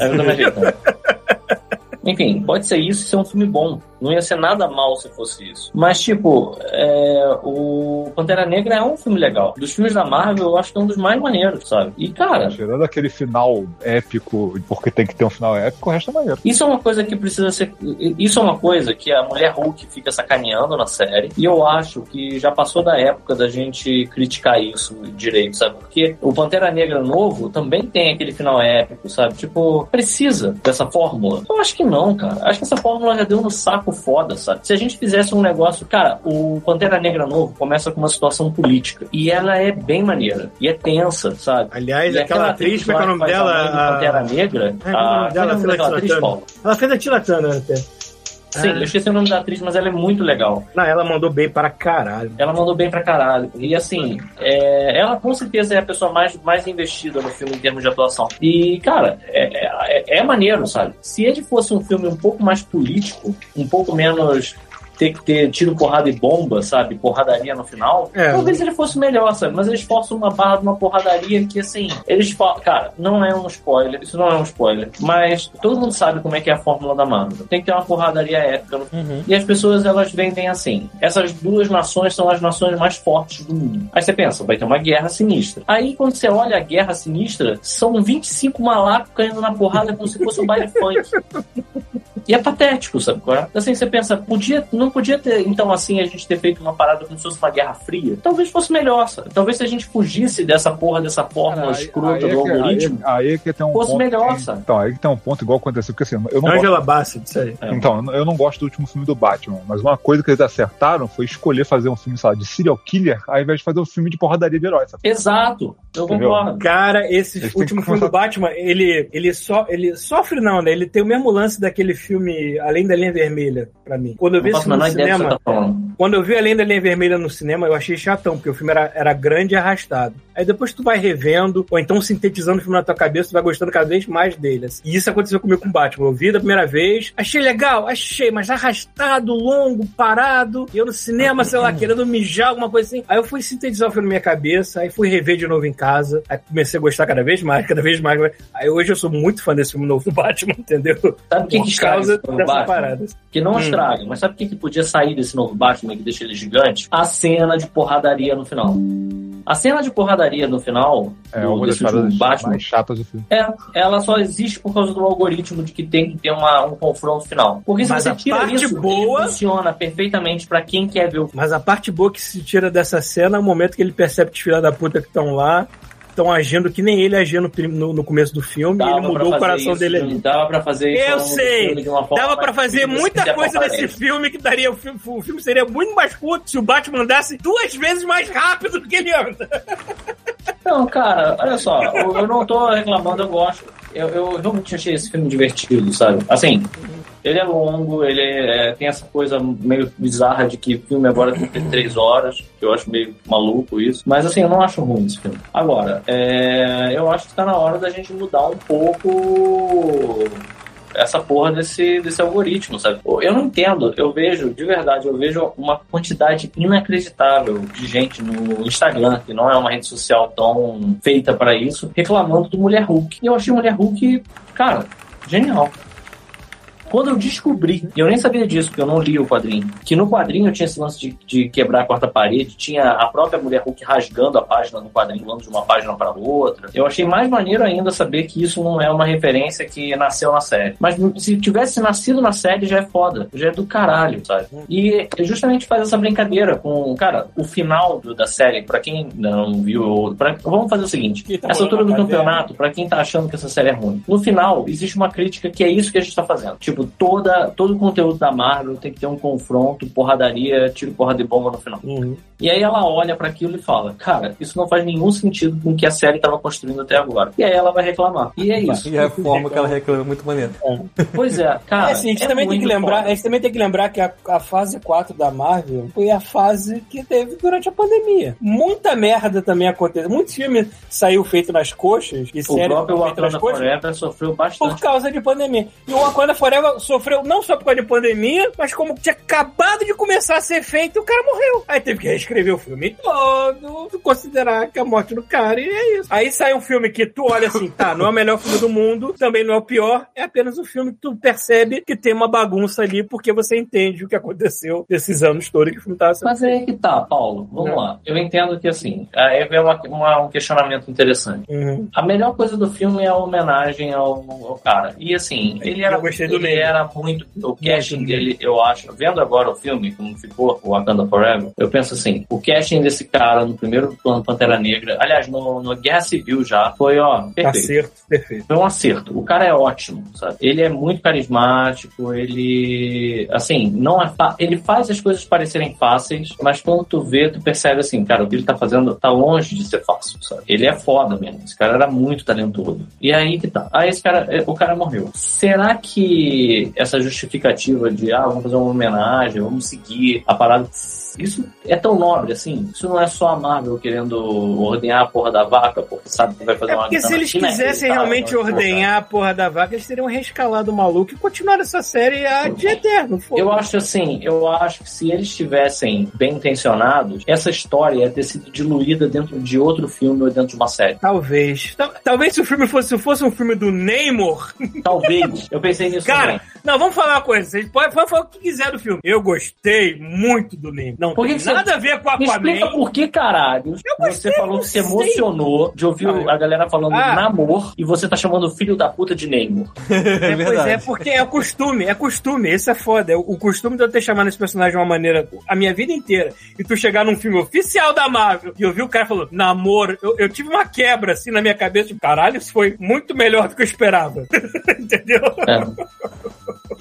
S4: É, eu também acredito. Enfim, pode ser isso e ser um filme bom. Não ia ser nada mal se fosse isso. Mas, tipo, é, o Pantera Negra é um filme legal. Dos filmes da Marvel, eu acho que é um dos mais maneiros, sabe? E, cara,
S5: Tirando aquele final épico, porque tem que ter um final épico, o resto é maneiro.
S4: Isso é uma coisa que precisa ser. Isso é uma coisa que a mulher Hulk fica sacaneando na série. E eu acho que já passou da época da gente criticar isso direito, sabe? Porque o Pantera Negra novo também tem aquele final épico, sabe? Tipo, precisa dessa fórmula. Eu acho que não, cara. Acho que essa fórmula já deu no saco foda, sabe? Se a gente fizesse um negócio. Cara, o Pantera Negra novo começa com uma situação política. E ela é bem maneira. E é tensa, sabe?
S3: Aliás,
S4: E
S3: aquela atriz, como é
S4: lá
S3: que é o nome
S4: faz a mãe do
S3: dela?
S4: Pantera
S3: A-
S4: Negra.
S3: É, como é o nome
S4: a-
S3: dela?
S4: qual é o nome daquela
S3: Fila
S4: atriz,
S3: Santana.
S4: Paulo?
S3: Ela fez a Tina Turner né, até.
S4: Sim, eu esqueci o nome da atriz, mas ela é muito legal.
S3: Não, Ah, ela mandou bem para caralho.
S4: Ela mandou bem pra caralho. E assim, é, ela com certeza é a pessoa mais, mais investida no filme em termos de atuação. E, cara, é, é, é maneiro, sabe? Se ele fosse um filme um pouco mais político, um pouco menos ter que ter tiro, porrada e bomba, sabe? Porradaria no final.
S3: É.
S4: Talvez ele fosse melhor, sabe? Mas eles forçam uma barra de uma porradaria que, assim, eles falam. Cara, não é um spoiler, isso não é um spoiler. Mas todo mundo sabe como é que é a fórmula da Marvel. Tem que ter uma porradaria épica no e as pessoas elas vendem assim. Essas duas nações são as nações mais fortes do mundo. Aí você pensa, vai ter uma guerra sinistra. Aí quando você olha a guerra sinistra, são 25 malacos caindo na porrada como se fosse um baile funk. E é patético, sabe qual é? Assim, você pensa, podia, não podia ter, então, assim, a gente ter feito uma parada como se fosse uma guerra fria? Talvez fosse melhor, sabe? Talvez se a gente fugisse dessa porra, dessa fórmula
S5: Cara, aí- aí
S4: escrota
S5: é
S4: do
S5: que-
S4: algoritmo,
S5: Aí, aí é que tem um
S4: fosse
S5: ponto.
S4: melhor, sabe?
S5: Então, aí que tem um ponto igual aconteceu, porque assim, eu não gosto
S3: Angela Bassett, isso aí.
S5: Então, eu não gosto do último filme do Batman, mas uma coisa que eles acertaram foi escolher fazer um filme, sei lá, de serial killer, ao invés de fazer um filme de porradaria de herói, sabe?
S4: Exato, eu
S5: Entendeu?
S4: concordo.
S3: Cara, esse
S5: Eles têm
S3: último
S5: que
S3: filme
S5: começar-
S3: do Batman, ele, ele, so, ele sofre, não, né? Ele tem o mesmo lance daquele filme Além da Linha Vermelha, pra mim. Quando eu
S4: Não
S3: vi esse
S4: faço a
S3: filme no
S4: menor ideia do que você
S3: cinema,
S4: tá falando.
S3: quando eu vi Além da Linha Vermelha no cinema, eu achei chatão, porque o filme era, era grande e arrastado. Aí depois tu vai revendo, ou então sintetizando o filme na tua cabeça, tu vai gostando cada vez mais dele. assim. E isso aconteceu comigo com o Batman. Eu vi da primeira vez, achei legal, achei, mas arrastado, longo, parado. E eu no cinema, sei lá, querendo mijar, alguma coisa assim. Aí eu fui sintetizar o filme na minha cabeça, aí fui rever de novo em casa. Aí comecei a gostar cada vez mais, cada vez mais. Aí hoje eu sou muito fã desse filme novo do Batman, entendeu?
S4: Sabe o que, que
S3: Por
S4: estraga
S3: causa
S4: esse novo
S3: dessa
S4: Batman?
S3: parada.
S4: Que
S5: Hum.
S4: não estraga, mas sabe o que, que podia sair desse novo Batman que deixa ele gigante? A cena de porradaria no final. A cena de porradaria no final
S5: É
S4: do,
S5: uma das
S4: desse último
S5: paradas
S4: Batman
S5: mais chatas do filme.
S4: É, ela só existe por causa do algoritmo de que tem que ter uma- um confronto final. Porque se
S3: Mas
S4: você
S3: a
S4: tira
S3: parte
S4: isso,
S3: boa-
S4: ele funciona perfeitamente pra quem quer ver o
S3: Mas a parte boa que se tira dessa cena é o momento que ele percebe que os filha da puta que estão lá estão agindo que nem ele agia no, prim- no- no começo do filme e
S4: Dava
S3: ele
S4: pra
S3: mudou o
S4: fazer
S3: coração
S4: isso,
S3: dele
S4: Júlio,
S3: ali.
S4: Dava pra fazer isso. ao
S3: Eu
S4: longo do
S3: sei!
S4: filme de uma forma
S3: Dava pra
S4: mais
S3: fazer
S4: fluida, se
S3: muita
S4: quiser
S3: coisa
S4: botar
S3: nesse
S4: ele.
S3: filme que daria. O filme, o filme seria muito mais curto se o Batman andasse duas vezes mais rápido do que ele anda.
S4: Não, cara, olha só, eu, eu não tô reclamando, eu gosto. Eu, eu realmente achei esse filme divertido, sabe? Assim, ele é longo, ele é- tem essa coisa meio bizarra de que filme agora tem que ter três horas, que eu acho meio maluco isso. Mas assim, eu não acho ruim esse filme. Agora, é, eu acho que tá na hora da gente mudar um pouco essa porra desse, desse algoritmo, sabe? Pô, Eu não entendo, eu vejo, de verdade, eu vejo uma quantidade inacreditável de gente no Instagram, que não é uma rede social tão feita pra isso, reclamando do Mulher Hulk. E eu achei Mulher Hulk, cara, genial. Quando eu descobri, e eu nem sabia disso, porque eu não li o quadrinho, que no quadrinho tinha esse lance de, de quebrar a quarta parede, tinha a própria mulher Hulk rasgando a página do quadrinho, pulando de uma página para outra. Eu achei mais maneiro ainda saber que isso não é uma referência que nasceu na série. Mas se tivesse nascido na série, já é foda, já é do caralho, sabe? E justamente faz essa brincadeira com, cara, o final do- da série, pra quem não viu, ou pra- vamos fazer o seguinte:
S1: Que tá
S4: essa altura do
S1: morando na caverna.
S4: campeonato campeonato, pra quem tá achando que essa série é ruim. No final, existe uma crítica que é isso que a gente tá fazendo. Tipo, toda, todo o conteúdo da Marvel tem que ter um confronto, porradaria, tiro, porrada de bomba no final.
S8: Uhum.
S4: E aí ela olha pra aquilo e fala: Cara, isso não faz nenhum sentido com o que a série tava construindo até agora. E aí ela vai reclamar. E é isso.
S1: E a forma que ela reclama é muito maneira.
S4: Pois é, cara.
S8: É assim, a gente também tem que
S4: muito
S8: lembrar,
S4: foda.
S8: a gente também tem que lembrar que a, a fase 4 da Marvel foi a fase que teve durante a pandemia. Muita merda também aconteceu. Muitos filmes saiu feito nas coxas e
S4: O
S8: séries
S4: próprio
S8: feito nas
S4: Wakanda
S8: coxas
S4: Forever sofreu
S8: por
S4: bastante.
S8: causa de pandemia. E o Wakanda Forever sofreu não só por causa de pandemia, mas como tinha acabado de começar a ser feito, o cara morreu. Aí teve que reescrever o filme todo, considerar que a morte do cara e é isso. Aí sai um filme que tu olha assim, tá, não é o melhor filme do mundo, também não é o pior, é apenas um filme que tu percebe que tem uma bagunça ali, porque você entende o que aconteceu desses anos todos que o filme tava sendo.
S4: Mas aí é que tá, Paulo. Vamos lá. Eu entendo que assim, aí vem uma- uma- um questionamento interessante.
S8: Uhum.
S4: A melhor coisa do filme é a homenagem ao, ao cara. E assim, ele era,
S8: Eu gostei do
S4: ele
S8: meme.
S4: era muito. O casting dele, eu acho. Vendo agora o filme, como ficou, o Wakanda Forever, eu penso assim: o casting desse cara no primeiro plano Pantera Negra, aliás, no, no Guerra Civil já, foi, ó,
S8: tá
S4: perfeito.
S3: Acerto, perfeito.
S4: Foi um acerto. O cara é ótimo, sabe? Ele é muito carismático, ele. Assim, não é fa- ele faz as coisas parecerem fáceis, mas quando tu vê, tu percebe assim, cara, o que ele tá fazendo tá longe de ser fácil, sabe? Ele é foda mesmo. eh, Esse cara era muito talentoso. E aí que tá. Aí esse cara, o cara morreu. Será que esse, essa justificativa de, ah, vamos fazer uma homenagem, vamos seguir a parada. Isso é tão nobre assim. Isso não é só a Marvel querendo ordenhar a porra da vaca, porque sabe que tá vai fazer
S3: É
S4: uma
S3: porque se eles quisessem realmente ordenhar a porra da vaca, eles teriam reescalado o maluco e continuaram essa série a de eterno. Foda.
S4: Eu acho assim, eu acho que se eles estivessem bem intencionados, essa história ia ter sido diluída dentro de outro filme ou dentro de uma série.
S3: Talvez. Tal- talvez se o filme fosse, se fosse um filme do Namor.
S4: Talvez. Eu pensei nisso
S3: Cara,
S4: também.
S3: não, vamos falar uma coisa. Vocês podem podem falar o que quiser do filme. Eu gostei muito do Namor. Não
S4: Por que
S3: tem
S4: que você-
S3: nada a ver com
S4: Me explica
S3: Aquaman.
S4: por que caralho você falou que se
S3: não sei.
S4: emocionou de ouvir
S3: Não, eu-
S4: a galera falando
S3: Ah.
S4: namor e você tá chamando o filho da puta de Neymar.
S1: É
S3: É, pois é,
S1: verdade.
S3: porque é costume, é costume, isso é foda. É O, o costume de eu ter chamado esse personagem de uma maneira a minha vida inteira e tu chegar num filme oficial da Marvel e ouvir o cara falando, namoro, eu, eu tive uma quebra assim na minha cabeça, tipo, caralho, isso foi muito melhor do que eu esperava. Entendeu?
S4: É.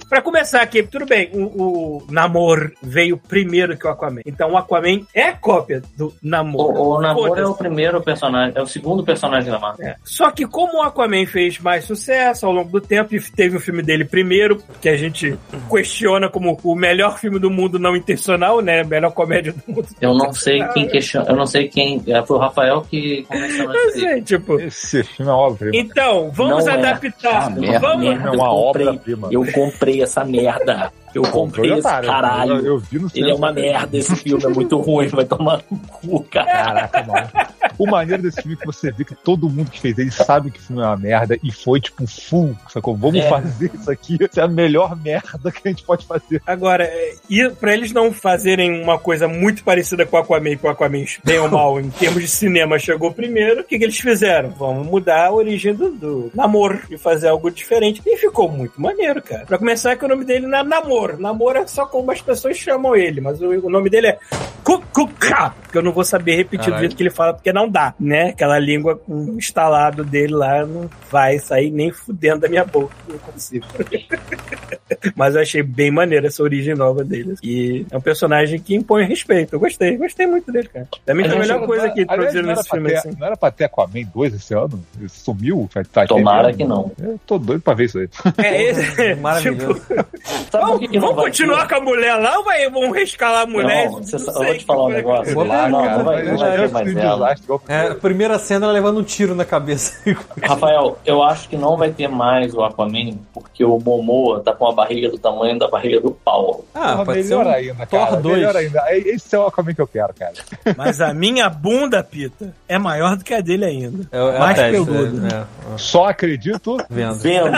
S3: Pra começar aqui, tudo bem, o, o Namor veio primeiro que o Aquaman. Então o Aquaman é cópia do Namor.
S4: O, o namor
S3: Foda-se.
S4: é o primeiro personagem, é o segundo personagem da Marvel.
S3: É. Só que como o Aquaman fez mais sucesso ao longo do tempo e teve o filme dele primeiro, que a gente questiona como o melhor filme do mundo não intencional, né? Melhor comédia do mundo.
S4: Eu não sei quem questiona, eu não sei quem, é, foi o Rafael que começou
S3: Eu
S4: a dizer.
S3: sei, tipo.
S5: Esse filme é uma obra.
S3: Então, vamos
S4: Não é.
S3: adaptar.
S4: Ah, merda,
S3: vamos.
S4: merda.
S5: É uma
S4: eu comprei.
S5: obra-prima.
S4: Eu comprei essa merda. Eu comprei
S5: Controle
S4: esse
S5: otário. Eu,
S4: caralho.
S5: eu vi no
S4: Ele é uma merda, esse filme é muito ruim, vai tomar no cu, cara.
S5: Caraca, mano. Tá O maneiro desse filme é que você vê que todo mundo que fez ele sabe que o filme é uma merda e foi tipo full, sacou? Vamos
S4: É.
S5: fazer isso aqui, isso é a melhor merda que a gente pode fazer.
S3: Agora, é, e pra eles não fazerem uma coisa muito parecida com o Aquaman, que o Aquaman, bem ou mal, em termos de cinema, chegou primeiro, o que, que eles fizeram? Vamos mudar a origem do, do Namor e fazer algo diferente. E ficou muito maneiro, cara. Pra começar, que o nome dele não é Namor. Namor é só como as pessoas chamam ele, mas o, o nome dele é Kukuka, que eu não vou saber repetir do
S1: Caralho.
S3: jeito que ele fala, porque não dá, né? Aquela língua com o instalado dele lá não vai sair nem fudendo da minha boca, não consigo. Mas eu achei bem maneiro essa origem nova deles. E é um personagem que impõe respeito. Eu gostei, gostei muito dele, cara. Também tá a
S4: Aliás,
S3: melhor coisa que
S5: Aliás,
S3: introduziram
S5: não era
S3: nesse
S5: pra
S3: filme,
S5: ter-
S3: assim.
S5: Não era pra ter Aquaman 2 esse ano? Ele Sumiu? Vai tá
S4: Tomara
S5: entendendo?
S4: que não.
S5: Eu tô doido pra ver isso aí.
S3: É esse.
S1: Maravilhoso.
S3: tipo,
S4: Sabe por
S3: vamos
S4: que que não
S3: vamos
S4: vai
S3: continuar
S4: ter?
S3: com a mulher lá ou vai, vamos rescalar a mulher?
S4: Não,
S3: Não
S4: você só- eu
S3: sei é
S4: vou te falar um
S3: que-
S4: negócio.
S1: Vou
S4: Lá,
S1: ver,
S4: não,
S1: cara,
S4: não vai,
S1: mas
S4: não
S1: eu
S4: vai
S1: já
S5: um
S4: ter mais ela.
S1: É, a primeira cena ela levando um tiro na cabeça.
S4: Rafael, eu acho que não vai ter mais o Aquaman, porque o Momoa tá com a barriga do tamanho da barriga do pau.
S1: Ah,
S5: Porra,
S1: pode ser
S5: melhor
S1: um
S5: ainda,
S1: Thor
S5: cara.
S1: 2.
S5: Melhor ainda. Esse é o Aquaman que eu quero, cara.
S3: Mas a minha bunda, Pita, é maior do que a dele ainda.
S1: É, é a
S3: Mais
S1: testa,
S3: peludo.
S1: É, é, ó,
S5: Só acredito
S1: vendo.
S4: Vendo.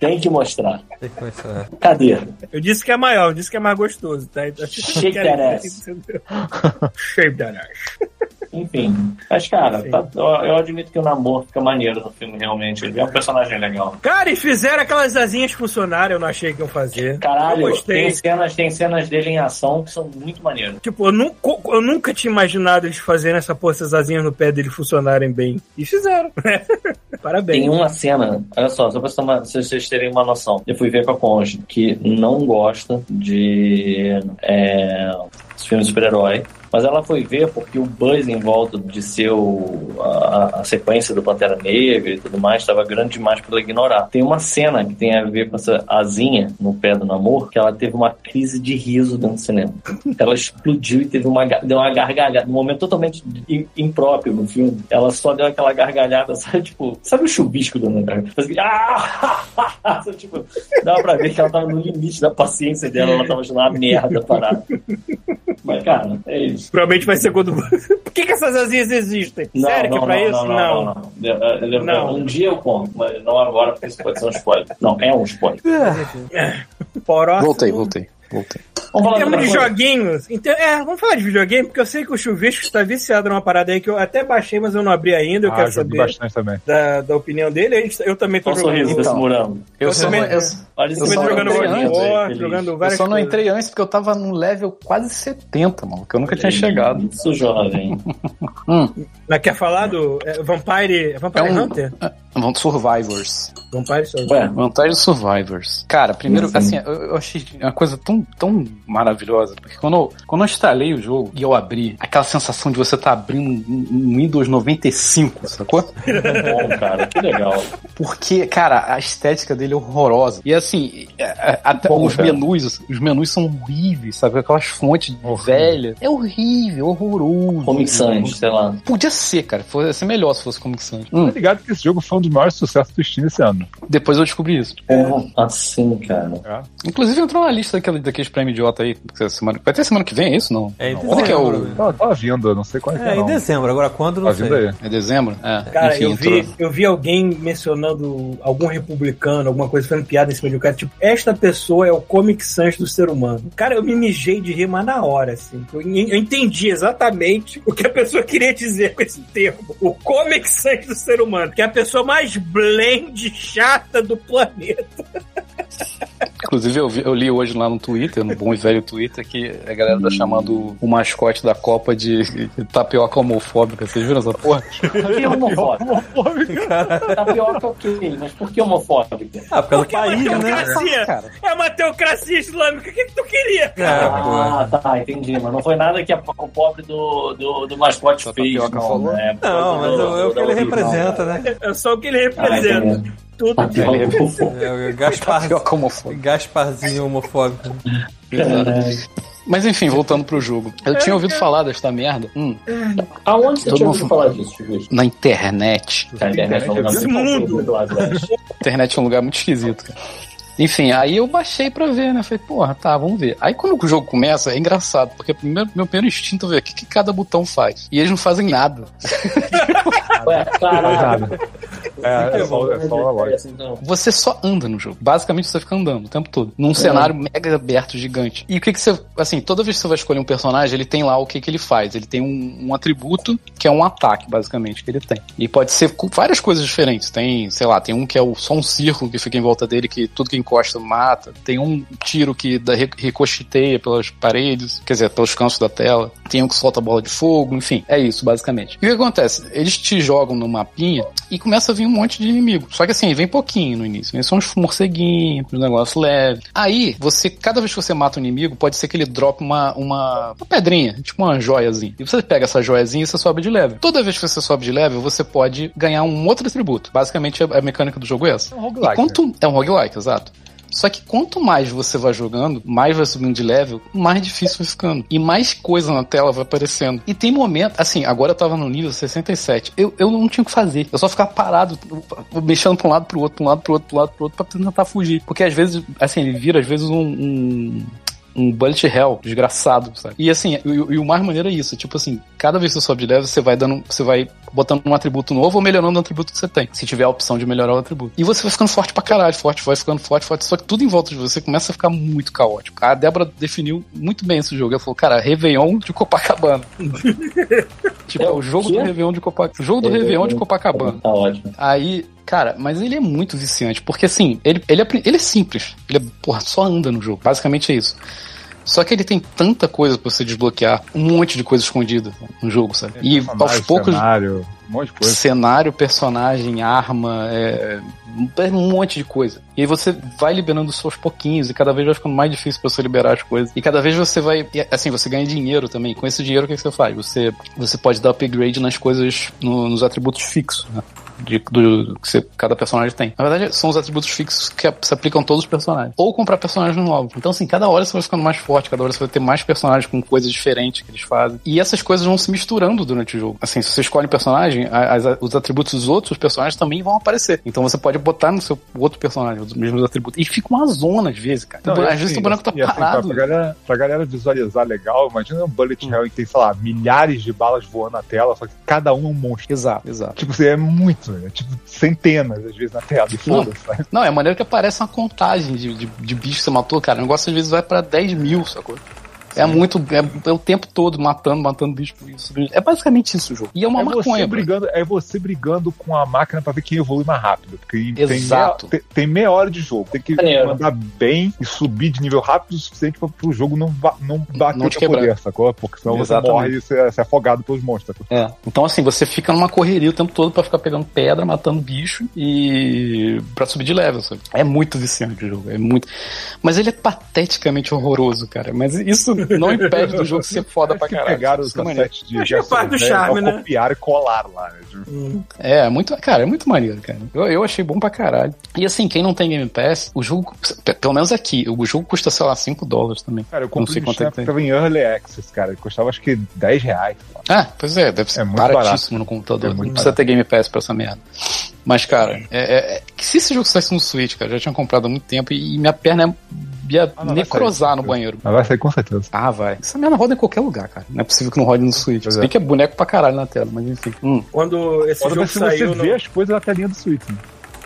S4: Tem que mostrar.
S1: Tem que começar.
S4: Cadê?
S3: Eu disse que é maior, eu disse que é mais gostoso, tá? Então,
S4: Shake
S3: quero-
S4: that ass.
S3: entendeu? Shake that ass.
S4: Enfim. Mas, cara,
S3: Sim.
S4: tá- eu eu admito que o namoro fica maneiro no filme, realmente. Ele é um personagem legal.
S3: Cara, e fizeram aquelas asinhas funcionarem, eu não achei que iam fazer. eu
S4: Caralho,
S3: gostei.
S4: tem cenas, tem cenas dele em ação que são muito maneiras.
S3: Tipo, eu nunca, eu nunca tinha imaginado eles fazerem essa porra, essas asinhas no pé dele funcionarem bem. E fizeram, né? Parabéns.
S4: Tem um- uma cena, olha só, só pra vocês tomar- vocês vocês terem uma noção. Eu fui ver com a Conge, que não gosta de é, os filmes de super-herói. Mas ela foi ver porque o buzz em volta de seu a, a- a sequência do Pantera Negra e tudo mais estava grande demais para ela ignorar. Tem uma cena que tem a ver com essa asinha no pé do namoro que ela teve uma crise de riso dentro do cinema. Ela explodiu e teve uma ga- deu uma gargalhada, num momento totalmente im- impróprio no filme. Ela só deu aquela gargalhada, sabe, tipo, sabe o chubisco do André? Faz assim, Ah! Sabe, tipo, dava pra ver que ela tava no limite da paciência dela, ela tava achando uma merda parada. Mas, cara, é isso.
S3: Provavelmente vai ser quando. Por que, que essas asinhas existem?
S4: Não,
S3: Sério que é
S4: não,
S3: pra
S4: não,
S3: isso?
S4: Não, não, não, não. Eu- eu- eu-
S3: Não.
S4: Um dia eu como, mas não agora, porque isso pode ser um spoiler. Não, é um spoiler.
S3: Poró.
S7: Voltei, voltei, voltei.
S4: Vamos
S3: Em
S4: falar de
S3: termos de
S4: outra coisa.
S3: joguinhos. Então, é, vamos falar de videogame, porque eu sei que o Chuvisco está viciado numa parada aí que eu até baixei, mas eu não abri ainda. Eu
S5: ah,
S3: quero
S5: joguei
S3: saber
S5: bastante também.
S3: da, da opinião dele. A gente- Eu também tô
S4: Olha o um sorriso
S3: jogando.
S4: desse
S7: Então.
S4: morango.
S7: Eu,
S3: só não- eu-
S4: Olha
S3: Eu
S4: esse tá
S3: também
S7: só
S3: tô
S7: não
S3: jogando
S7: entrei
S3: God of
S7: antes,
S3: War,
S4: Feliz.
S3: jogando
S7: um Eu
S3: várias
S7: só não
S3: coisas.
S7: entrei antes porque eu tava num level quase 70, mano, que eu nunca tinha chegado.
S4: Isso, jovem.
S3: Mas Quer falar do é, Vampire, Vampire
S7: É um-
S3: Hunter?
S7: Vão de Survivors.
S3: Vampire Survivor.
S4: Ué,
S7: Vantagem dos Survivors. Cara, primeiro, assim, eu, eu achei uma coisa tão, tão maravilhosa, porque quando eu, quando eu instalei o jogo e eu abri, aquela sensação de você tá abrindo um, um Windows 95, sacou?
S4: tá bom, cara, que legal.
S7: Porque, cara, a estética dele é horrorosa. E assim, é, é, até
S4: Como,
S7: os
S4: cara?
S7: menus, os menus são horríveis, sabe? Aquelas fontes velhas. É horrível, horroroso.
S4: Comic Sans, Hum. sei lá.
S7: Podia ser, cara. Ia ser melhor se fosse Comic Sans.
S5: Tá ligado que esse jogo foi um dos maiores sucessos do Steam esse ano.
S7: Depois eu descobri isso.
S4: É, assim, cara.
S7: Inclusive entrou na lista daquele, daqueles prêmios idiota aí. que é Semana, vai ter semana que vem, é isso? Não.
S1: É em
S7: Quando é que é o-
S1: dezembro. né?
S5: Tava, tava Tá, vindo, eu não sei qual é que
S1: É,
S5: é,
S1: em
S5: não.
S1: dezembro. Agora quando,
S5: Tá
S1: não
S5: vindo
S1: sei.
S5: aí.
S7: É dezembro? É.
S3: Cara,
S7: Enfim,
S3: eu,
S7: entrou.
S3: vi, eu vi alguém mencionando algum republicano, alguma coisa, fazendo piada em cima de um cara. Tipo, esta pessoa é o Comic Sans do ser humano. Cara, eu me mijei de rir, mas na hora, assim. Eu, en- eu entendi exatamente o que a pessoa queria dizer com esse termo. O Comic Sans do ser humano. Que é a pessoa mais blend chata do planeta.
S7: Inclusive, eu, vi- eu li hoje lá no Twitter, no bom e velho Twitter, que a galera tá chamando o mascote da Copa de de tapioca homofóbica. Vocês viram essa porra?
S4: Por Tá que Tá homofóbica? Tapioca ok, mas por que homofóbica?
S1: Ah, por causa do
S3: Porque é uma
S1: país, né?
S3: teocracia. É uma teocracia islâmica. O que, que tu queria?
S1: É, pô.
S4: Ah, tá, entendi, mas não foi nada que a, o pobre do, do, do mascote
S7: Só tá
S4: fez.
S7: tapioca falou?
S4: né?
S1: Não, mas
S4: Do-
S1: é o
S4: do-
S1: que ele
S4: do-
S1: representa, né?
S3: É só o que ele
S4: Ah,
S3: representa.
S4: entendi.
S3: Tudo de
S4: Tapioca homofóbica.
S1: É o Gaspar,
S7: Tapioca homofóbica.
S1: Gasparzinho homofóbico.
S7: Mas enfim, voltando pro jogo. Eu tinha ouvido falar desta merda hum,
S4: Aonde você
S7: Todo
S4: tinha
S7: mundo
S4: ouvido falar disso, Chico?
S7: na internet.
S4: Cara, a internet é um lugar
S3: Esse
S4: muito
S3: mundo.
S4: confuso, Eduardo, eu acho.
S7: Internet é um lugar muito esquisito. cara. Enfim, aí eu baixei pra ver, né? Falei, porra, tá, vamos ver. Aí quando o jogo começa, é engraçado, porque primeiro, meu primeiro instinto é ver o que, que cada botão faz. E eles não fazem nada.
S4: Ué, claro.
S5: É, é só, é só uma lógica.
S4: então.
S7: Você só anda no jogo. Basicamente, você fica andando o tempo todo. Num cenário mega aberto, gigante. E o que, que você. Assim, toda vez que você vai escolher um personagem, ele tem lá o que, que ele faz. Ele tem um, um atributo que é um ataque, basicamente, que ele tem. E pode ser com várias coisas diferentes. Tem, sei lá, tem um que é o- só um círculo que fica em volta dele, que tudo que encosta mata. Tem um tiro que dá, re- ricocheteia pelas paredes, quer dizer, pelos cantos da tela. Tem um que solta bola de fogo, enfim. É isso, basicamente. E o que acontece? Eles te jogam no mapinha e começa a vir um monte de inimigo. Só que assim, vem pouquinho no início. Né? São uns morceguinhos, um negócio leve. Aí, você, cada vez que você mata um inimigo, pode ser que ele drope uma, uma, uma pedrinha, tipo uma joiazinha. E você pega essa joiazinha e você sobe de level. Toda vez que você sobe de level, você pode ganhar um outro atributo. Basicamente, a a mecânica do jogo é essa.
S5: É um roguelike,
S7: E quanto- É um roguelike, exato. Só que quanto mais você vai jogando, mais vai subindo de level, mais difícil vai ficando. E mais coisa na tela vai aparecendo. E tem momento, assim, agora eu tava no nível 67. Eu, eu não tinha o que fazer. Eu só ficava parado, mexendo pra um lado, pro outro, pra um lado, pro outro, pro lado, pro outro, pra tentar fugir. Porque às vezes, assim, ele vira às vezes um- um, um bullet hell desgraçado, sabe? E assim, e, e o mais maneiro é isso, tipo assim, cada vez que você sobe de level, você vai dando, você vai botando um atributo novo ou melhorando o atributo que você tem, se tiver a opção de melhorar o atributo. E você vai ficando forte pra caralho, forte, vai ficando forte, forte, só que tudo em volta de você começa a ficar muito caótico. A Débora definiu muito bem esse jogo, ela falou, cara, Réveillon de Copacabana. tipo, é o jogo do
S4: quê?
S7: Réveillon de Copacabana. O jogo do Réveillon de Copacabana.
S4: Tá ótimo.
S7: Aí, cara, mas ele é muito viciante, porque assim, ele, ele, é, pri- ele é simples. Ele é, porra, só anda no jogo. Basicamente é isso. Só que ele tem tanta coisa pra você desbloquear, um monte de coisa escondida no jogo, sabe? e aos
S5: é Personagem,
S7: poucos,
S5: Cenário, um monte de coisa.
S7: cenário, personagem, arma, é, é um monte de coisa. E aí você vai liberando isso aos pouquinhos, e cada vez vai ficando mais difícil pra você liberar as coisas. E cada vez você vai. e, Assim, você ganha dinheiro também. Com esse dinheiro, o que que você faz? Você, você pode dar upgrade nas coisas, no- nos atributos fixos, né? de- do, que você- cada personagem tem. Na verdade, são os atributos fixos que se aplicam a todos os personagens. Ou comprar personagens novos. Então, assim, cada hora você vai ficando mais forte, cada hora você vai ter mais personagens com coisas diferentes que eles fazem. E essas coisas vão se misturando durante o jogo. Assim, se você escolhe um personagem, a- as- os atributos dos outros personagens também vão aparecer. Então você pode botar no seu outro personagem os mesmos atributos. E fica uma zona às vezes, cara.
S5: Não,
S7: Às
S5: e
S7: vezes
S5: assim,
S7: o boneco tá
S5: e assim, pra-
S7: parado. Hum.
S5: Pra galera, pra galera visualizar legal, imagina um bullet hell que tem, sei lá, milhares de balas voando na tela, só que cada um é um monstro.
S7: Exato, exato.
S5: Tipo, assim, é muito, é tipo centenas às vezes na tela, e foda-se. né? sabe?
S7: Não, é a maneira que aparece uma contagem de, de, de bicho que você matou, cara. O negócio às vezes vai pra 10 mil, sacou? É muito. É, é o tempo todo matando, matando bicho. subindo. É basicamente isso o jogo. E é uma
S5: é
S7: maconha.
S5: você,
S7: bro.
S5: brigando, é você brigando com a máquina pra ver quem evolui mais rápido. Porque tem
S7: Exato.
S5: meia- tem, tem meia hora de jogo. Tem que
S4: Maneiro.
S5: mandar bem e subir de nível rápido o suficiente pra, pro jogo não, ba- não bater
S7: Não te
S5: o teu
S7: quebrar.
S5: poder, sacou? Porque senão
S7: Exatamente.
S5: você morre e você, você é afogado pelos monstros. sacou?
S7: É. Então, assim, você fica numa correria o tempo todo pra ficar pegando pedra, matando bicho e. pra subir de level, sabe? É muito viciante o jogo, é muito. Mas ele é pateticamente horroroso, cara. Mas isso não impede do jogo ser foda pra
S5: que
S7: caralho.
S5: pegaram os
S7: Isso é maneiro.
S5: cassetes de
S3: Acho que é parte do
S5: Castlevania,
S3: charme, né?
S5: copiaram e colaram lá. né?
S7: É, é muito, cara, é muito maneiro, cara. Eu, eu achei bom pra caralho. E assim, quem não tem Game Pass, o jogo, pe- pelo menos aqui, o jogo custa, sei lá, 5 dólares também.
S5: Cara, eu
S7: Não
S5: comprei
S7: sei
S5: um
S7: quanto é
S5: Snap
S7: que
S5: que
S7: tem.
S5: tava em Early Access, cara. Custava acho que 10 reais. sei lá.
S7: Ah, pois é, deve ser
S5: É muito
S7: baratíssimo no computador.
S5: É muito
S7: não precisa ter Game Pass pra essa merda. Mas, cara, é, é- é que se esse jogo saísse no Switch, cara, eu já tinha comprado há muito tempo e, e minha perna ia
S5: Ah, não, vai
S7: necrosar
S5: sair.
S7: no banheiro.
S5: Mas vai sair com certeza.
S7: Ah, vai. Essa merda roda em qualquer lugar, cara. Não é possível que não rode no Switch.
S5: Pois é.
S7: Se bem que é boneco pra caralho na tela, mas enfim. Hum,
S3: Quando esse
S5: Foda
S3: jogo
S5: se você
S3: saiu. no-
S5: vê as coisas na telinha do Switch. né?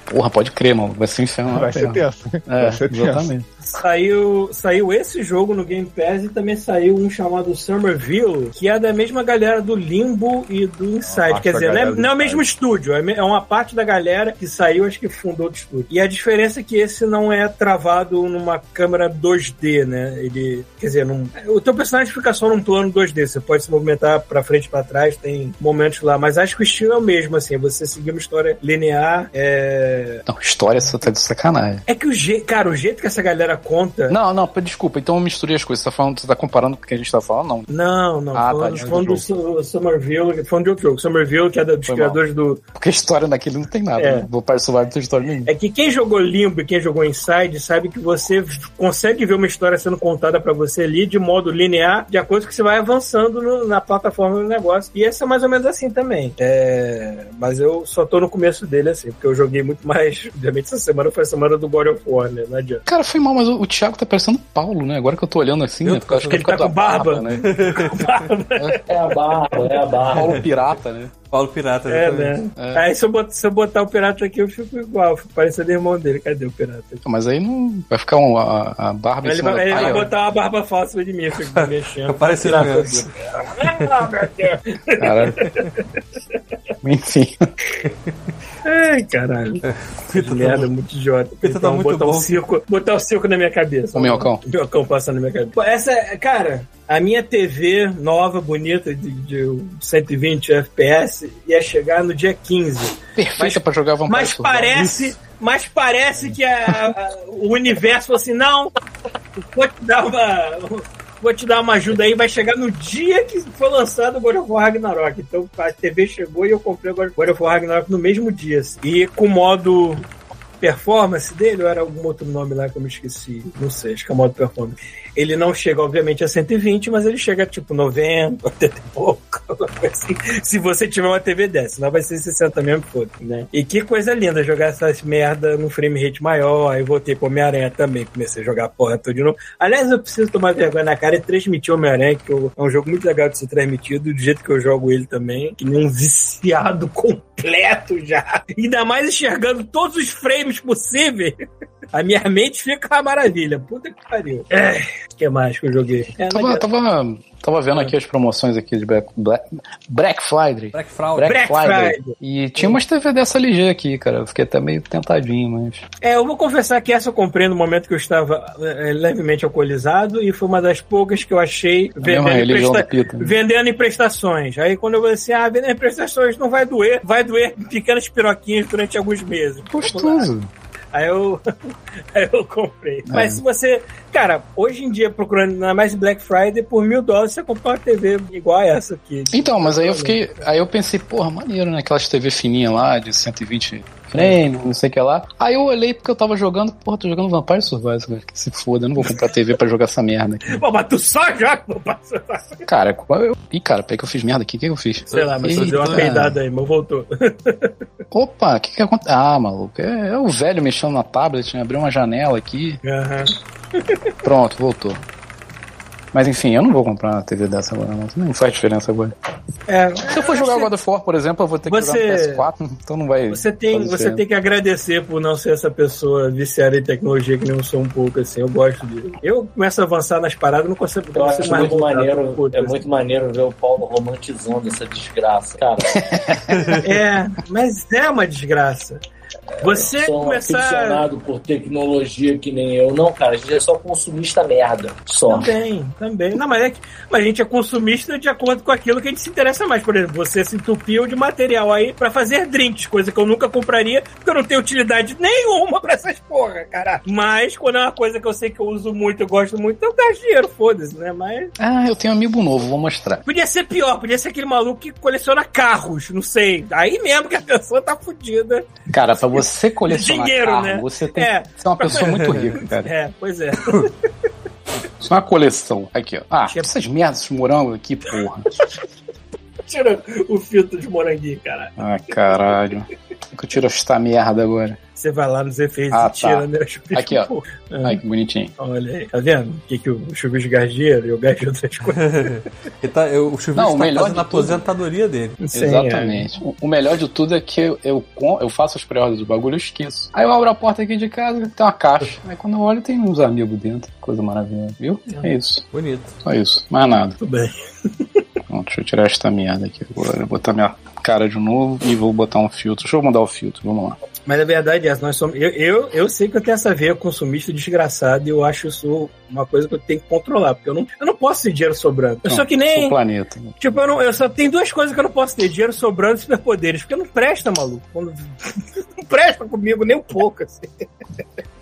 S7: porra, pode crer, mano. Vai ser um inferno. na
S5: Vai ser
S7: perna.
S5: tenso.
S7: É,
S5: vai ser tenso.
S7: exatamente.
S3: Saiu, saiu esse jogo no Game Pass e também saiu um chamado Somerville, que é da mesma galera do Limbo e do Inside.
S5: parte
S3: Quer
S5: da
S3: dizer, não é,
S5: galera do
S3: não é o
S5: Inside.
S3: mesmo estúdio, é me- é uma parte da galera que saiu, acho que fundou outro estúdio. E a diferença é que esse não é travado numa câmera 2D, né? Ele, quer dizer, não, o teu personagem fica só num plano 2D, você pode se movimentar pra frente e pra trás, tem momentos lá, mas acho que o estilo é o mesmo, assim, é você seguir uma história linear, é...
S7: Não, história só tá de sacanagem.
S3: É que o jeito, cara, o jeito que essa galera conta...
S7: Não, não, pô, desculpa, então eu misturei as coisas. Você tá falando, você tá comparando com o que a gente tá falando? Não.
S3: Não, não.
S7: Ah,
S3: falando
S7: tá,
S3: falando do
S7: de
S3: Su- Somerville, falando de outro jogo. Somerville, que é da- dos
S7: Foi
S3: criadores do.
S7: Porque a história naquele não tem nada.
S3: É.
S7: Né? Vou para o survival não tem história nenhuma.
S3: É que quem jogou Limbo e quem jogou Inside sabe que você consegue ver uma história sendo contada pra você ali de modo linear, de acordo com que você vai avançando no- na plataforma do negócio. E essa é mais ou menos assim também. É, mas eu só tô no começo dele, assim, porque eu joguei muito mais. Obviamente, essa semana foi a semana do God of War, né? Não adianta.
S7: Cara, foi mal, mas o o Thiago tá parecendo o Paulo, né? Agora que eu tô olhando assim,
S1: Eu
S7: né?
S1: tô
S7: Porque eu acho
S3: achando que ele
S7: é por
S3: tá
S7: causa
S3: com
S7: da
S3: barba.
S7: né?
S4: É a barba, é a barba.
S7: Paulo pirata, né?
S1: Paulo Pirata,
S3: É,
S1: exatamente.
S3: né?
S7: É.
S3: Aí se eu, bot- se eu botar o pirata aqui, eu fico igual, eu fico parecendo irmão dele. Cadê o pirata?
S7: Mas aí não vai ficar um, a, a barba em
S3: Ele
S7: cima
S3: vai, ele
S7: da
S3: vai
S7: paia.
S3: botar uma barba falsa de mim, eu fico me mexendo.
S1: Fica parecendo
S3: Pirata.
S1: mesmo.
S7: ó, Caralho. Enfim.
S3: Ai, caralho.
S1: Pita tá
S3: merda, muito idiota.
S1: Pita tá muito
S3: botar
S1: bom.
S3: Um circo, botar o um circo na minha cabeça.
S7: O minhocão.
S3: O minhocão passando na minha cabeça. Pô, Essa, é- cara, a minha TV nova, bonita, de, um de 120 FPS, ia chegar no dia 15.
S7: Perfeita pra é jogar Vampire né?
S3: Mas parece... Mas parece que a- a- o universo falou assim, não, vou te dar uma... Vou te dar uma ajuda aí, vai chegar no dia que foi lançado o God of War Ragnarok. Então a TV chegou e eu comprei o God of War Ragnarok no mesmo dia. assim. E com o modo performance dele, ou era algum outro nome lá que eu me esqueci, não sei, acho que é o modo performance. Ele não chega, obviamente, a 120, mas ele chega tipo 90, 80 e pouco. alguma coisa assim. Se você tiver uma TV dessa, senão vai ser 60 mesmo, foda né? E que coisa linda jogar essas merda num frame rate maior. Aí voltei pro Homem-Aranha também, comecei a jogar a porra toda de novo. Aliás, eu preciso tomar vergonha na cara e transmitir Homem-Aranha, que eu- é um jogo muito legal de ser transmitido, do jeito que eu jogo ele também, que nem um viciado completo já. Ainda mais enxergando todos os frames possíveis. A minha mente fica uma maravilha. Puta que pariu. É, O que mais que eu joguei? É,
S7: Tava, tava, tava vendo
S3: Ah.
S7: aqui as promoções aqui de Black, Black, Black Friday.
S1: Black Fraud.
S7: Black,
S3: Black
S7: Friday.
S3: Friday.
S7: E tinha umas TV dessa LG aqui, cara. Eu fiquei até meio tentadinho, mas.
S3: É, eu vou confessar que essa eu comprei no momento que eu estava eh, levemente alcoolizado e foi uma das poucas que eu achei
S7: Mesmo a
S3: vendendo, em,
S7: religião do
S3: presta-
S7: Pita.
S3: vendendo em prestações. Aí quando eu falei assim, ah, vendendo em prestações não vai doer, vai doer em pequenas piroquinhas durante alguns meses.
S7: Gostoso.
S3: Aí eu, aí eu comprei. Mas se você. Cara, hoje em dia, procurando na mais Black Friday, por mil dólares você compra uma TV igual a essa aqui.
S7: Então, mas aí eu fiquei. Aí eu pensei, porra, maneiro, né? Aquelas TV fininha lá, de 120 frames, não sei o que lá. Aí eu olhei porque eu tava jogando, porra, tô jogando Vampire Survivors, cara. Que se foda, eu não vou comprar TV pra jogar essa merda aqui.
S3: Pô, mas tu só joga, pô, parça.
S7: Cara, qual eu. Ih, cara, peraí que eu fiz merda aqui, o que que eu fiz?
S3: Sei lá, mas tu deu uma
S7: Eita.
S3: peidada Tá aí, mas voltou.
S7: Opa, o que que aconteceu? Ah, maluco, é, é o velho mexendo na tablet, né? Abriu uma janela aqui.
S3: Aham.
S7: Pronto, voltou. Mas enfim, eu não vou comprar uma TV dessa agora, não. Não faz diferença agora.
S3: É,
S7: Se eu for jogar God of War, por exemplo, eu vou ter que
S3: Você-
S7: jogar no PS4, então não vai.
S3: Você tem,
S7: fazer
S3: você
S7: diferença.
S3: tem que agradecer por não ser essa pessoa viciada em tecnologia que nem eu sou um pouco, assim. Eu gosto disso. Eu começo a avançar nas paradas, não consigo.
S4: Eu acho
S3: consigo mais
S4: muito
S3: voltar pro
S4: maneiro,
S3: puto,
S4: é
S3: assim.
S4: muito maneiro ver o Paulo romantizando essa desgraça. Cara,
S3: É, mas é uma desgraça. Você
S4: sou um
S3: começar.
S4: aficionado por tecnologia que nem eu. Não, cara, a gente é só consumista merda. Só.
S3: Também, também. Não, mas, é que, mas a gente é consumista de acordo com aquilo que a gente se interessa mais. Por exemplo, você se entupiu de material aí pra fazer drinks, coisa que eu nunca compraria, porque eu não tenho utilidade nenhuma pra essas porra, cara. Mas quando é uma coisa que eu sei que eu uso muito, eu gosto muito, eu gasto dinheiro, foda-se, né? Mas.
S7: Ah, eu tenho um amigo novo, vou mostrar.
S3: Podia ser pior, podia ser aquele maluco que coleciona carros, não sei. Aí mesmo que a pessoa tá fudida.
S7: Cara, pra você colecionar
S3: Dinheiro,
S7: carro,
S3: né?
S7: você tem
S3: É.
S7: que ser uma pessoa muito rica, cara.
S3: É, pois é.
S7: Isso é uma coleção. Aqui, ó. Ah, essas merdas, esses morangos aqui, porra.
S3: Tira o filtro de moranguinho, cara.
S7: Ah, caralho. Como que eu tiro esta merda agora?
S3: Você vai lá nos efeitos
S7: Ah,
S3: e tira,
S7: tá.
S3: né? o chupisco,
S7: Aqui, ó.
S3: pô.
S7: Ai, que bonitinho.
S3: Olha aí, tá vendo? O que, que o chuvisco gargeiro e eu gasto outras coisas.
S1: Ele tá, eu, o chuvisco
S7: Não, o
S1: tá
S7: melhor
S1: fazendo
S7: de
S1: a aposentadoria dele.
S7: é.
S3: Sim,
S7: Exatamente. O- O melhor de tudo é que eu, eu, com- eu faço as pré-ordens do bagulho e eu esqueço. Aí eu abro a porta aqui de casa, tem uma caixa. Aí quando eu olho, tem uns amigos dentro. Coisa maravilhosa, viu?
S3: Uhum.
S7: É isso.
S1: Bonito.
S7: Só isso. Mais nada.
S3: Tudo bem.
S7: Pronto, deixa eu tirar esta merda aqui agora. Vou botar minha cara de novo e vou botar um filtro. Deixa eu mudar o filtro, vamos lá.
S3: Mas a verdade é essa, nós somos. Eu, eu, eu sei que eu tenho essa veia consumista desgraçada e eu acho isso uma coisa que eu tenho que controlar, porque eu não, eu não posso ter dinheiro sobrando. Eu
S7: Não,
S3: sou que
S7: Sou
S3: nem.
S7: o planeta.
S3: Tipo, eu, não, eu só tem duas coisas que eu não posso ter: dinheiro sobrando e superpoderes. Porque não presta, maluco. Quando- Não presta comigo nem um pouco, assim.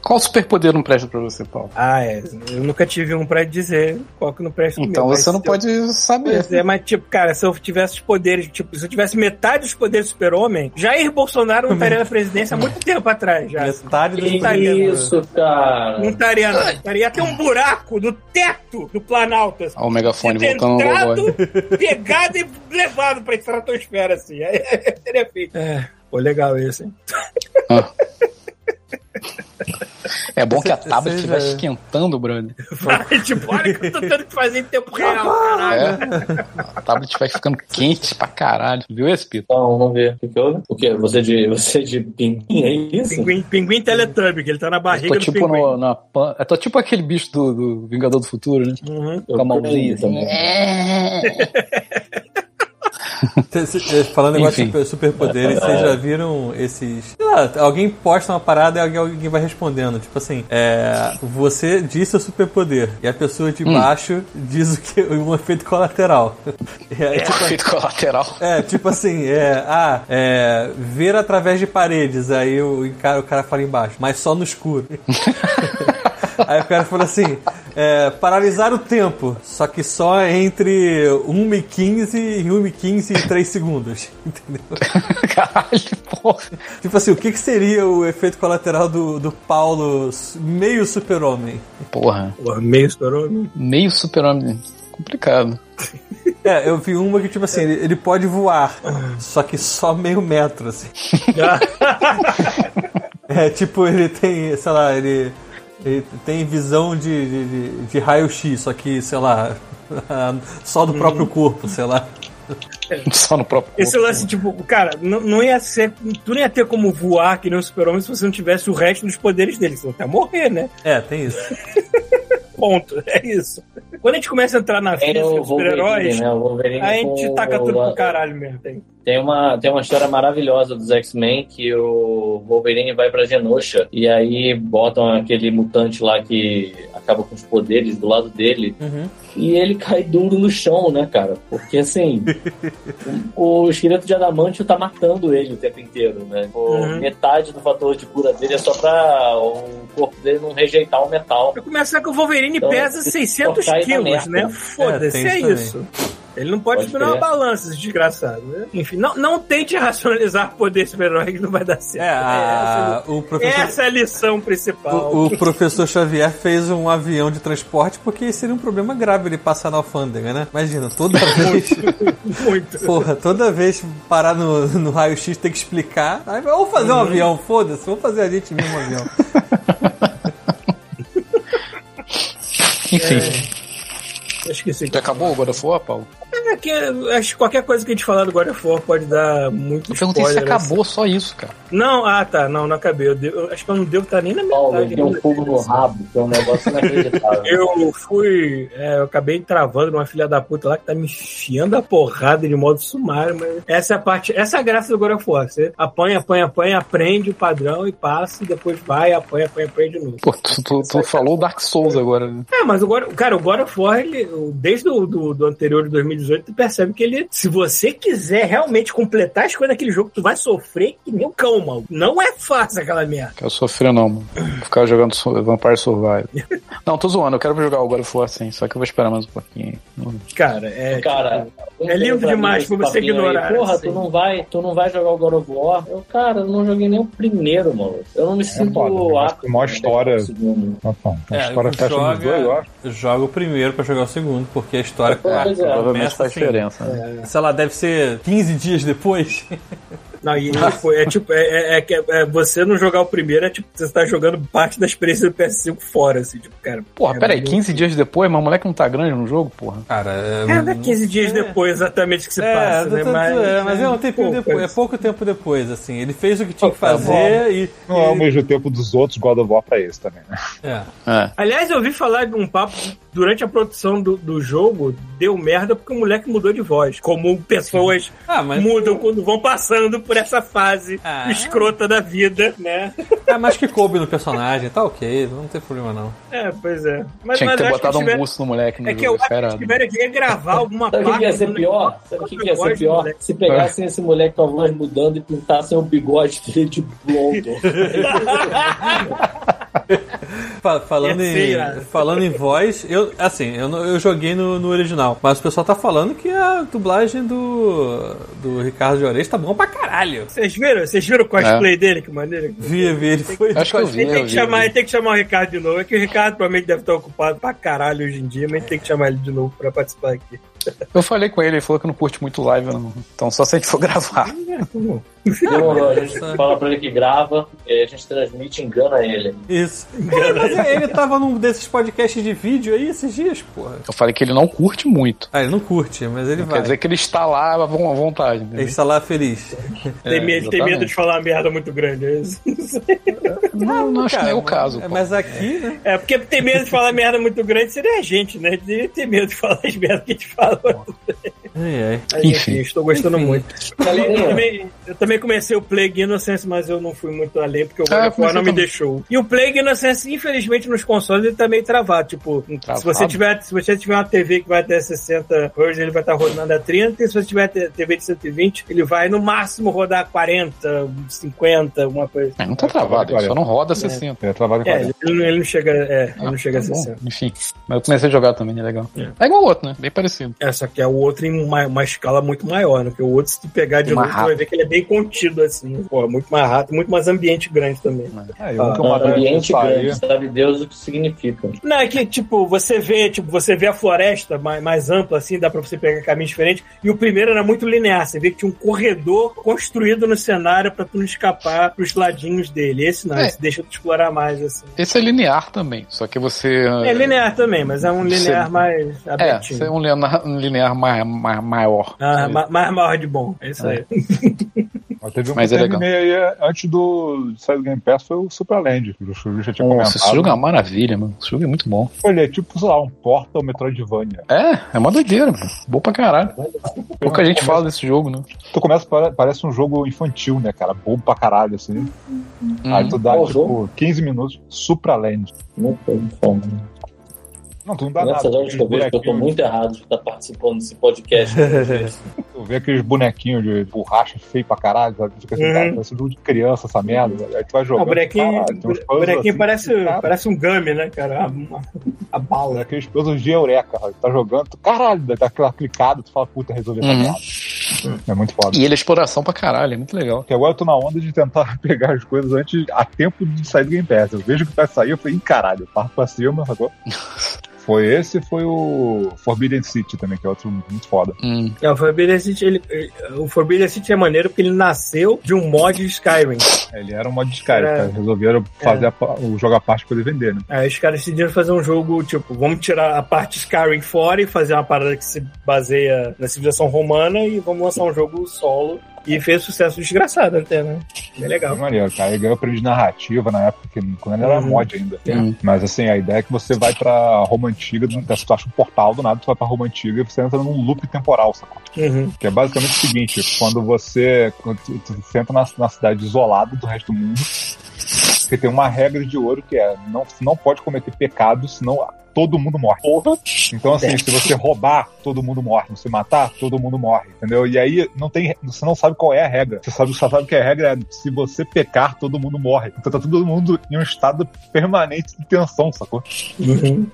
S7: Qual superpoder não presta pra você, Paulo?
S3: Ah, é. Eu nunca tive um pra dizer qual que não presta comigo.
S7: Então
S3: mas
S7: você não
S3: eu-
S7: pode saber.
S3: Pois é, mas tipo, cara, se eu tivesse os poderes, tipo, se eu tivesse metade dos poderes do super-homem, Jair Bolsonaro não estaria na presidência há muito tempo atrás já.
S1: Metade do
S3: Que
S1: italiano.
S4: É, isso,
S3: Não
S4: cara.
S3: estaria, não. Estaria até um buraco no teto do Planalto. assim.
S7: Olha o megafone voltando no
S3: Tentado,
S7: gogó.
S3: pegado e levado pra estratosfera, assim. Aí, teria feito. É, pô, legal isso, hein?
S7: Ah. É bom que a tábua
S1: Você
S7: estiver
S1: já-
S7: esquentando, brother.
S3: Vai, tipo, olha o que eu tô tendo que fazer em tempo real, caralho.
S7: É. A tablet vai ficando quente pra caralho. Viu esse pito?
S4: Então, vamos ver. O que que houve? O quê? Você de, você de pinguim, é isso?
S3: Pinguim, pinguim Teletubby, que ele tá na
S7: Eu
S3: barriga
S7: tô
S3: do
S7: tipo
S3: pinguim.
S7: no, na pan... Eu tô tipo aquele bicho do, do Vingador do Futuro, né?
S3: Uhum.
S7: Com a mãozinha assim.
S4: também.
S1: Cê- cê- é, Falando em negócio
S7: Enfim.
S1: de super- superpoderes, vocês já viram esses. Sei lá, alguém posta uma parada e alguém- alguém vai respondendo. Tipo assim, é, você diz seu superpoder. E a pessoa
S7: Hum.
S1: de baixo diz o que um efeito colateral. E aí, tipo,
S7: Efeito colateral.
S1: é, tipo assim, é. Ah, é. Ver através de paredes. Aí o, o cara, o cara fala embaixo, mas só no escuro. aí o cara fala assim: é, paralisar o tempo, só que só entre 1 e 15 e 1 e 15 e 3 segundos. Entendeu?
S7: Caralho, porra.
S1: Tipo assim, o que, que seria o efeito colateral do, do Paulo s- meio super-homem?
S7: Porra.
S3: Porra, meio estourou.
S7: Meio super-homem. Complicado.
S1: É, eu vi uma que, tipo assim, ele, ele pode voar, só que só meio metro, assim. É, tipo, ele tem, sei lá, ele, ele tem visão de, de, de- de raio-x, só que, sei lá, só
S3: Uhum.
S1: do próprio corpo, sei lá.
S7: Só no próprio corpo.
S3: Esse lance, tipo, cara, não, não ia ser. Tu não ia ter como voar que nem um super-homem se você não tivesse o resto dos poderes dele. Você até morrer, né?
S1: É, tem isso.
S3: Ponto. É isso. Quando a gente começa a entrar na física
S4: É o
S3: dos
S4: Wolverine,
S3: super-heróis,
S4: né? O Wolverine
S3: a gente
S4: com
S3: taca tudo
S4: o-
S3: pro caralho mesmo. Tem.
S4: Tem uma, tem uma história maravilhosa dos X-Men que o Wolverine vai pra Genosha e aí botam aquele mutante lá que acaba com os poderes do lado dele
S3: Uhum.
S4: e ele cai duro no chão, né, cara? Porque assim, o, o esqueleto de adamantio tá matando ele o tempo inteiro, né? O-
S3: Uhum.
S4: Metade do fator de cura dele é só pra o corpo dele não rejeitar o metal.
S3: Pra começar que o Wolverine
S4: Então,
S3: pesa
S4: se
S3: 600
S4: cortar aí na
S3: quilos,
S4: merda.
S3: né? Foda-se,
S1: É,
S3: é,
S1: tem isso
S3: isso. Ele não pode,
S4: Pode
S3: virar uma
S4: crer.
S3: balança, esse desgraçado. Né? Enfim, não, não tente racionalizar poder super-herói que não vai dar
S1: É,
S3: certo.
S1: a- o
S3: É, essa,
S1: professor.
S3: essa é a lição principal.
S1: O, o professor Xavier fez um avião de transporte porque seria um problema grave ele passar na alfândega, né? Imagina, toda vez.
S3: Muito.
S1: Porra, toda vez parar no, no raio-x tem que explicar. Aí, vai, vamos
S3: Uhum.
S1: fazer um avião, foda-se, vamos fazer a gente mesmo um avião.
S7: Enfim.
S3: Eu esqueci.
S7: Já acabou o God of War, Paulo?
S3: É que acho que qualquer coisa que a gente falar do God of War pode dar muito
S7: Eu perguntei se
S3: spoiler, né?
S7: acabou só isso, cara.
S3: assim. Não, ah tá, não, não acabei. Eu, devo- eu acho que eu não devo estar nem na
S6: Paulo,
S3: metade.
S6: ele
S4: então.
S6: tem um
S3: ainda.
S6: fogo no rabo, que é um negócio inacreditável.
S3: Eu fui. é, eu acabei travando numa filha da puta lá que tá me enfiando a porrada de modo sumário, mas essa é a parte. Essa é a graça do God of War. Você apanha, apanha, apanha, aprende o padrão e passa, e depois vai, apanha, apanha, apanha de novo.
S7: Pô, tu, tu- tu falou Dark Souls agora. né?
S3: É, mas o God, cara, o God of War, ele, o- desde o do, do anterior de 2018, tu percebe que ele, se você quiser realmente completar as coisas daquele jogo, tu vai sofrer que nem um cão, mano. Não é fácil aquela merda.
S7: Quero sofrer não, mano. Vou ficar jogando Su- Vampire Survival. Não, tô zoando, eu quero jogar o God of War sim, só que eu vou esperar mais um pouquinho.
S3: Cara, é.
S4: Cara,
S3: É lindo
S4: pra mim
S3: demais
S4: esse
S3: pra você
S4: papinho aí,
S3: ignorar,
S4: Porra,
S3: assim.
S4: tu não, vai, tu não vai jogar o God of War? Eu, cara, eu não joguei nem o primeiro, mano. Eu não me sinto
S5: foda, né? Mas
S4: apto.
S5: que mó
S4: pra
S5: história.
S4: jogar o segundo.
S5: Ah, tá. Então,
S1: É,
S5: a história fecha nos dois, eu
S1: joga,
S5: acho.
S1: joga o primeiro pra jogar o segundo, porque a história
S4: Pois é.
S7: Provavelmente faz
S1: assim,
S7: diferença. né?
S1: sei lá, deve ser 15 dias depois.
S3: Não, e tipo, é tipo, é, é- é que é- é você não jogar o primeiro, é tipo, você tá jogando parte da experiência do PS5 fora, assim, tipo, cara.
S7: Porra, peraí, 15 dias depois, mas o moleque não tá grande no jogo, porra.
S1: Cara, é.
S3: É, não é 15 dias depois exatamente que se
S1: É,
S3: passa,
S1: tanto-
S3: né? Mas
S1: é, mas é um tempinho
S3: Pô,
S1: depois, é
S3: mas-
S1: pouco tempo depois, assim. Ele fez o que tinha que
S5: Tá bom.
S1: fazer e.
S5: Não é ao
S1: e-
S5: mesmo tempo dos outros God of War pra esse também, né?
S1: é.
S7: É.
S3: Aliás, eu ouvi falar de um papo durante a produção do, do jogo, deu merda porque o moleque mudou de voz. Como pessoas
S1: Ah, mas,
S3: mudam quando vão passando por essa fase
S1: Ah.
S3: escrota da vida, né?
S1: é, mas que coube no personagem, tá ok, não tem problema não.
S3: É, pois é. Mas,
S7: Tinha
S3: mas
S7: que ter
S3: acho
S7: botado
S3: tiver-
S7: um busto no moleque no
S3: É que eu
S7: jogo,
S3: acho que
S7: esperado.
S3: eles tiveram que gravar alguma
S4: Sabe o que que ia ser
S3: do
S4: pior?
S3: negócio
S4: Sabe o que
S3: com
S4: que ia
S3: voz
S4: ser
S3: do
S4: pior?
S3: moleque.
S4: Se pegassem esse moleque com a voz mudando e pintassem o bigode dele de blondo.
S1: Fa- falando,
S3: É feio,
S1: em, falando em voz, eu assim, eu, não- eu joguei no, no original, mas o pessoal tá falando que a dublagem do, do Ricardo de Oreis tá bom pra caralho.
S3: Vocês viram? Vocês viram o
S7: É.
S3: cosplay dele? Que maneiro.
S1: Vi, vi, ele foi.
S7: Acho que eu vi,
S3: Ele tem,
S7: eu
S3: que
S7: vi.
S3: chamar, ele tem que chamar o Ricardo de novo. É que o Ricardo provavelmente deve estar ocupado pra caralho hoje em dia, mas a gente tem que chamar ele de novo pra participar aqui.
S7: Eu falei com ele, ele falou que não curte muito live, não. Então só se a gente for gravar.
S4: Demorou, a gente
S1: Essa-
S4: fala pra ele que grava, e a gente transmite e engana ele.
S1: Isso. Cara, mas ele tava num desses podcasts de vídeo aí esses dias, porra.
S7: Eu falei que ele não curte muito.
S1: Ah, ele não curte, mas ele vai.
S7: Quer dizer que ele está lá à vo- à vontade. entendeu?
S1: Ele está lá feliz.
S3: Tem medo- ele tem medo de
S7: exatamente.
S3: falar uma merda muito grande, é isso?
S7: Não, não acho que
S1: Cara,
S7: nem é
S3: né?
S7: o
S1: mas-
S7: caso.
S1: é,
S7: pô.
S1: Mas aqui, né?
S3: É, porque ter medo de falar merda muito grande seria a gente, né? De ter medo de falar as merdas que a gente fala.
S1: Ai, ai.
S3: Mas,
S7: Enfim.
S3: enfim, estou gostando
S1: Enfim.
S3: muito. Eu também, eu também comecei o Plague Innocence, mas eu não fui muito além, porque o God
S7: Ah, eu
S3: of War
S7: comecei
S3: não me
S7: também.
S3: deixou. E o Plague Innocence, infelizmente, nos consoles ele tá meio travado. Tipo,
S7: Travado?
S3: se você, tiver, se você tiver uma TV que vai até 60 Hz, ele vai estar rodando a 30, e se você tiver te- TV de 120, ele vai no máximo rodar 40, 50, alguma coisa.
S7: É, não tá travado, ele só não roda 60.
S5: É, trabalho com
S3: É, ele não, ele não chega, é, ele não chega a
S7: Tá bom,
S3: 60.
S7: Enfim, mas eu comecei a jogar também, é legal. É, igual o outro, né? Bem parecido.
S3: É, só que é o outro em uma, uma escala muito maior, né? Porque o outro, se tu pegar de
S7: Mais
S3: novo, tu vai
S7: rápido.
S3: ver que ele é bem contido, assim. Pô, muito mais rápido, muito mais ambiente grande também.
S5: É, eu nunca
S4: Um
S5: matei
S4: ambiente
S5: essa
S4: grande,
S5: aí.
S4: sabe Deus o que significa.
S3: Não, é que, tipo, você vê, tipo, você vê a floresta mais, mais ampla, assim, dá pra você pegar caminhos diferentes. E o primeiro era muito linear. Você vê que tinha um corredor construído no cenário pra tu não escapar pros ladinhos dele. Esse não,
S7: É.
S3: esse deixa tu explorar mais, assim.
S7: Esse é linear também, só que você.
S3: É linear também, mas é um linear
S7: Sim.
S3: mais
S7: É,
S3: abertinho.
S7: você é um linear, um linear ma- ma- maior.
S3: Ah, ma- mais maior de bom. É isso aí.
S5: Mas teve um
S7: Mas
S5: que
S7: é
S5: eu terminei aí antes do sair do Game Pass foi o Superland, que o Churu já tinha
S7: Nossa, esse
S5: comentado.
S7: jogo é uma maravilha, mano. Esse jogo é muito bom.
S5: Olha, é tipo, sei lá, um Portal Metroidvania.
S7: É, é uma doideira, mano. Bom pra caralho. Pouca gente fala desse jogo, né?
S5: Tu começa, pare- parece um jogo infantil, né, cara? Bobo pra caralho,
S3: Uhum.
S5: assim. Aí tu dá,
S4: Qual
S5: tipo,
S4: jogo?
S5: 15 minutos, Supraland.
S4: Não tem como.
S5: Não, tu não dá
S4: Nessa
S5: nada.
S4: hora de
S5: Aqueles
S4: cabeça um que eu tô
S5: bonequinhos,
S4: muito errado de estar participando desse podcast.
S5: tu vê aqueles bonequinhos de borracha feio pra caralho, sabe? Tu Fica assim,
S3: Uhum.
S5: cara, parece um jogo de criança essa merda. velho. Aí tu vai
S3: Ah,
S5: jogando.
S3: o bonequinho,
S5: caralho, tem uns
S3: o
S5: puzzles
S3: bonequinho
S5: assim,
S3: parece,
S5: cara. né,
S3: parece um gummy, né, cara? A, uma- a bala.
S5: Aqueles puzzles de eureka, cara. Tu tá jogando, tu, caralho, dá aquela clicada, tu fala, puta, resolvi essa
S7: Uhum.
S5: merda. É muito foda.
S7: E ele é exploração pra caralho, é muito legal.
S5: Porque agora eu tô na onda de tentar pegar as coisas tá antes, a tempo de sair do Game Pass. Eu vejo que vai sair, eu falei, "Ih, caralho, eu parto pra cima, sacou? Foi esse e foi o Forbidden City também, que é outro muito foda.
S7: Hum.
S3: É, o Forbidden City, ele- ele- o Forbidden City é maneiro porque ele nasceu de um mod de Skyrim.
S5: Ele era um mod de Skyrim,
S3: É.
S5: cara. Resolveram fazer a pa- o jogo à parte pra ele vender, né?
S3: Aí os caras decidiram fazer um jogo, tipo, vamos tirar a parte Skyrim fora e fazer uma parada que se baseia na civilização romana e vamos lançar um jogo solo. E fez sucesso desgraçado até, né? Bem legal.
S5: Foi maneiro, cara. Ele ganhou prêmio de narrativa na época, que, quando ele era
S3: Uhum.
S5: mod ainda.
S7: Uhum.
S5: Mas assim, a ideia é que você vai pra Roma Antiga, do- tu acha um portal do nada, tu vai pra Roma Antiga e você entra num loop temporal, sacou?
S3: Uhum.
S5: Que é basicamente o seguinte: quando você quando tu, tu senta na, na cidade isolada do resto do mundo, porque tem uma regra de ouro que é: não, você não pode cometer pecado, senão todo mundo morre. Então, assim, se você roubar, todo mundo morre. Se você matar, todo mundo morre, entendeu? E aí não tem, você não sabe qual é a regra. Você sabe, só sabe que a regra é: se você pecar, todo mundo morre. Então tá todo mundo em um estado permanente de tensão, sacou?
S3: Uhum.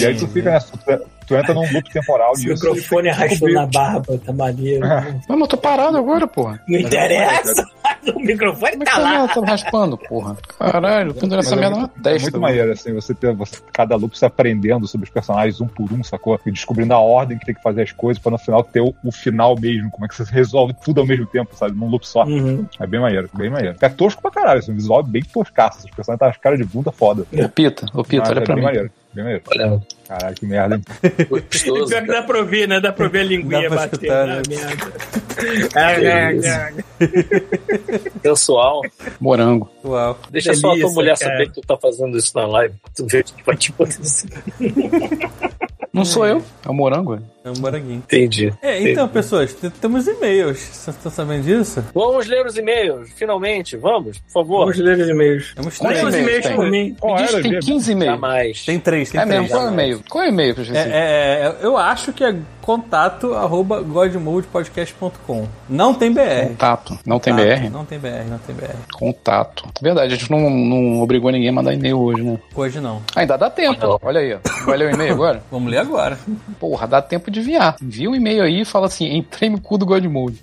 S5: e aí tu fica nessa. Tu, tu entra num loop temporal
S3: Esse
S5: nisso.
S3: microfone arrastando na barba, tá maneiro.
S7: Não, mas eu tô parado agora, porra.
S3: Não interessa, mas o microfone
S7: Como é que
S3: tá
S7: tá
S3: lá.
S7: merda? Tá me raspando, porra. Caralho, eu pendurei essa
S5: Mas é
S7: merda na
S5: muito, é
S7: testa.
S5: muito
S7: mano.
S5: maneiro, assim, você ter você, cada loop se aprendendo sobre os personagens um por um, sacou? E descobrindo a ordem que tem que fazer as coisas pra no final ter o, o final mesmo, como é que você resolve tudo ao mesmo tempo, sabe? Num loop só.
S3: Uhum.
S5: É bem maneiro, bem maneiro. É tosco pra caralho, assim, o visual é bem toscaço, os personagens tá as caras de bunda foda.
S7: Ô, Pita, ô, Pita,
S5: Mas
S7: olha
S5: é
S7: pra
S5: bem
S7: mim.
S5: maneiro, bem maneiro.
S4: Olha,
S5: Caralho, que merda, hein?
S4: gostoso.
S3: Pior que dá pra ouvir, né? Dá pra ouvir a linguinha
S1: pra
S3: batendo
S1: escutar,
S3: na É,
S1: né?
S3: merda.
S4: Sensual.
S7: Morango.
S1: Uau.
S4: Deixa
S3: Delícia,
S4: só a tua mulher
S3: cara.
S4: saber que tu tá fazendo isso na live. Tu vê o que vai te acontecer.
S7: Não
S3: Hum.
S7: sou eu, é o morango. velho.
S1: É um moranguinho.
S4: Entendi.
S1: É, então, pessoas, t- temos e-mails. Vocês estão sabendo disso?
S4: Vamos ler os e-mails, finalmente. Vamos, por favor.
S3: Vamos ler os e-mails.
S1: Temos
S7: Quantos
S1: três.
S3: Os e-mails
S7: tem?
S3: por mim.
S5: Qual
S7: Me diz
S5: era
S7: que tem
S5: mesmo?
S7: 15 e-mails.
S4: Jamais.
S1: Tem três, tem
S7: É
S1: três.
S7: mesmo, qual é o e-mail? Qual é o e-mail que eu
S1: É,
S7: esqueci?
S1: é, é, eu acho que é contato arroba godmodepodcast.com. Não tem
S5: é.
S1: BR.
S7: Contato. Não tem
S1: tá?
S7: BR?
S1: Não tem BR, não tem BR.
S7: Contato. Verdade, a gente não, não obrigou ninguém a mandar e-mail hoje, né?
S1: Hoje não.
S7: Ainda dá tempo.
S4: Não.
S7: Olha aí, ó. Vai ler o e-mail agora?
S1: Vamos ler agora.
S7: Porra, dá tempo de enviar. Envia um e-mail aí e fala assim: entrei no cu do Godmode.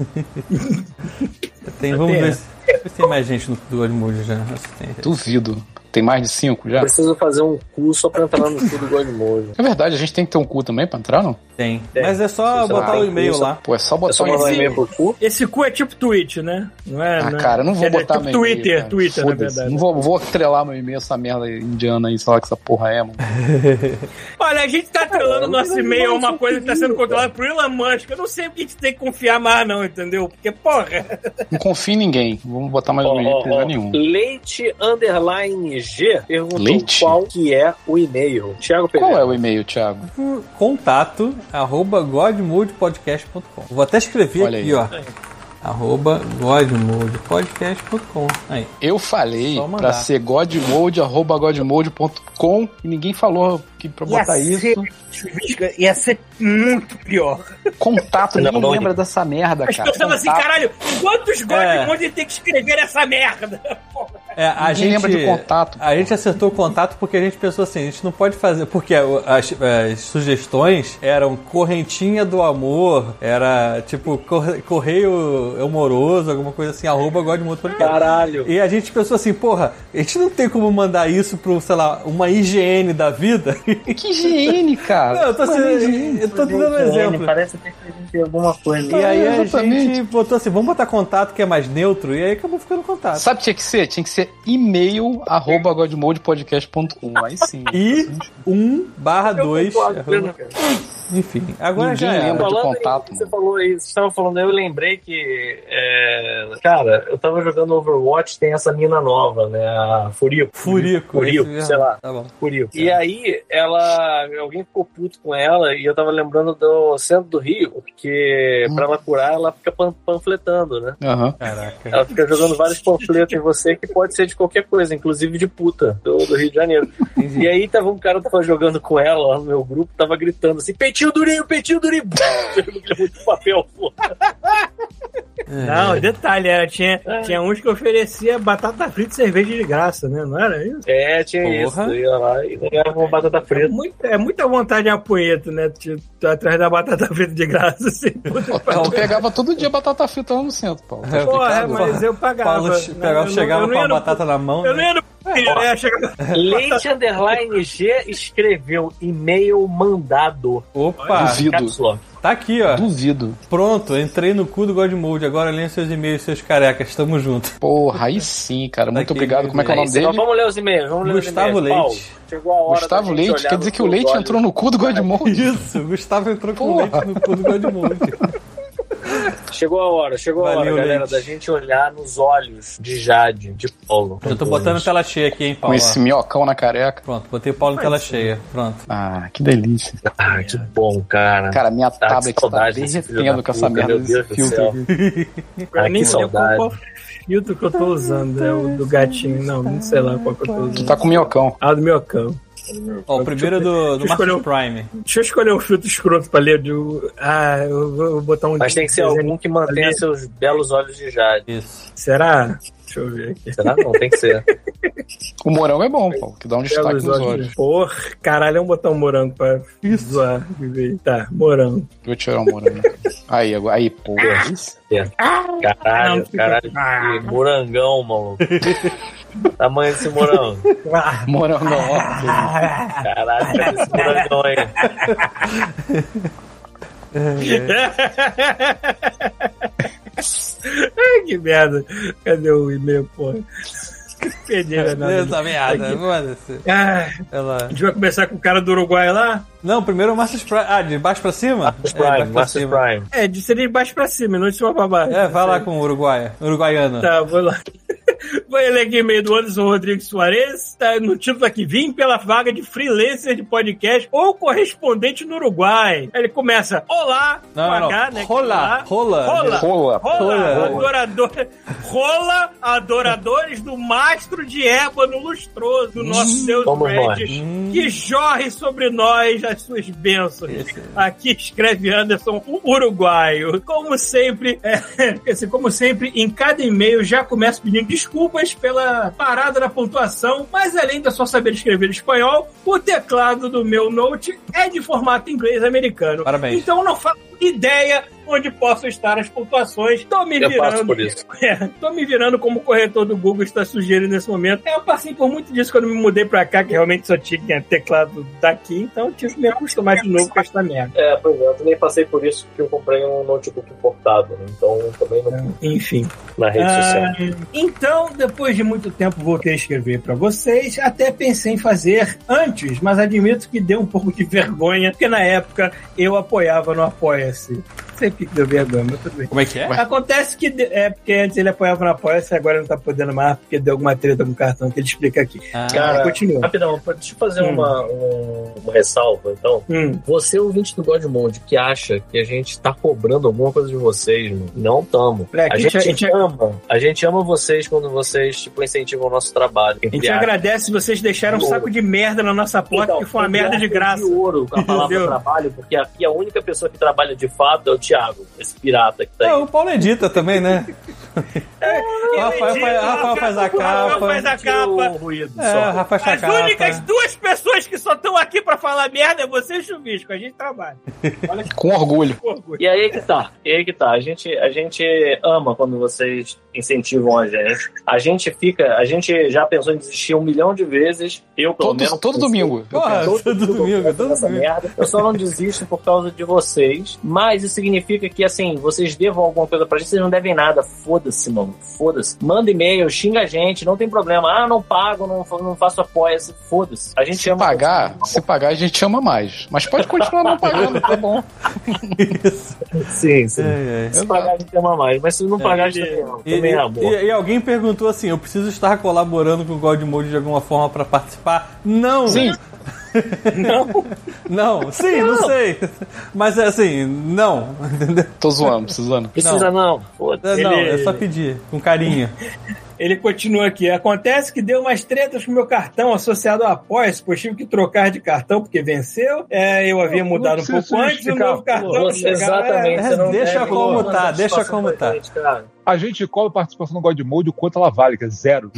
S1: Tem, né? vamos ver se, ver se tem mais gente no do Godmode já. Acho que tem.
S7: Duvido. Tem mais de cinco já?
S4: Preciso fazer um cu só pra entrar no cu do Godmojo.
S7: É verdade, a gente tem que ter um cu também pra entrar, não?
S1: Tem. Mas é só
S4: Sei lá,
S1: botar o
S4: tem
S1: e-mail
S4: curso.
S1: lá.
S7: Pô, é só
S4: É
S7: botar
S4: só
S7: um
S4: mandar um
S7: e-mail.
S4: e-mail pro cu?
S3: Esse cu é tipo tweet, né? Não é?
S7: Ah,
S3: né?
S7: cara, eu não vou
S3: Quer dizer,
S7: botar
S3: tipo
S7: meu e-mail,
S3: Twitter,
S7: cara.
S3: Twitter, na
S7: Foda-se.
S3: verdade.
S7: Não vou, vou atrelar meu e-mail essa merda indiana aí, sei lá que essa porra é, mano.
S3: Olha, a gente tá atrelando nosso e-mail a uma coisa que tá sendo controlada por Elon Musk. Eu não sei o que a gente tem que confiar mais, não, entendeu? Porque, porra.
S7: Não confio em ninguém. Vamos botar mais
S4: Ó,
S7: um e-mail,
S4: ó,
S7: não tem lugar
S4: ó.
S7: nenhum.
S4: Leite underline G perguntou
S7: Leite?
S4: qual que é o e-mail. Thiago
S7: Qual é
S4: Pereira.
S7: o e-mail, Thiago?
S1: Contato arroba godmodepodcast.com. Vou até escrever
S7: Olha
S1: aqui,
S7: aí.
S1: ó. Arroba godmodepodcast.com. Aí.
S7: Eu falei
S1: Só mandar.
S7: pra ser godmode, arroba godmode.com e ninguém falou que pra botar isso.
S3: Ia ser muito pior.
S7: Contato,
S4: Não,
S7: ninguém
S4: não.
S7: lembra dessa merda,
S3: As
S7: cara.
S3: pessoas estavam assim,
S7: Contato.
S3: caralho, quantos
S1: É.
S3: gods é. tem que escrever essa merda? Porra.
S1: É, a
S7: Ninguém
S1: gente,
S7: lembra de contato.
S1: A gente acertou o contato porque a gente pensou assim, a gente não pode fazer... Porque o- as, as sugestões eram correntinha do amor, era tipo cor- correio amoroso, alguma coisa assim, arroba godmodepodcast.
S4: Caralho.
S1: E a gente pensou assim, porra, a gente não tem como mandar isso pro, sei lá, uma higiene da vida.
S7: Que higiene, cara.
S1: Não, eu tô,
S7: Mas
S1: sendo-
S7: higiene.
S1: eu tô te dando um exemplo.
S4: Parece até que a gente tem alguma coisa.
S1: E aí
S7: É,
S1: a
S7: exatamente.
S1: gente botou assim, vamos botar contato que é mais neutro, e aí acabou ficando contato.
S7: Sabe o que tinha que ser? Tinha que ser e-mail arroba godmodepodcast.com. Aí sim.
S1: E 1 barra 2. Enfim, agora já
S7: Ninguém
S1: era.
S7: lembra. de
S4: É, Falando em,
S7: contato, mano.
S4: você falou aí, você tava falando, eu lembrei que é, cara, eu tava jogando Overwatch, tem essa mina nova, né, a Furico,
S1: Furico.
S4: Furico,
S1: esse mesmo.
S4: sei lá.
S1: Tá bom.
S4: Furico. E aí ela, alguém ficou puto com ela e eu tava lembrando do centro do Rio, porque
S7: Hum.
S4: pra ela curar ela fica pan- panfletando, né?
S7: Aham.
S1: Caraca.
S4: Ela fica jogando vários panfletos em você que pode ser de qualquer coisa, inclusive de puta, do, do Rio de Janeiro. E aí tava um cara tava jogando com ela lá no meu grupo, tava gritando assim, peitinho durinho, peitinho durinho. Ele levou de papel, pô.
S3: Não,
S1: É.
S3: detalhe, era, tinha,
S4: É.
S3: tinha uns que oferecia batata frita e cerveja de graça, né? Não era isso?
S4: É, tinha
S1: Porra.
S4: isso. Eu ia lá e ganhava uma batata
S3: É,
S4: frita.
S3: muito, é muita vontade de uma punheta, né? Tu tu atrás da batata frita de graça, assim.
S7: Pô, tu pegava todo dia batata frita lá no centro, Paulo.
S1: É,
S3: Porra,
S1: Ricardo,
S3: mas eu pagava. né?
S1: Paulo che- pegava,
S3: eu não-
S1: chegava
S3: eu não
S1: com
S3: ia
S1: a
S3: no-
S1: batata na mão.
S3: Eu
S1: né?
S3: não ia no É, chega...
S4: Leite Underline G escreveu e-mail mandado.
S1: Opa,
S7: Duvido.
S4: Caps Lock.
S1: tá aqui, ó.
S7: Duvido.
S1: Pronto, entrei no cu do Godmode. Agora leia seus e-mails, seus carecas. Tamo junto.
S7: Porra, aí sim, cara. Muito
S1: Daqui,
S7: obrigado. Como é que é
S4: Aí,
S7: o nome
S4: então,
S7: dele?
S4: Vamos ler os e-mails. Vamos ler os
S1: Gustavo
S4: e-mails. Paulo,
S1: Leite.
S4: chegou a hora
S7: Gustavo
S4: da gente
S7: Leite?
S4: olhar
S7: Quer
S4: no
S7: dizer que o
S4: seu
S7: Leite
S4: olho.
S7: entrou no cu do Godmode?
S1: Isso, o Gustavo entrou com
S7: Porra.
S1: leite no cu do Godmode.
S4: Chegou a hora, chegou a
S1: Valeu,
S4: hora, galera,
S1: Leite.
S4: da gente olhar nos olhos de Jade, de Paulo.
S1: Já tô botando tela cheia aqui, hein,
S7: Com
S1: Paulo.
S7: esse minhocão na careca.
S1: Pronto, botei o Paulo em tela cheia. Pronto.
S7: Ah, que delícia.
S4: Ah, que bom, cara.
S7: Cara, minha
S4: que
S7: tablet tá
S4: saudade desse filho
S7: derretendo
S4: da
S7: com essa
S4: puta,
S7: merda
S4: meu
S7: desse
S4: Deus do
S7: filtro
S4: céu.
S7: aqui.
S3: Eu
S4: Ah, que
S3: nem sei qual,
S4: saudade.
S3: qual filtro que eu tô usando. É o do gatinho, não. Não sei lá qual que eu tô
S7: Tu
S3: usando.
S7: tá com minhocão.
S3: Ah, do meu cão.
S1: Ó, o primeiro é do, do
S3: Deixa eu escolher
S1: Marcos
S3: um.
S1: Prime.
S3: Deixa eu escolher um filtro escroto pra ler. Do... Ah, eu vou eu vou botar um.
S4: Mas tem que ser
S3: desenho.
S4: algum que mantenha
S3: Ali.
S4: seus belos olhos de Jade.
S1: Isso.
S3: Será? Deixa eu ver aqui.
S4: Será? Não, tem que ser.
S7: O morango é bom, Paulo, que dá um destaque nos
S3: Belos
S7: olhos.
S3: Porra, caralho, vamos botar um morango pra Isso. zoar. Tá, morango.
S7: Vou tirar o morango. Aí, agora- aí, porra.
S4: Caralho, caralho. que morangão, maluco. Tamanho desse morango.
S3: Ah.
S7: Morango, ó.
S4: Caralho, cadê esse morangão aí?
S3: Ai, que merda. Cadê o e-mail, porra? Perdi a nada.
S1: Essa merda, foda-se.
S3: Ah,
S1: Ela...
S3: a gente vai começar com o cara do Uruguai lá?
S1: Não, primeiro o Marcus Prime. Ah, de baixo pra cima?
S4: Marcus
S1: É, de
S4: Prime,
S1: baixo pra
S4: Marcus
S1: cima.
S4: Prime.
S3: É, de seria de baixo pra cima, não de cima pra baixo.
S1: É, vai lá com o uruguaia, uruguaiano.
S3: Tá, vou lá. Vou ler aqui meio do Anderson Rodrigues Soares. Tá no título aqui: Vim pela vaga de freelancer de podcast ou correspondente no Uruguai. Aí Ele começa: Olá,
S1: Não,
S3: com
S1: não,
S3: H,
S1: não.
S3: né,
S1: Rola,
S3: com
S1: rola.
S3: Rola.
S7: Rola.
S3: Rola,
S1: Rola.
S3: adorador, rola adoradores do mastro de ébano lustroso, do nosso Deus
S4: Vamos
S3: Regis, que jorre sobre nós as suas bênçãos. Aqui escreve Anderson, o uruguaio. Como sempre, é, assim, como sempre, em cada e-mail já começo pedindo desculpas pela parada na pontuação, mas além da só saber escrever espanhol, o teclado do meu note é de formato inglês americano.
S1: Parabéns.
S3: Então eu não faço ideia onde posso estar as pontuações. Tô me
S4: Eu
S3: virando.
S4: passo por isso.
S3: É, tô me virando como o corretor do Google está sugerindo nesse momento. É, Eu passei por muito disso quando me mudei pra cá, que realmente só tinha teclado daqui, então eu tive que me acostumar de novo com esta merda.
S4: É, pois é, eu também passei por isso porque eu comprei um notebook importado, né? então também
S3: É.
S4: não,
S3: Enfim.
S4: na rede social.
S3: Então, depois de muito tempo, voltei a escrever pra vocês. Até pensei em fazer antes, mas admito que deu um pouco de vergonha, porque na época eu apoiava no Apoia-se. Não sei por que deu vergonha, mas tudo bem.
S1: Como é que é?
S3: Acontece que de- é porque antes ele apoiava na Apoia-se, agora não tá podendo mais, porque deu alguma treta com o cartão que ele explica aqui.
S1: Ah,
S4: Cara,
S3: Continua.
S4: Rapidão, deixa eu fazer
S3: Hum.
S4: uma, um- uma ressalva, então.
S3: Hum.
S4: Você, ouvinte do Godmode, que acha que a gente tá cobrando alguma coisa de vocês, mano, não tamo.
S3: É,
S4: a,
S3: que
S4: gente
S3: a gente-
S4: ama. A gente ama vocês quando vocês, tipo, incentivam o nosso trabalho.
S3: A gente agradece se vocês deixaram um saco de merda na nossa
S4: Então,
S3: porta, que foi uma merda de graça.
S4: De ouro com a palavra
S3: Entendeu?
S4: trabalho, porque aqui a única pessoa que trabalha de fato é o Thiago, esse pirata que tá
S3: É
S4: aí.
S1: Não, o Paulo edita também, né? O Rafael, faz- o Rafael faz a
S3: O É, Rafael faz
S1: capa.
S3: a capa. tá.
S4: O ruído
S1: É,
S4: só.
S1: o Rafael faz a
S3: As únicas
S1: capa.
S3: duas pessoas que só estão aqui pra falar merda é você e o Chuvisco. A gente trabalha. Olha que
S7: Com orgulho.
S3: orgulho.
S4: E aí que tá, e aí que tá. A gente, a gente ama quando vocês incentivam a gente. A gente fica, a gente já pensou em desistir um milhão de vezes. Eu, pelo
S7: Todo,
S4: menos.
S7: todo domingo. Eu
S1: Porra,
S7: penso.
S1: todo domingo, todo
S4: Essa
S1: domingo.
S4: merda. Eu só não desisto por causa de vocês. Mas isso significa que, assim, vocês devam alguma coisa pra gente, vocês não devem nada. Foda-se, mano. Foda-se. Manda e-mail, xinga a gente, não tem problema. Ah, não pago, não, fa- não faço apoia-se. Foda-se. A gente
S7: Se
S4: ama.
S7: pagar, se pagar, a gente ama mais. Mas pode continuar não pagando, tá bom.
S4: Sim, sim.
S1: É, é.
S4: Se pagar, a gente ama mais. Mas se não pagar, a gente também
S3: é
S4: ama.
S1: E,
S4: Também é ama.
S1: e- e alguém perguntou assim: eu preciso estar colaborando com o Godmode de alguma forma pra participar? Não!
S7: Sim,
S1: Não! Sim, não, sei! Mas é assim, não, entendeu?
S7: tô zoando, precisando.
S4: Precisa não. Foda-se.
S1: Não, é só pedir, com carinho.
S3: Ele continua aqui. Acontece que deu umas tretas com meu cartão associado ao Após, pois tive que trocar de cartão porque venceu. É, eu havia mudado um
S5: precisa
S3: pouco antes, o
S5: explicar,
S3: novo cartão
S4: Você
S3: chegava-
S4: exatamente.
S1: É,
S4: você não
S1: deixa
S4: deve
S1: como
S4: mandar
S1: tá, deixa
S4: satisfação
S1: como
S4: pra
S1: tá.
S4: gente, cara.
S5: A gente cobra participação no God Mode o quanto ela vale, que é zero.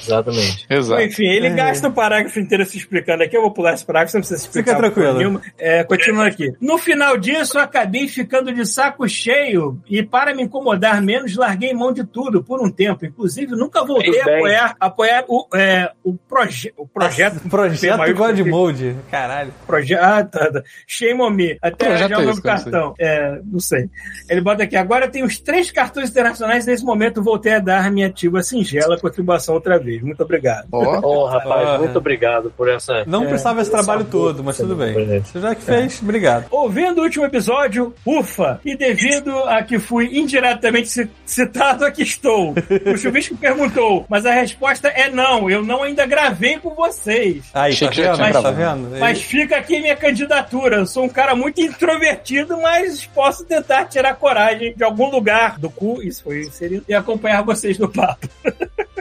S4: Exatamente.
S7: Exato.
S3: Enfim, ele gasta um parágrafo inteiro se explicando aqui. Eu vou pular esse parágrafo, você não precisa se explicar.
S1: Fica tranquilo.
S3: porra nenhuma. É, continuando aqui. No final disso, eu acabei ficando de saco cheio e, para me incomodar menos, larguei mão de tudo por um tempo. Inclusive, nunca voltei
S4: Fez
S3: a
S4: bem.
S3: apoiar, apoiar o, é, o, proje o projeto. P
S1: Projeto
S3: maiúsculo,
S1: Godmode. Caralho.
S3: Projeto. Ah, tá, tá. Shame on me. Até
S7: Projeto
S3: já
S7: é
S3: o
S7: esse,
S3: novo
S7: cara, não sei.
S3: cartão. É, não sei. Ele bota aqui. Agora tem os três cartões internacionais. Nesse momento, voltei a dar minha ativa singela contribuição outra vez. Muito obrigado.
S7: Ó,
S4: Oh, rapaz,
S1: Ah.
S4: muito obrigado por essa.
S1: Não precisava esse trabalho
S4: sabor,
S1: todo, mas tudo
S4: sabor,
S1: bem.
S4: gente. É.
S1: Você já que fez, obrigado.
S3: Ouvindo o último episódio, ufa! E devido a que fui indiretamente ci- citado, aqui estou. O Chuvisco perguntou, mas a resposta é não. Eu não ainda gravei com vocês.
S1: Aí,
S7: Achei
S1: tá
S7: que já
S1: vendo?
S7: tinha
S1: Mas tá
S7: gravado.
S1: vendo?
S3: Mas fica aqui minha candidatura. Eu sou um cara muito introvertido, mas posso tentar tirar coragem de algum lugar do cu, isso foi inserido, e acompanhar vocês no papo.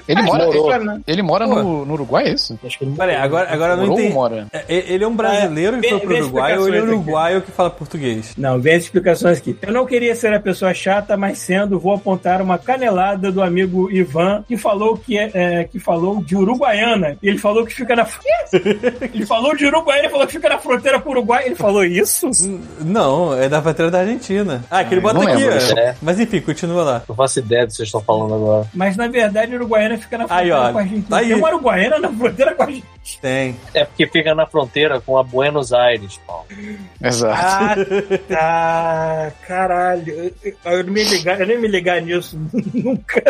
S7: ele mora,
S4: Morou.
S7: ele, ele mora no, no Uruguai, é isso?
S4: Acho que ele
S1: Peraí, agora, agora eu não
S7: Morou ou
S1: entendi.
S7: mora?
S1: É, Ele é um brasileiro que
S3: É,
S1: foi
S3: vem-
S1: pro
S3: vem
S1: Uruguai ou ele é
S3: explicações
S1: um
S3: aqui.
S1: uruguaio que fala português?
S3: Não, vem as explicações aqui. Eu não queria ser a pessoa chata, mas sendo, vou apontar uma canelada do amigo Ivan, que falou que, é, é, que falou de Uruguaiana. E ele falou que fica na. Quê? Ele falou de Uruguaiana, ele falou que fica na fronteira com o Uruguai. Ele falou isso?
S1: Não, é da bandeira da Argentina. Ah, que ele bota
S7: não
S1: aqui,
S7: lembro.
S1: ó.
S4: É.
S1: Mas enfim, continua lá.
S4: Não faço ideia do que vocês estão falando agora.
S3: Mas na verdade, Uruguaiana fica na
S1: Aí,
S3: fronteira
S1: ó. tá
S3: com a Argentina.
S1: Aí.
S3: Tem uma Uruguaiana na fronteira com a Argentina.
S1: Tem.
S4: É porque fica na fronteira com a Buenos Aires, Paulo.
S7: Exato.
S3: Ah, tá. Caralho. Eu, eu- eu não me ligar, eu nem me ligar nisso nunca.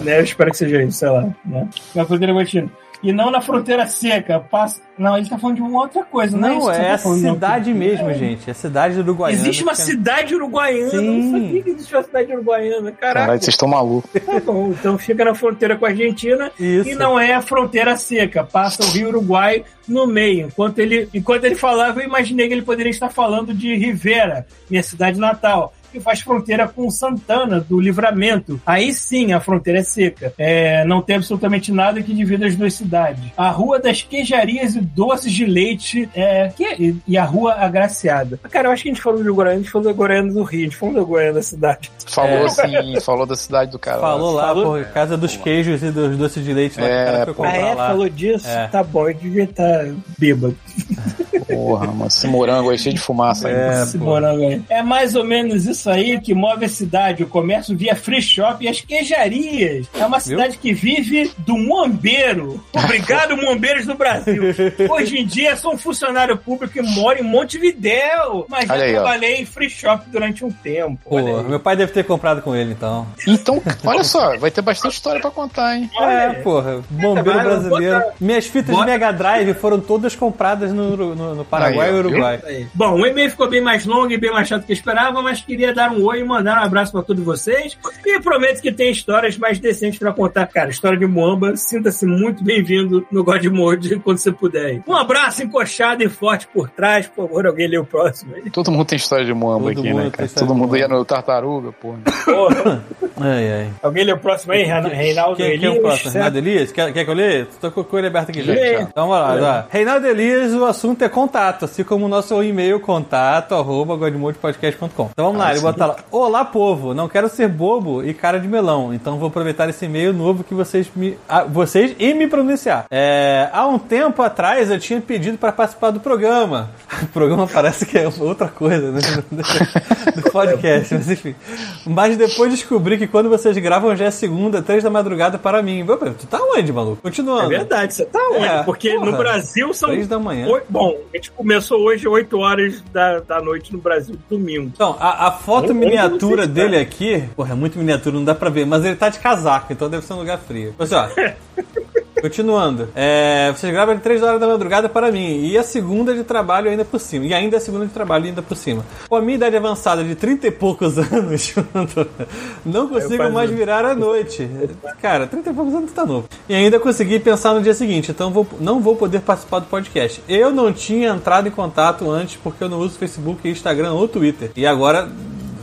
S3: Né, eu espero que seja isso, sei lá. né? Na fronteira batida. E não na fronteira seca. Passa... Não, ele tá falando de uma outra coisa. Não,
S1: Não,
S3: isso que você
S1: é
S3: tá
S1: a
S3: falando, não.
S1: cidade mesmo, gente. É a cidade uruguaiana.
S3: Existe uma
S1: que-
S3: cidade uruguaiana.
S1: Sim.
S3: Eu não sabia que existe uma cidade uruguaiana. Caraca,
S7: Caralho, vocês estão malucos.
S3: tá bom. Então fica na fronteira com a Argentina
S1: Isso.
S3: e não é a fronteira seca, passa o Rio Uruguai no meio. Enquanto ele, enquanto ele falava, eu imaginei que ele poderia estar falando de Rivera, minha cidade natal. Que faz fronteira com Santana do Livramento. Aí sim a fronteira é seca. É, não tem absolutamente nada que divida as duas cidades. A Rua das Queijarias e Doces de Leite é, que é- e, e a Rua Agraciada. Ah, Cara, eu acho que a gente falou de Goiânia, a gente falou da Goiânia do Rio, a gente falou da Goiânia da cidade.
S7: Falou assim, falou da cidade do cara.
S1: É. Falou lá,
S3: Falou?
S1: por casa dos queijos e dos doces de leite lá que o
S7: É,
S1: cara foi
S7: pô.
S1: comprar
S3: ah, é?
S1: lá.
S3: Falou disso?
S1: É.
S3: Tá bom, eu devia estar bêbado.
S7: Porra, mano, esse morango aí cheio de fumaça. aí.
S1: É,
S3: Esse
S1: pô.
S3: morango aí. É mais ou menos isso aí que move a cidade, o comércio via free shop e as queijarias. É uma cidade que vive do mombeiro. Obrigado, mombeiros do Brasil. Hoje em dia sou um funcionário público e moro em Montevidéu, mas já
S7: Olha aí, ó.
S3: trabalhei em free shop durante um tempo.
S1: Pô,
S3: Olha aí.
S1: meu pai deve ter comprado com ele, então.
S7: Então, olha só, vai ter bastante história pra contar, hein?
S1: É, porra, bombeiro
S3: Vai,
S1: brasileiro. Minhas fitas de
S3: bota-
S1: Mega Drive foram todas compradas no, Uru- no- no Paraguai
S7: Aí,
S1: e
S7: ó,
S1: Uruguai.
S3: Bom, o e-mail ficou bem mais longo e bem mais chato que eu esperava, mas queria dar um oi e mandar um abraço pra todos vocês. E prometo que tem histórias mais decentes pra contar. Cara, história de Moamba, sinta-se muito bem-vindo no God Mode quando você puder. Um abraço encoxado e forte por trás. Por favor, alguém lê o próximo aí.
S7: Todo mundo tem história de muamba
S1: Todo
S7: aqui,
S1: mundo
S7: né,
S1: tem
S7: cara?
S1: história
S7: Todo
S1: de
S7: mundo
S1: muamba.
S7: ia no tartaruga, porra.
S3: Porra.
S1: Ai, ai.
S3: alguém lê o próximo aí, Renan- Reinaldo
S1: Quem, quem é o próximo? Reinaldo Elias? Quer, quer que eu leia? Tô com com ele aberto aqui, gente.
S3: Leia.
S1: Então vamos lá. Tá. Reinaldo Elias, o assunto é contato, assim como o nosso e-mail, contato, arroba, godmodepodcast.com. Então
S7: Ah,
S1: vamos lá, ele bota lá. Olá, povo, não quero ser bobo e cara de melão, então vou aproveitar esse e-mail novo que vocês me... ah, vocês e me pronunciar. É, há um tempo atrás eu tinha pedido para participar do programa. O programa parece que é outra coisa, né? Do podcast, mas enfim. Mas depois descobri que quando vocês gravam já é segunda, três da madrugada para mim. Meu, tu tá onde, maluco?
S3: É
S1: Continuando.
S3: verdade, você tá onde?
S1: É,
S3: Porque
S1: porra.
S3: no Brasil são.
S1: Três da manhã.
S3: oi- Bom, a gente começou hoje 8 horas da, da noite no Brasil, domingo.
S1: Então, a, a foto
S3: Eu- eu
S1: miniatura
S3: não sei se
S1: dele aqui, porra, é muito miniatura, não dá pra ver, mas ele tá de casaco, então deve ser um lugar frio. Mas ó. Continuando, é, vocês gravam de 3 horas da madrugada para mim, e a segunda de trabalho ainda por cima, e ainda a segunda de trabalho ainda por cima. Com a minha idade avançada de 30 e poucos anos, não consigo mais virar à noite. Cara, 30 e poucos anos tá novo. E ainda consegui pensar no dia seguinte, então vou- não vou poder participar do podcast. Eu não tinha entrado em contato antes porque eu não uso Facebook, Instagram ou Twitter, e agora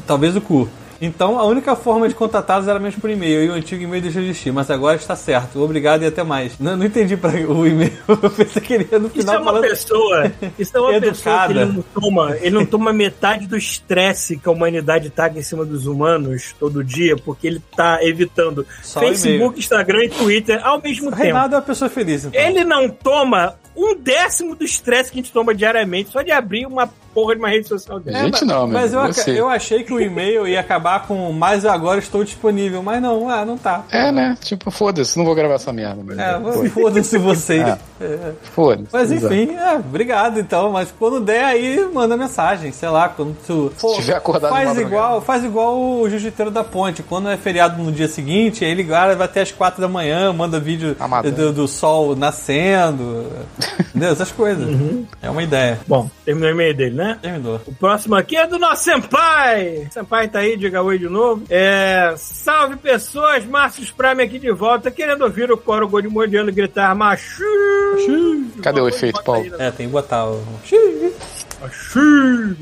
S1: talvez o cu. Então a única forma de contatá-los era mesmo por e-mail, e o antigo e-mail deixou de existir, mas agora está certo. Obrigado e até mais. Não, não entendi pra, o e-mail, eu pensei que ele ia no
S3: Isso
S1: final assim,
S3: é uma
S1: falando.
S3: pessoa. Isso é uma pessoa que
S1: Educada.
S3: ele não toma. Ele não toma metade do estresse que a humanidade taca em cima dos humanos todo dia, porque ele tá evitando
S1: Só o e-mail.
S3: Facebook, Instagram e Twitter ao mesmo tempo.
S1: Reinaldo é uma pessoa feliz, então.
S3: Ele não toma um décimo do estresse que a gente toma diariamente, só de abrir uma porra de uma rede social dele.
S1: É,
S7: Gente, não, Ah, meu.
S1: Mas eu,
S7: eu,
S1: aca-
S7: sei.
S1: eu achei que o e-mail ia acabar com mas eu agora estou disponível, mas não, ah, não tá.
S7: É, né? Tipo, foda-se, não vou gravar essa merda. meu.
S1: É,
S7: Pô,
S1: foda-se vocês.
S7: Ah.
S1: É.
S7: Foda-se.
S1: Mas
S7: exato.
S1: enfim, é, obrigado então. Mas quando der aí, manda mensagem, sei lá, quando tu. Pô,
S7: tiver acordado de
S1: faz
S7: madrugada.
S1: igual, faz igual o jiu-jiteiro da ponte. Quando é feriado no dia seguinte, ele guarda vai até as quatro da manhã, manda vídeo
S7: Amador.
S1: do, do sol nascendo. Entendeu? Essas coisas.
S3: Uhum.
S1: É uma ideia.
S3: Bom, terminou o e-mail dele, né?
S1: Terminou.
S3: O próximo aqui é do nosso Senpai. Senpai tá aí, diga oi de novo. É. Salve pessoas, Márcio Prime aqui de volta, querendo ouvir o coro godimodiano gritar machu.
S7: Cadê o efeito, Paulo?
S1: É, tem que botar o.
S3: Machu.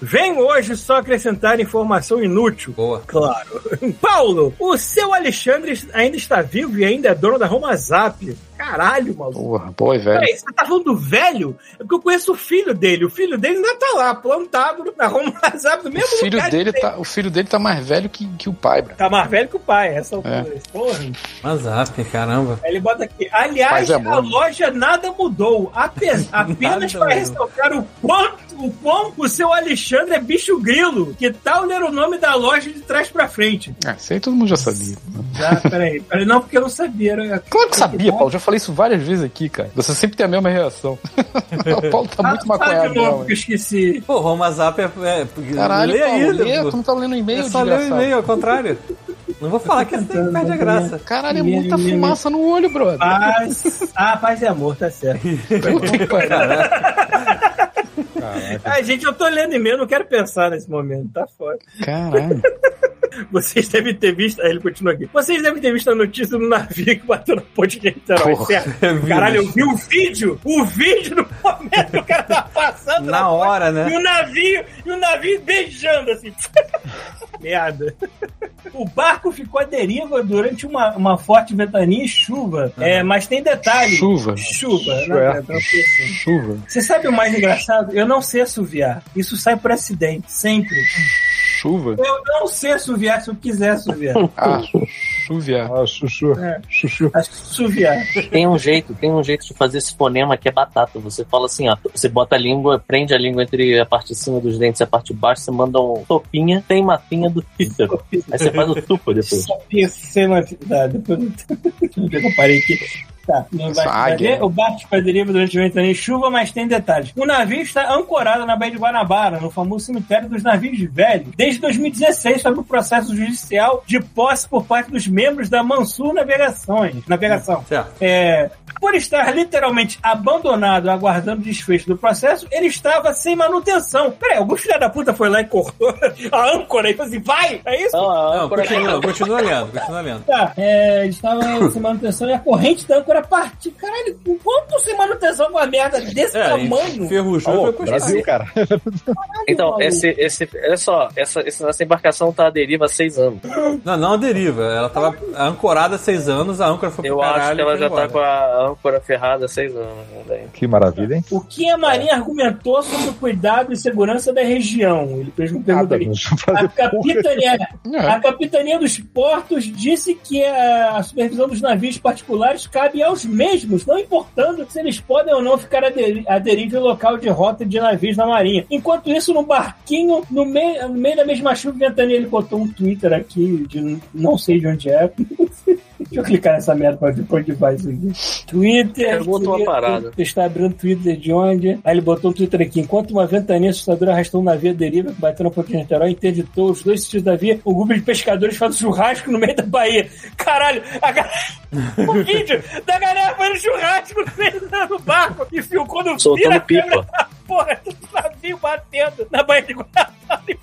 S3: Venho hoje só acrescentar informação inútil.
S1: Boa.
S3: Claro. Paulo, o seu Alexandre ainda está vivo e ainda é dono da Roma Zap. Caralho, maluco.
S7: Porra, pô, é velho.
S3: Peraí, você tá falando do velho? É porque eu conheço o filho dele. O filho dele ainda tá lá, plantado na Roma Zap do
S7: O
S3: mesmo
S7: filho,
S3: lugar.
S7: dele tá, o filho dele tá mais velho que, que o pai, bro.
S3: Tá mais velho que o pai, essa
S7: É.
S3: altura. Porra.
S1: Mas zap, caramba.
S3: Aí ele bota aqui.
S7: Mas
S3: Aliás,
S7: é bom,
S3: a
S7: né?
S3: loja nada mudou. Ape- apenas
S1: Nada
S3: para
S1: mudou.
S3: ressaltar o quanto, o quão o seu Alexandre é bicho grilo. Que tal ler o nome da loja de trás pra frente?
S7: Ah, isso aí todo mundo já sabia.
S3: Já, peraí. peraí. Não, porque eu não sabia. né? Era...
S7: Claro que sabia, Paulo. Já falei isso várias vezes aqui, cara. Você sempre tem a mesma reação. o Paulo tá
S1: Ah,
S7: muito
S3: Fala
S7: maconhado,
S3: de novo
S7: não,
S3: que eu esqueci.
S1: Pô, Roma Zap é. é
S7: Caralho,
S1: lê aí,
S7: Paulo, lê,
S1: pô.
S7: tu não tá lendo e-mail,
S1: Eu só leio o
S7: desgraçado.
S1: e-mail, ao contrário. Não vou falar que essa daí perde a graça.
S7: Caralho, é muita fumaça no olho, brother.
S3: Paz. Ah, paz e amor, tá certo.
S7: Puta
S1: é.
S7: que pariu.
S3: Ai, gente, eu tô lendo e-mail, não quero pensar nesse momento, tá foda.
S7: Caralho.
S3: Vocês devem ter visto. Aí ele continua aqui. Vocês devem ter visto a notícia do navio que bateu na ponte de Niterói,
S7: Porra.
S3: certo?
S1: Eu vi,
S3: Caralho, eu
S1: bicho.
S3: vi o vídeo! O vídeo no momento que o cara tá passando
S1: Na hora,
S3: ponte, E
S1: né?
S3: o navio, e o navio beijando assim. Merda. O barco ficou à deriva durante uma, uma forte ventania e chuva. É, mas tem detalhe.
S7: Chuva.
S3: Chuva, né?
S5: Chuva.
S3: Então, foi assim.
S7: Chuva.
S3: Você sabe o mais engraçado? Eu não sei assoviar. Isso sai por acidente, sempre.
S7: Chuva?
S3: Eu não sei assoviar se eu quiser assoviar.
S7: Ah, chuva.
S5: Ah, chuchu.
S3: É.
S5: Chuchu.
S3: Acho que assoviar.
S4: Tem um jeito, tem um jeito de fazer esse fonema que é batata. Você fala assim, ó, você bota a língua, prende a língua entre a parte de cima dos dentes e a parte de baixo, você manda um topinha, tem matinha do pífaro. Aí você faz o tupo depois.
S3: Sabia ser uma atividade. tá, Depois não não tem que eu parei aqui. Tá, não
S7: Essa
S3: vai
S7: águia.
S3: fazer. O barco ficou à deriva durante o ventania e chuva, mas tem detalhes. O navio está ancorado na Baía de Guanabara, no famoso cemitério dos navios velhos. Desde 2016, sob o processo judicial de posse por parte dos membros da Mansur Navegações. Navegação.
S1: Certo.
S3: É, por estar literalmente abandonado, aguardando o desfecho do processo, ele estava sem manutenção. Peraí, algum filho da puta foi lá e cortou a âncora e falou assim: vai! É isso?
S4: Não, a
S1: Não,
S4: âncora-
S1: continua, continua lendo, continua lendo.
S3: Tá, é, ele estava sem manutenção e a corrente da âncora partiu. Caralho, o quanto sem manutenção com uma merda desse
S1: É,
S3: tamanho?
S1: ferrujou foi custar.
S5: Brasil, cara.
S4: Então,
S3: maluco.
S4: esse, esse, olha só, essa, essa, essa embarcação tá à deriva há seis anos.
S1: Não, não a deriva. Ela tava ancorada há seis anos, a âncora foi pro
S4: Eu
S1: caralho.
S4: acho que ela
S1: foi
S4: já tá
S1: embora.
S4: com a âncora ferrada há seis anos. né, daí.
S5: Que maravilha, hein?
S3: O que a Marinha argumentou sobre o cuidado e segurança da região? Ele fez uma pergunta
S5: Nada,
S3: ali.
S5: bicho. Fazer
S3: A capitania,
S7: É.
S3: A capitania dos portos disse que a supervisão dos navios particulares cabe aos mesmos, não importando se eles podem ou não ficar a, deri a deriva em local de rota de navios na marinha. Enquanto isso, num barquinho, no, mei- no meio da mesma chuva ventania, ele botou um Twitter aqui, de n- não sei de onde é. Deixa eu clicar nessa merda pra ver pra onde vai isso aqui. Twitter.
S4: Ele botou uma
S3: Twitter,
S4: parada.
S3: Você está abrindo Twitter de onde? Aí ele botou um Twitter aqui. Enquanto uma ventania assustadora arrastou um navio à deriva que bateu na ponte de Niterói, interditou os dois sentidos da via, o grupo de pescadores faz um churrasco no meio da Bahia. Caralho, a galera... o vídeo da galera fazendo churrasco no meio da- do barco e ficou quando vira a
S4: Soltando
S3: câmera
S4: pipa.
S3: da porra do navio batendo na Bahia de Guanabara.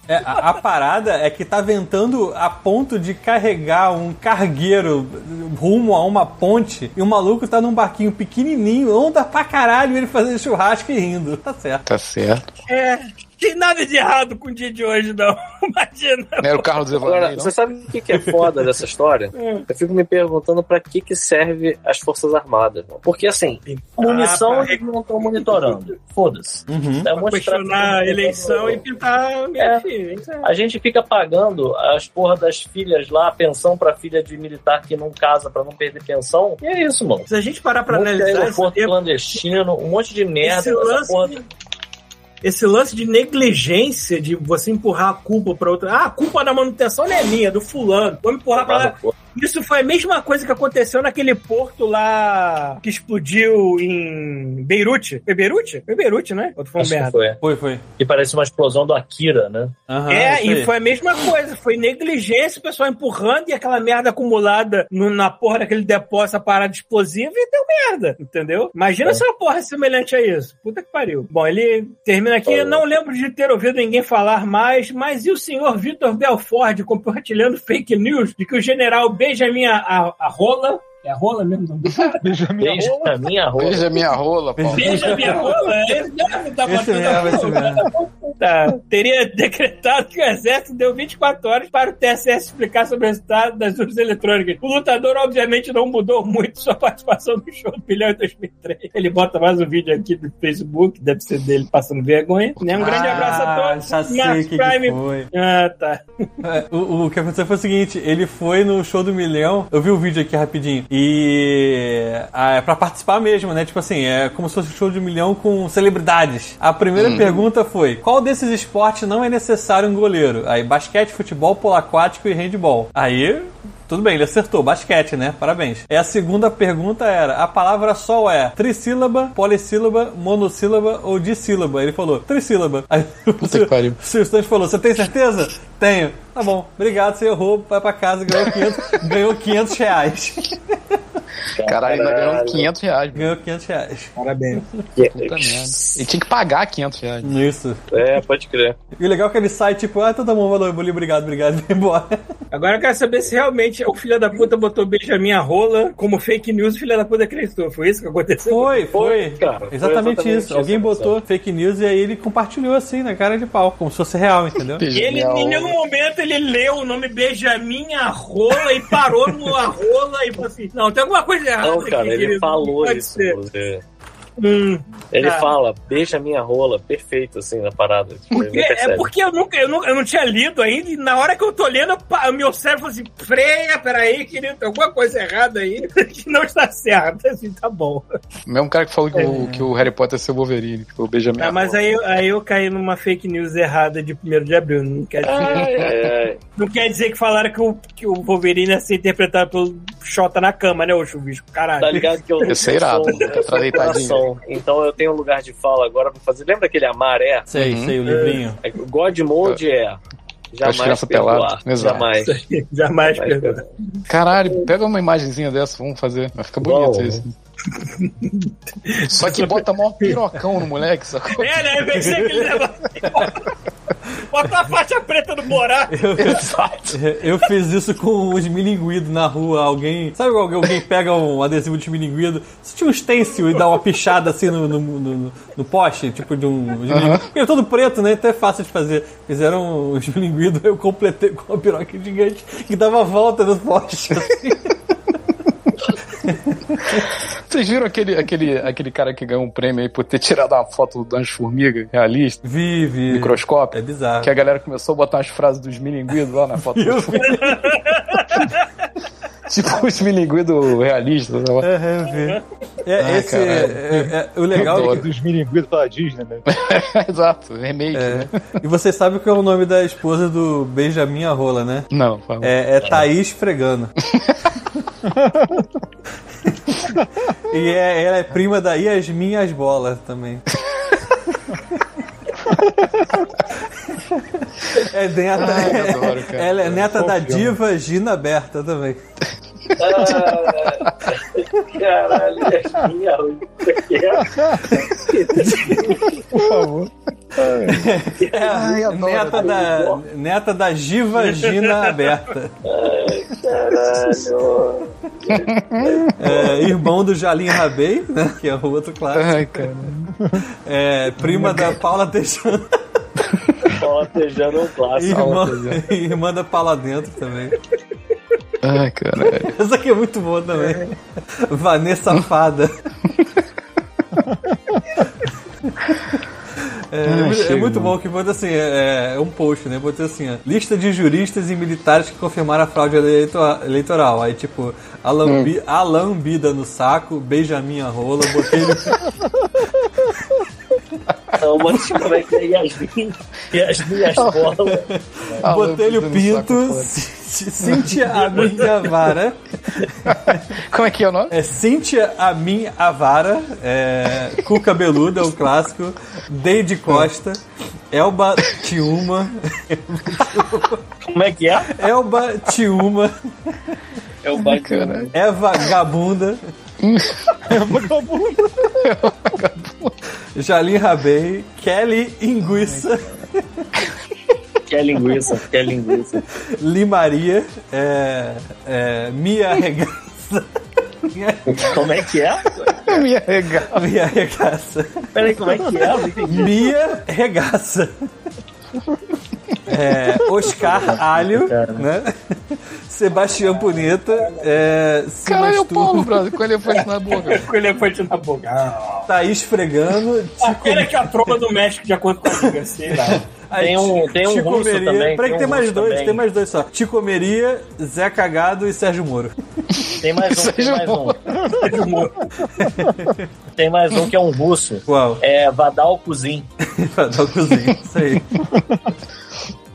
S1: É, a, a parada é que tá ventando a ponto de carregar um cargueiro rumo a uma ponte e o maluco tá num barquinho pequenininho, onda pra caralho, ele fazendo churrasco e rindo. Tá certo.
S7: Tá certo.
S3: É, tem nada de errado com o dia de hoje, não. Imagina.
S7: Era o Carlos
S4: Agora,
S7: Evandro.
S4: você sabe o que que é foda dessa história? Eu fico me perguntando pra que que serve as Forças Armadas. mano. Porque, assim,
S3: Ah, tá.
S4: munição
S3: pra-
S4: eles não estão monitorando. Foda-se.
S1: Uhum.
S4: É um
S3: Pra
S4: monte de
S3: questionar a
S4: tráfico de
S3: eleição e
S4: computador.
S3: pintar minha filha. Isso é-
S4: A gente fica pagando as porra das filhas lá, a pensão pra filha de militar que não casa pra não perder pensão. E é isso, mano.
S3: Se a gente parar pra
S4: um monte de
S3: analisar esse
S4: aeroporto
S3: tempo,
S4: clandestino, um monte de merda.
S3: Esse
S4: essa
S3: lance
S4: porra-
S3: esse lance de negligência, de você empurrar a culpa pra outra. Ah, a culpa da manutenção não é minha, do fulano. Vamos empurrar pra lá. Isso foi a mesma coisa que aconteceu naquele porto lá que explodiu em Beirute. Foi Beirute? Foi Beirute, né? Outro foi um
S4: Acho que
S3: merda.
S4: foi.
S1: Foi, foi.
S4: E parece uma explosão do Akira, né?
S1: Aham,
S3: É,
S1: Ah, isso
S3: e
S1: aí.
S3: foi a mesma coisa. Foi negligência, o pessoal empurrando e aquela merda acumulada no- na porra daquele depósito, a parada explosiva e deu merda, entendeu? Imagina
S4: É.
S3: se uma porra semelhante a isso. Puta que pariu. Bom, ele termina aqui.
S4: Falou.
S3: Não lembro de ter ouvido ninguém falar mais, mas e o senhor Vitor Belford compartilhando fake news de que o general beija minha a, a rola? É a rola mesmo? Não?
S5: Benjamin
S4: Beijo
S5: Arroba.
S4: na minha rola.
S7: Beija minha rola, Paulo.
S3: Beija minha rola? Ele deve tá
S1: Esse
S3: botando a
S1: mesmo, esse
S3: rola.
S1: mesmo.
S3: Tá. Teria decretado que o exército deu 24 horas para o TSE explicar sobre o resultado das urnas eletrônicas. O lutador, obviamente, não mudou muito sua participação no show do Bilhão em 2003. Ele bota mais um vídeo aqui do Facebook, deve ser dele passando vergonha. né? Um grande abraço a todos.
S1: Ah, já sei o
S3: Marcos
S1: que, que
S3: Prime.
S1: foi.
S3: Ah, tá.
S1: É, O, o que aconteceu foi o seguinte, ele foi no show do Milhão, eu vi o vídeo aqui rapidinho, e ah, é pra participar mesmo, né? Tipo assim, é como se fosse um show do Milhão com celebridades. A primeira
S7: Uhum.
S1: pergunta foi, qual desses esportes não é necessário um goleiro? Aí, basquete, futebol, polo aquático e handball. Aí... Tudo bem, ele acertou, basquete, né? Parabéns. E a segunda pergunta era: a palavra sol é trissílaba, polissílaba, monossílaba ou dissílaba? Ele falou trissílaba. Aí,
S7: Puta que pariu.
S1: o Silvio Santos falou: Você tem certeza? Tenho. Tá bom, obrigado, você errou, vai pra casa, ganhou 500, ganhou 500 reais.
S7: Caralho, ainda ganhou 500 um reais.
S1: Ganhou 500 reais.
S3: Parabéns.
S7: Puta merda. E tinha que pagar 500 reais.
S1: Isso.
S4: É, pode crer.
S1: E o legal é que ele sai tipo: Ah, então tá bom, valeu, Bolinho, obrigado, obrigado, vai embora.
S3: Agora eu quero saber se realmente o filho da puta botou beijo a minha rola como fake news e o filho da puta acreditou. Foi isso que aconteceu?
S1: Foi, foi.
S4: Foi, cara, foi
S1: exatamente,
S4: exatamente
S1: isso.
S4: isso,
S1: Alguém
S4: essa
S1: botou fake news e aí ele compartilhou assim, na cara de pau, como se fosse real, entendeu?
S3: E ele,
S4: é
S7: É
S3: em nenhum momento, ele leu o nome Benjamin Arrola e parou no Arrola e falou assim: Não, tem alguma coisa errada.
S4: Não,
S3: aqui,
S4: cara, ele
S3: querido, não
S4: falou
S3: pode
S4: isso.
S3: ser."
S4: inclusive.
S3: Hum,
S4: Ele
S3: Cara.
S4: fala, beija minha rola, perfeito, assim, na parada. Tipo, ele
S3: porque-
S4: não
S3: é
S4: percebe.
S3: porque eu, nunca, eu, não, eu não tinha lido ainda, e na hora que eu tô lendo, eu pa- o meu cérebro falou assim: freia, peraí, querido, tem alguma coisa errada aí que não está certa. Assim, tá bom.
S7: O mesmo cara que falou que,
S4: É.
S7: o, que o Harry Potter ia ser o Wolverine, que foi o Benjamin.
S4: Tá
S3: Ah, mas
S7: Arrola.
S3: aí, aí eu caí numa fake news errada de 1 de abril. Não quer dizer,
S4: Ai, ai, ai.
S3: não quer dizer que falaram que o, que o Wolverine ia ser interpretado pelo Xota na cama, né, ô chuvisco? Caralho.
S4: Tá ligado que eu,
S7: Eu sei irado,
S4: sou-
S7: tá deitadinho.
S4: coração. Então eu tenho um lugar de fala agora pra fazer. Lembra aquele amaré?
S1: Sei, sei, o livrinho.
S4: É que o God Mode é jamais
S7: crianças
S4: perdoar.
S7: peladas. Exato.
S4: Jamais.
S3: Jamais
S4: Jamais
S3: perdoa.
S4: perdoar.
S7: Caralho, pega uma imagenzinha dessa, vamos fazer. Vai ficar bonito
S4: Uau.
S7: isso. Só que bota mó pirocão no moleque, sacou?
S3: É, né? Eu pensei que ele leva. Bota a faixa preta no buraco.
S1: Eu fiz isso com os milinguidos na rua. Alguém. Sabe quando alguém pega um adesivo de milinguido? Se tinha um stencil e dá uma pichada assim no, no, no- no- no poste, tipo de um. De milinguido. Porque é todo preto, né? Então é fácil de fazer. Fizeram os milinguidos, eu completei com uma piroca gigante que dava a volta no poste. assim.
S7: Vocês viram aquele, aquele, aquele cara que ganhou um prêmio aí por ter tirado uma foto do Anjo Formiga realista,
S1: Vive.
S7: microscópio?
S1: É bizarro.
S7: Que a galera começou a botar as frases dos milinguidos lá na foto.
S1: Eu vi,
S7: tipo os milinguidos realistas. sei lá.
S1: é, eu vi. É,
S7: Ai,
S1: esse,
S7: Ah, caralho.
S1: é- é- o legal é que
S7: adoro.
S5: Dos milinguidos da Disney, né?
S7: Exato, remake, né?
S1: É. E você sabe qual é o nome da esposa do Benjamin Rola, né?
S7: Não, fala.
S1: É, é Thaís Fregano. e é- ela é prima da Yasmin Asbola também. é neta,
S7: Ai, eu adoro, cara.
S1: ela é neta da diva Gina Berta também.
S4: Ah, Caralho, Yasmin Arroz, isso aqui é-
S1: É a
S7: Ai, adoro,
S1: neta,
S7: adoro.
S1: da, neta da diva Gina Berta.
S4: Caralho.
S1: É, irmão do Jalim Rabei, né? Que é o outro clássico.
S7: Ai, cara.
S1: É, prima da Paula Teixeira.
S4: Palatejando é um clássico.
S1: Irmã, irmã da Pala Dentro também.
S7: Ai, caralho.
S1: Essa aqui é muito boa também. Vanessa Fada. É,
S7: Ah,
S1: é mu-
S7: chega,
S1: é muito
S7: mano.
S1: bom que bota assim, é, é um post, né? Bota assim, ó, lista de juristas e militares que confirmaram a fraude eleito- eleitoral. Aí, tipo, a,
S7: Hum.
S1: lambi, a lambida no saco, beija a minha rola, botei ele
S4: Não, mas como é que é Yasmin? Yasmin e as bolas.
S1: Botelho Pinto, Cíntia Cíntia Amin Avara.
S7: Como é que é o nome?
S1: É Cíntia Amin Avara. É, Cuca Beluda, é o clássico. Deide Costa. Elba Tiuma.
S4: Como é que é?
S1: Elba Tiuma.
S4: É o bacana.
S7: Caralho.
S1: Eva Gabunda. Jalim Rabei. Kelly Inguiça.
S4: Que é linguiça, que é linguiça.
S1: Limaria. É, é, Mia Regaça.
S4: Como é que é?
S7: Me arregar.
S1: Mia Regaça.
S4: Peraí, como é que é? Não entendi.
S1: Mia Regaça. É, Oscar Alho, né? Sebastião Puneta, é,
S7: Caralho, é o
S1: Simas Turma,
S7: Paulo, brother, com elefante na boca.
S1: É.
S8: Com o elefante na boca.
S1: Thaís Fregano, Tico,
S8: Pera Ah, que a tropa do México de acordo com a liga, sei lá.
S1: aí,
S4: Tem um-
S1: Tico-
S4: tem um
S1: Tico
S4: russo
S1: Meria-
S4: também,
S1: Peraí que tem
S4: tem um
S1: mais
S4: russo
S1: dois,
S4: também.
S1: tem mais dois só. Ticomeria, Zé Cagado e Sérgio Moro.
S4: Tem mais um, tem
S7: Seja
S4: mais um. Tem mais um que é um russo.
S1: Uau,
S4: É Vadal Kuzin.
S1: pra dar o cozinho, isso aí.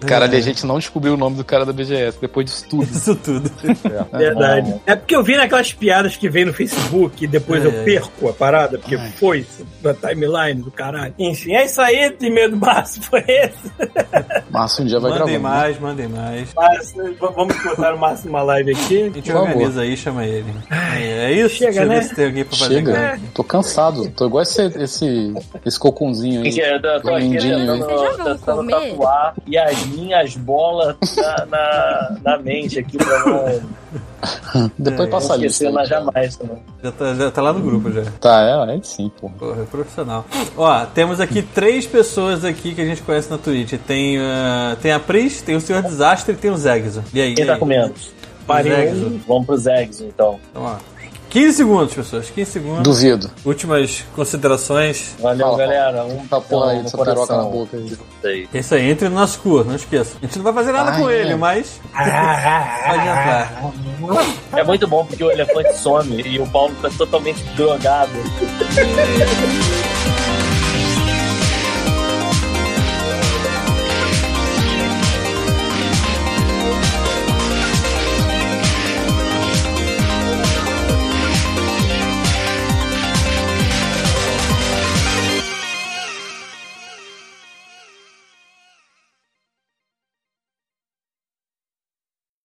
S7: Caralho, a gente não descobriu o nome do cara da BGS depois disso tudo.
S1: Isso tudo.
S3: Verdade.
S8: Ah.
S3: É porque eu vi naquelas piadas que vem no Facebook e depois
S1: Ai, ai.
S8: É.
S3: eu perco a parada, porque foi isso, da timeline do caralho.
S8: Enfim, é isso aí, primeiro do março foi esse.
S7: Márcio um dia vai
S4: né?
S1: Mandem
S7: gravar.
S1: mais, mandem mais.
S8: Mas, v- vamos botar o Márcio numa live aqui.
S1: A gente
S7: Por favor.
S1: organiza aí, chama ele. É isso,
S8: chega,
S1: deixa eu
S8: né?
S1: ver se tem alguém pra fazer agora.
S7: Chega, tô cansado. Tô igual esse, esse, esse cocunzinho aí.
S4: Eu tô, tô aqui
S7: Lindinho,
S4: tentando,
S9: Vocês já vão
S4: tentando
S9: comer?
S4: tatuar Yasmin as bolas na, na, na mente aqui pra não
S7: Depois
S1: É,
S7: passa a lista.
S4: esquecer
S7: então.
S4: mais
S7: aí.
S4: jamais. Né?
S1: Já tá, já tá lá no grupo já.
S7: Tá, é, aí sim, pô.
S1: Porra, é profissional. Ó, temos aqui três pessoas aqui que a gente conhece na Twitch. Tem, ah, tem a Pris, tem o Senhor Desastre e tem o Zegzo. E aí?
S4: Quem
S1: e
S4: tá
S1: aí?
S4: comendo?
S1: Zegzo.
S4: Vamos pro Zegs, então.
S1: Vamos lá. 15 segundos, pessoas. 15 segundos.
S7: Duvido.
S1: Últimas considerações.
S4: Valeu,
S7: Fala,
S4: galera. Um
S7: Tá porra aí,
S4: no
S7: essa peroca na
S4: coração.
S7: boca aí.
S4: Aí.
S1: É isso aí, entre no nosso cu, não esqueça. A gente não vai fazer nada
S7: Ah,
S1: com
S7: é.
S1: ele, mas.
S4: ah,
S1: Pode entrar.
S4: É muito bom porque o elefante some e o Paulo tá totalmente drogado.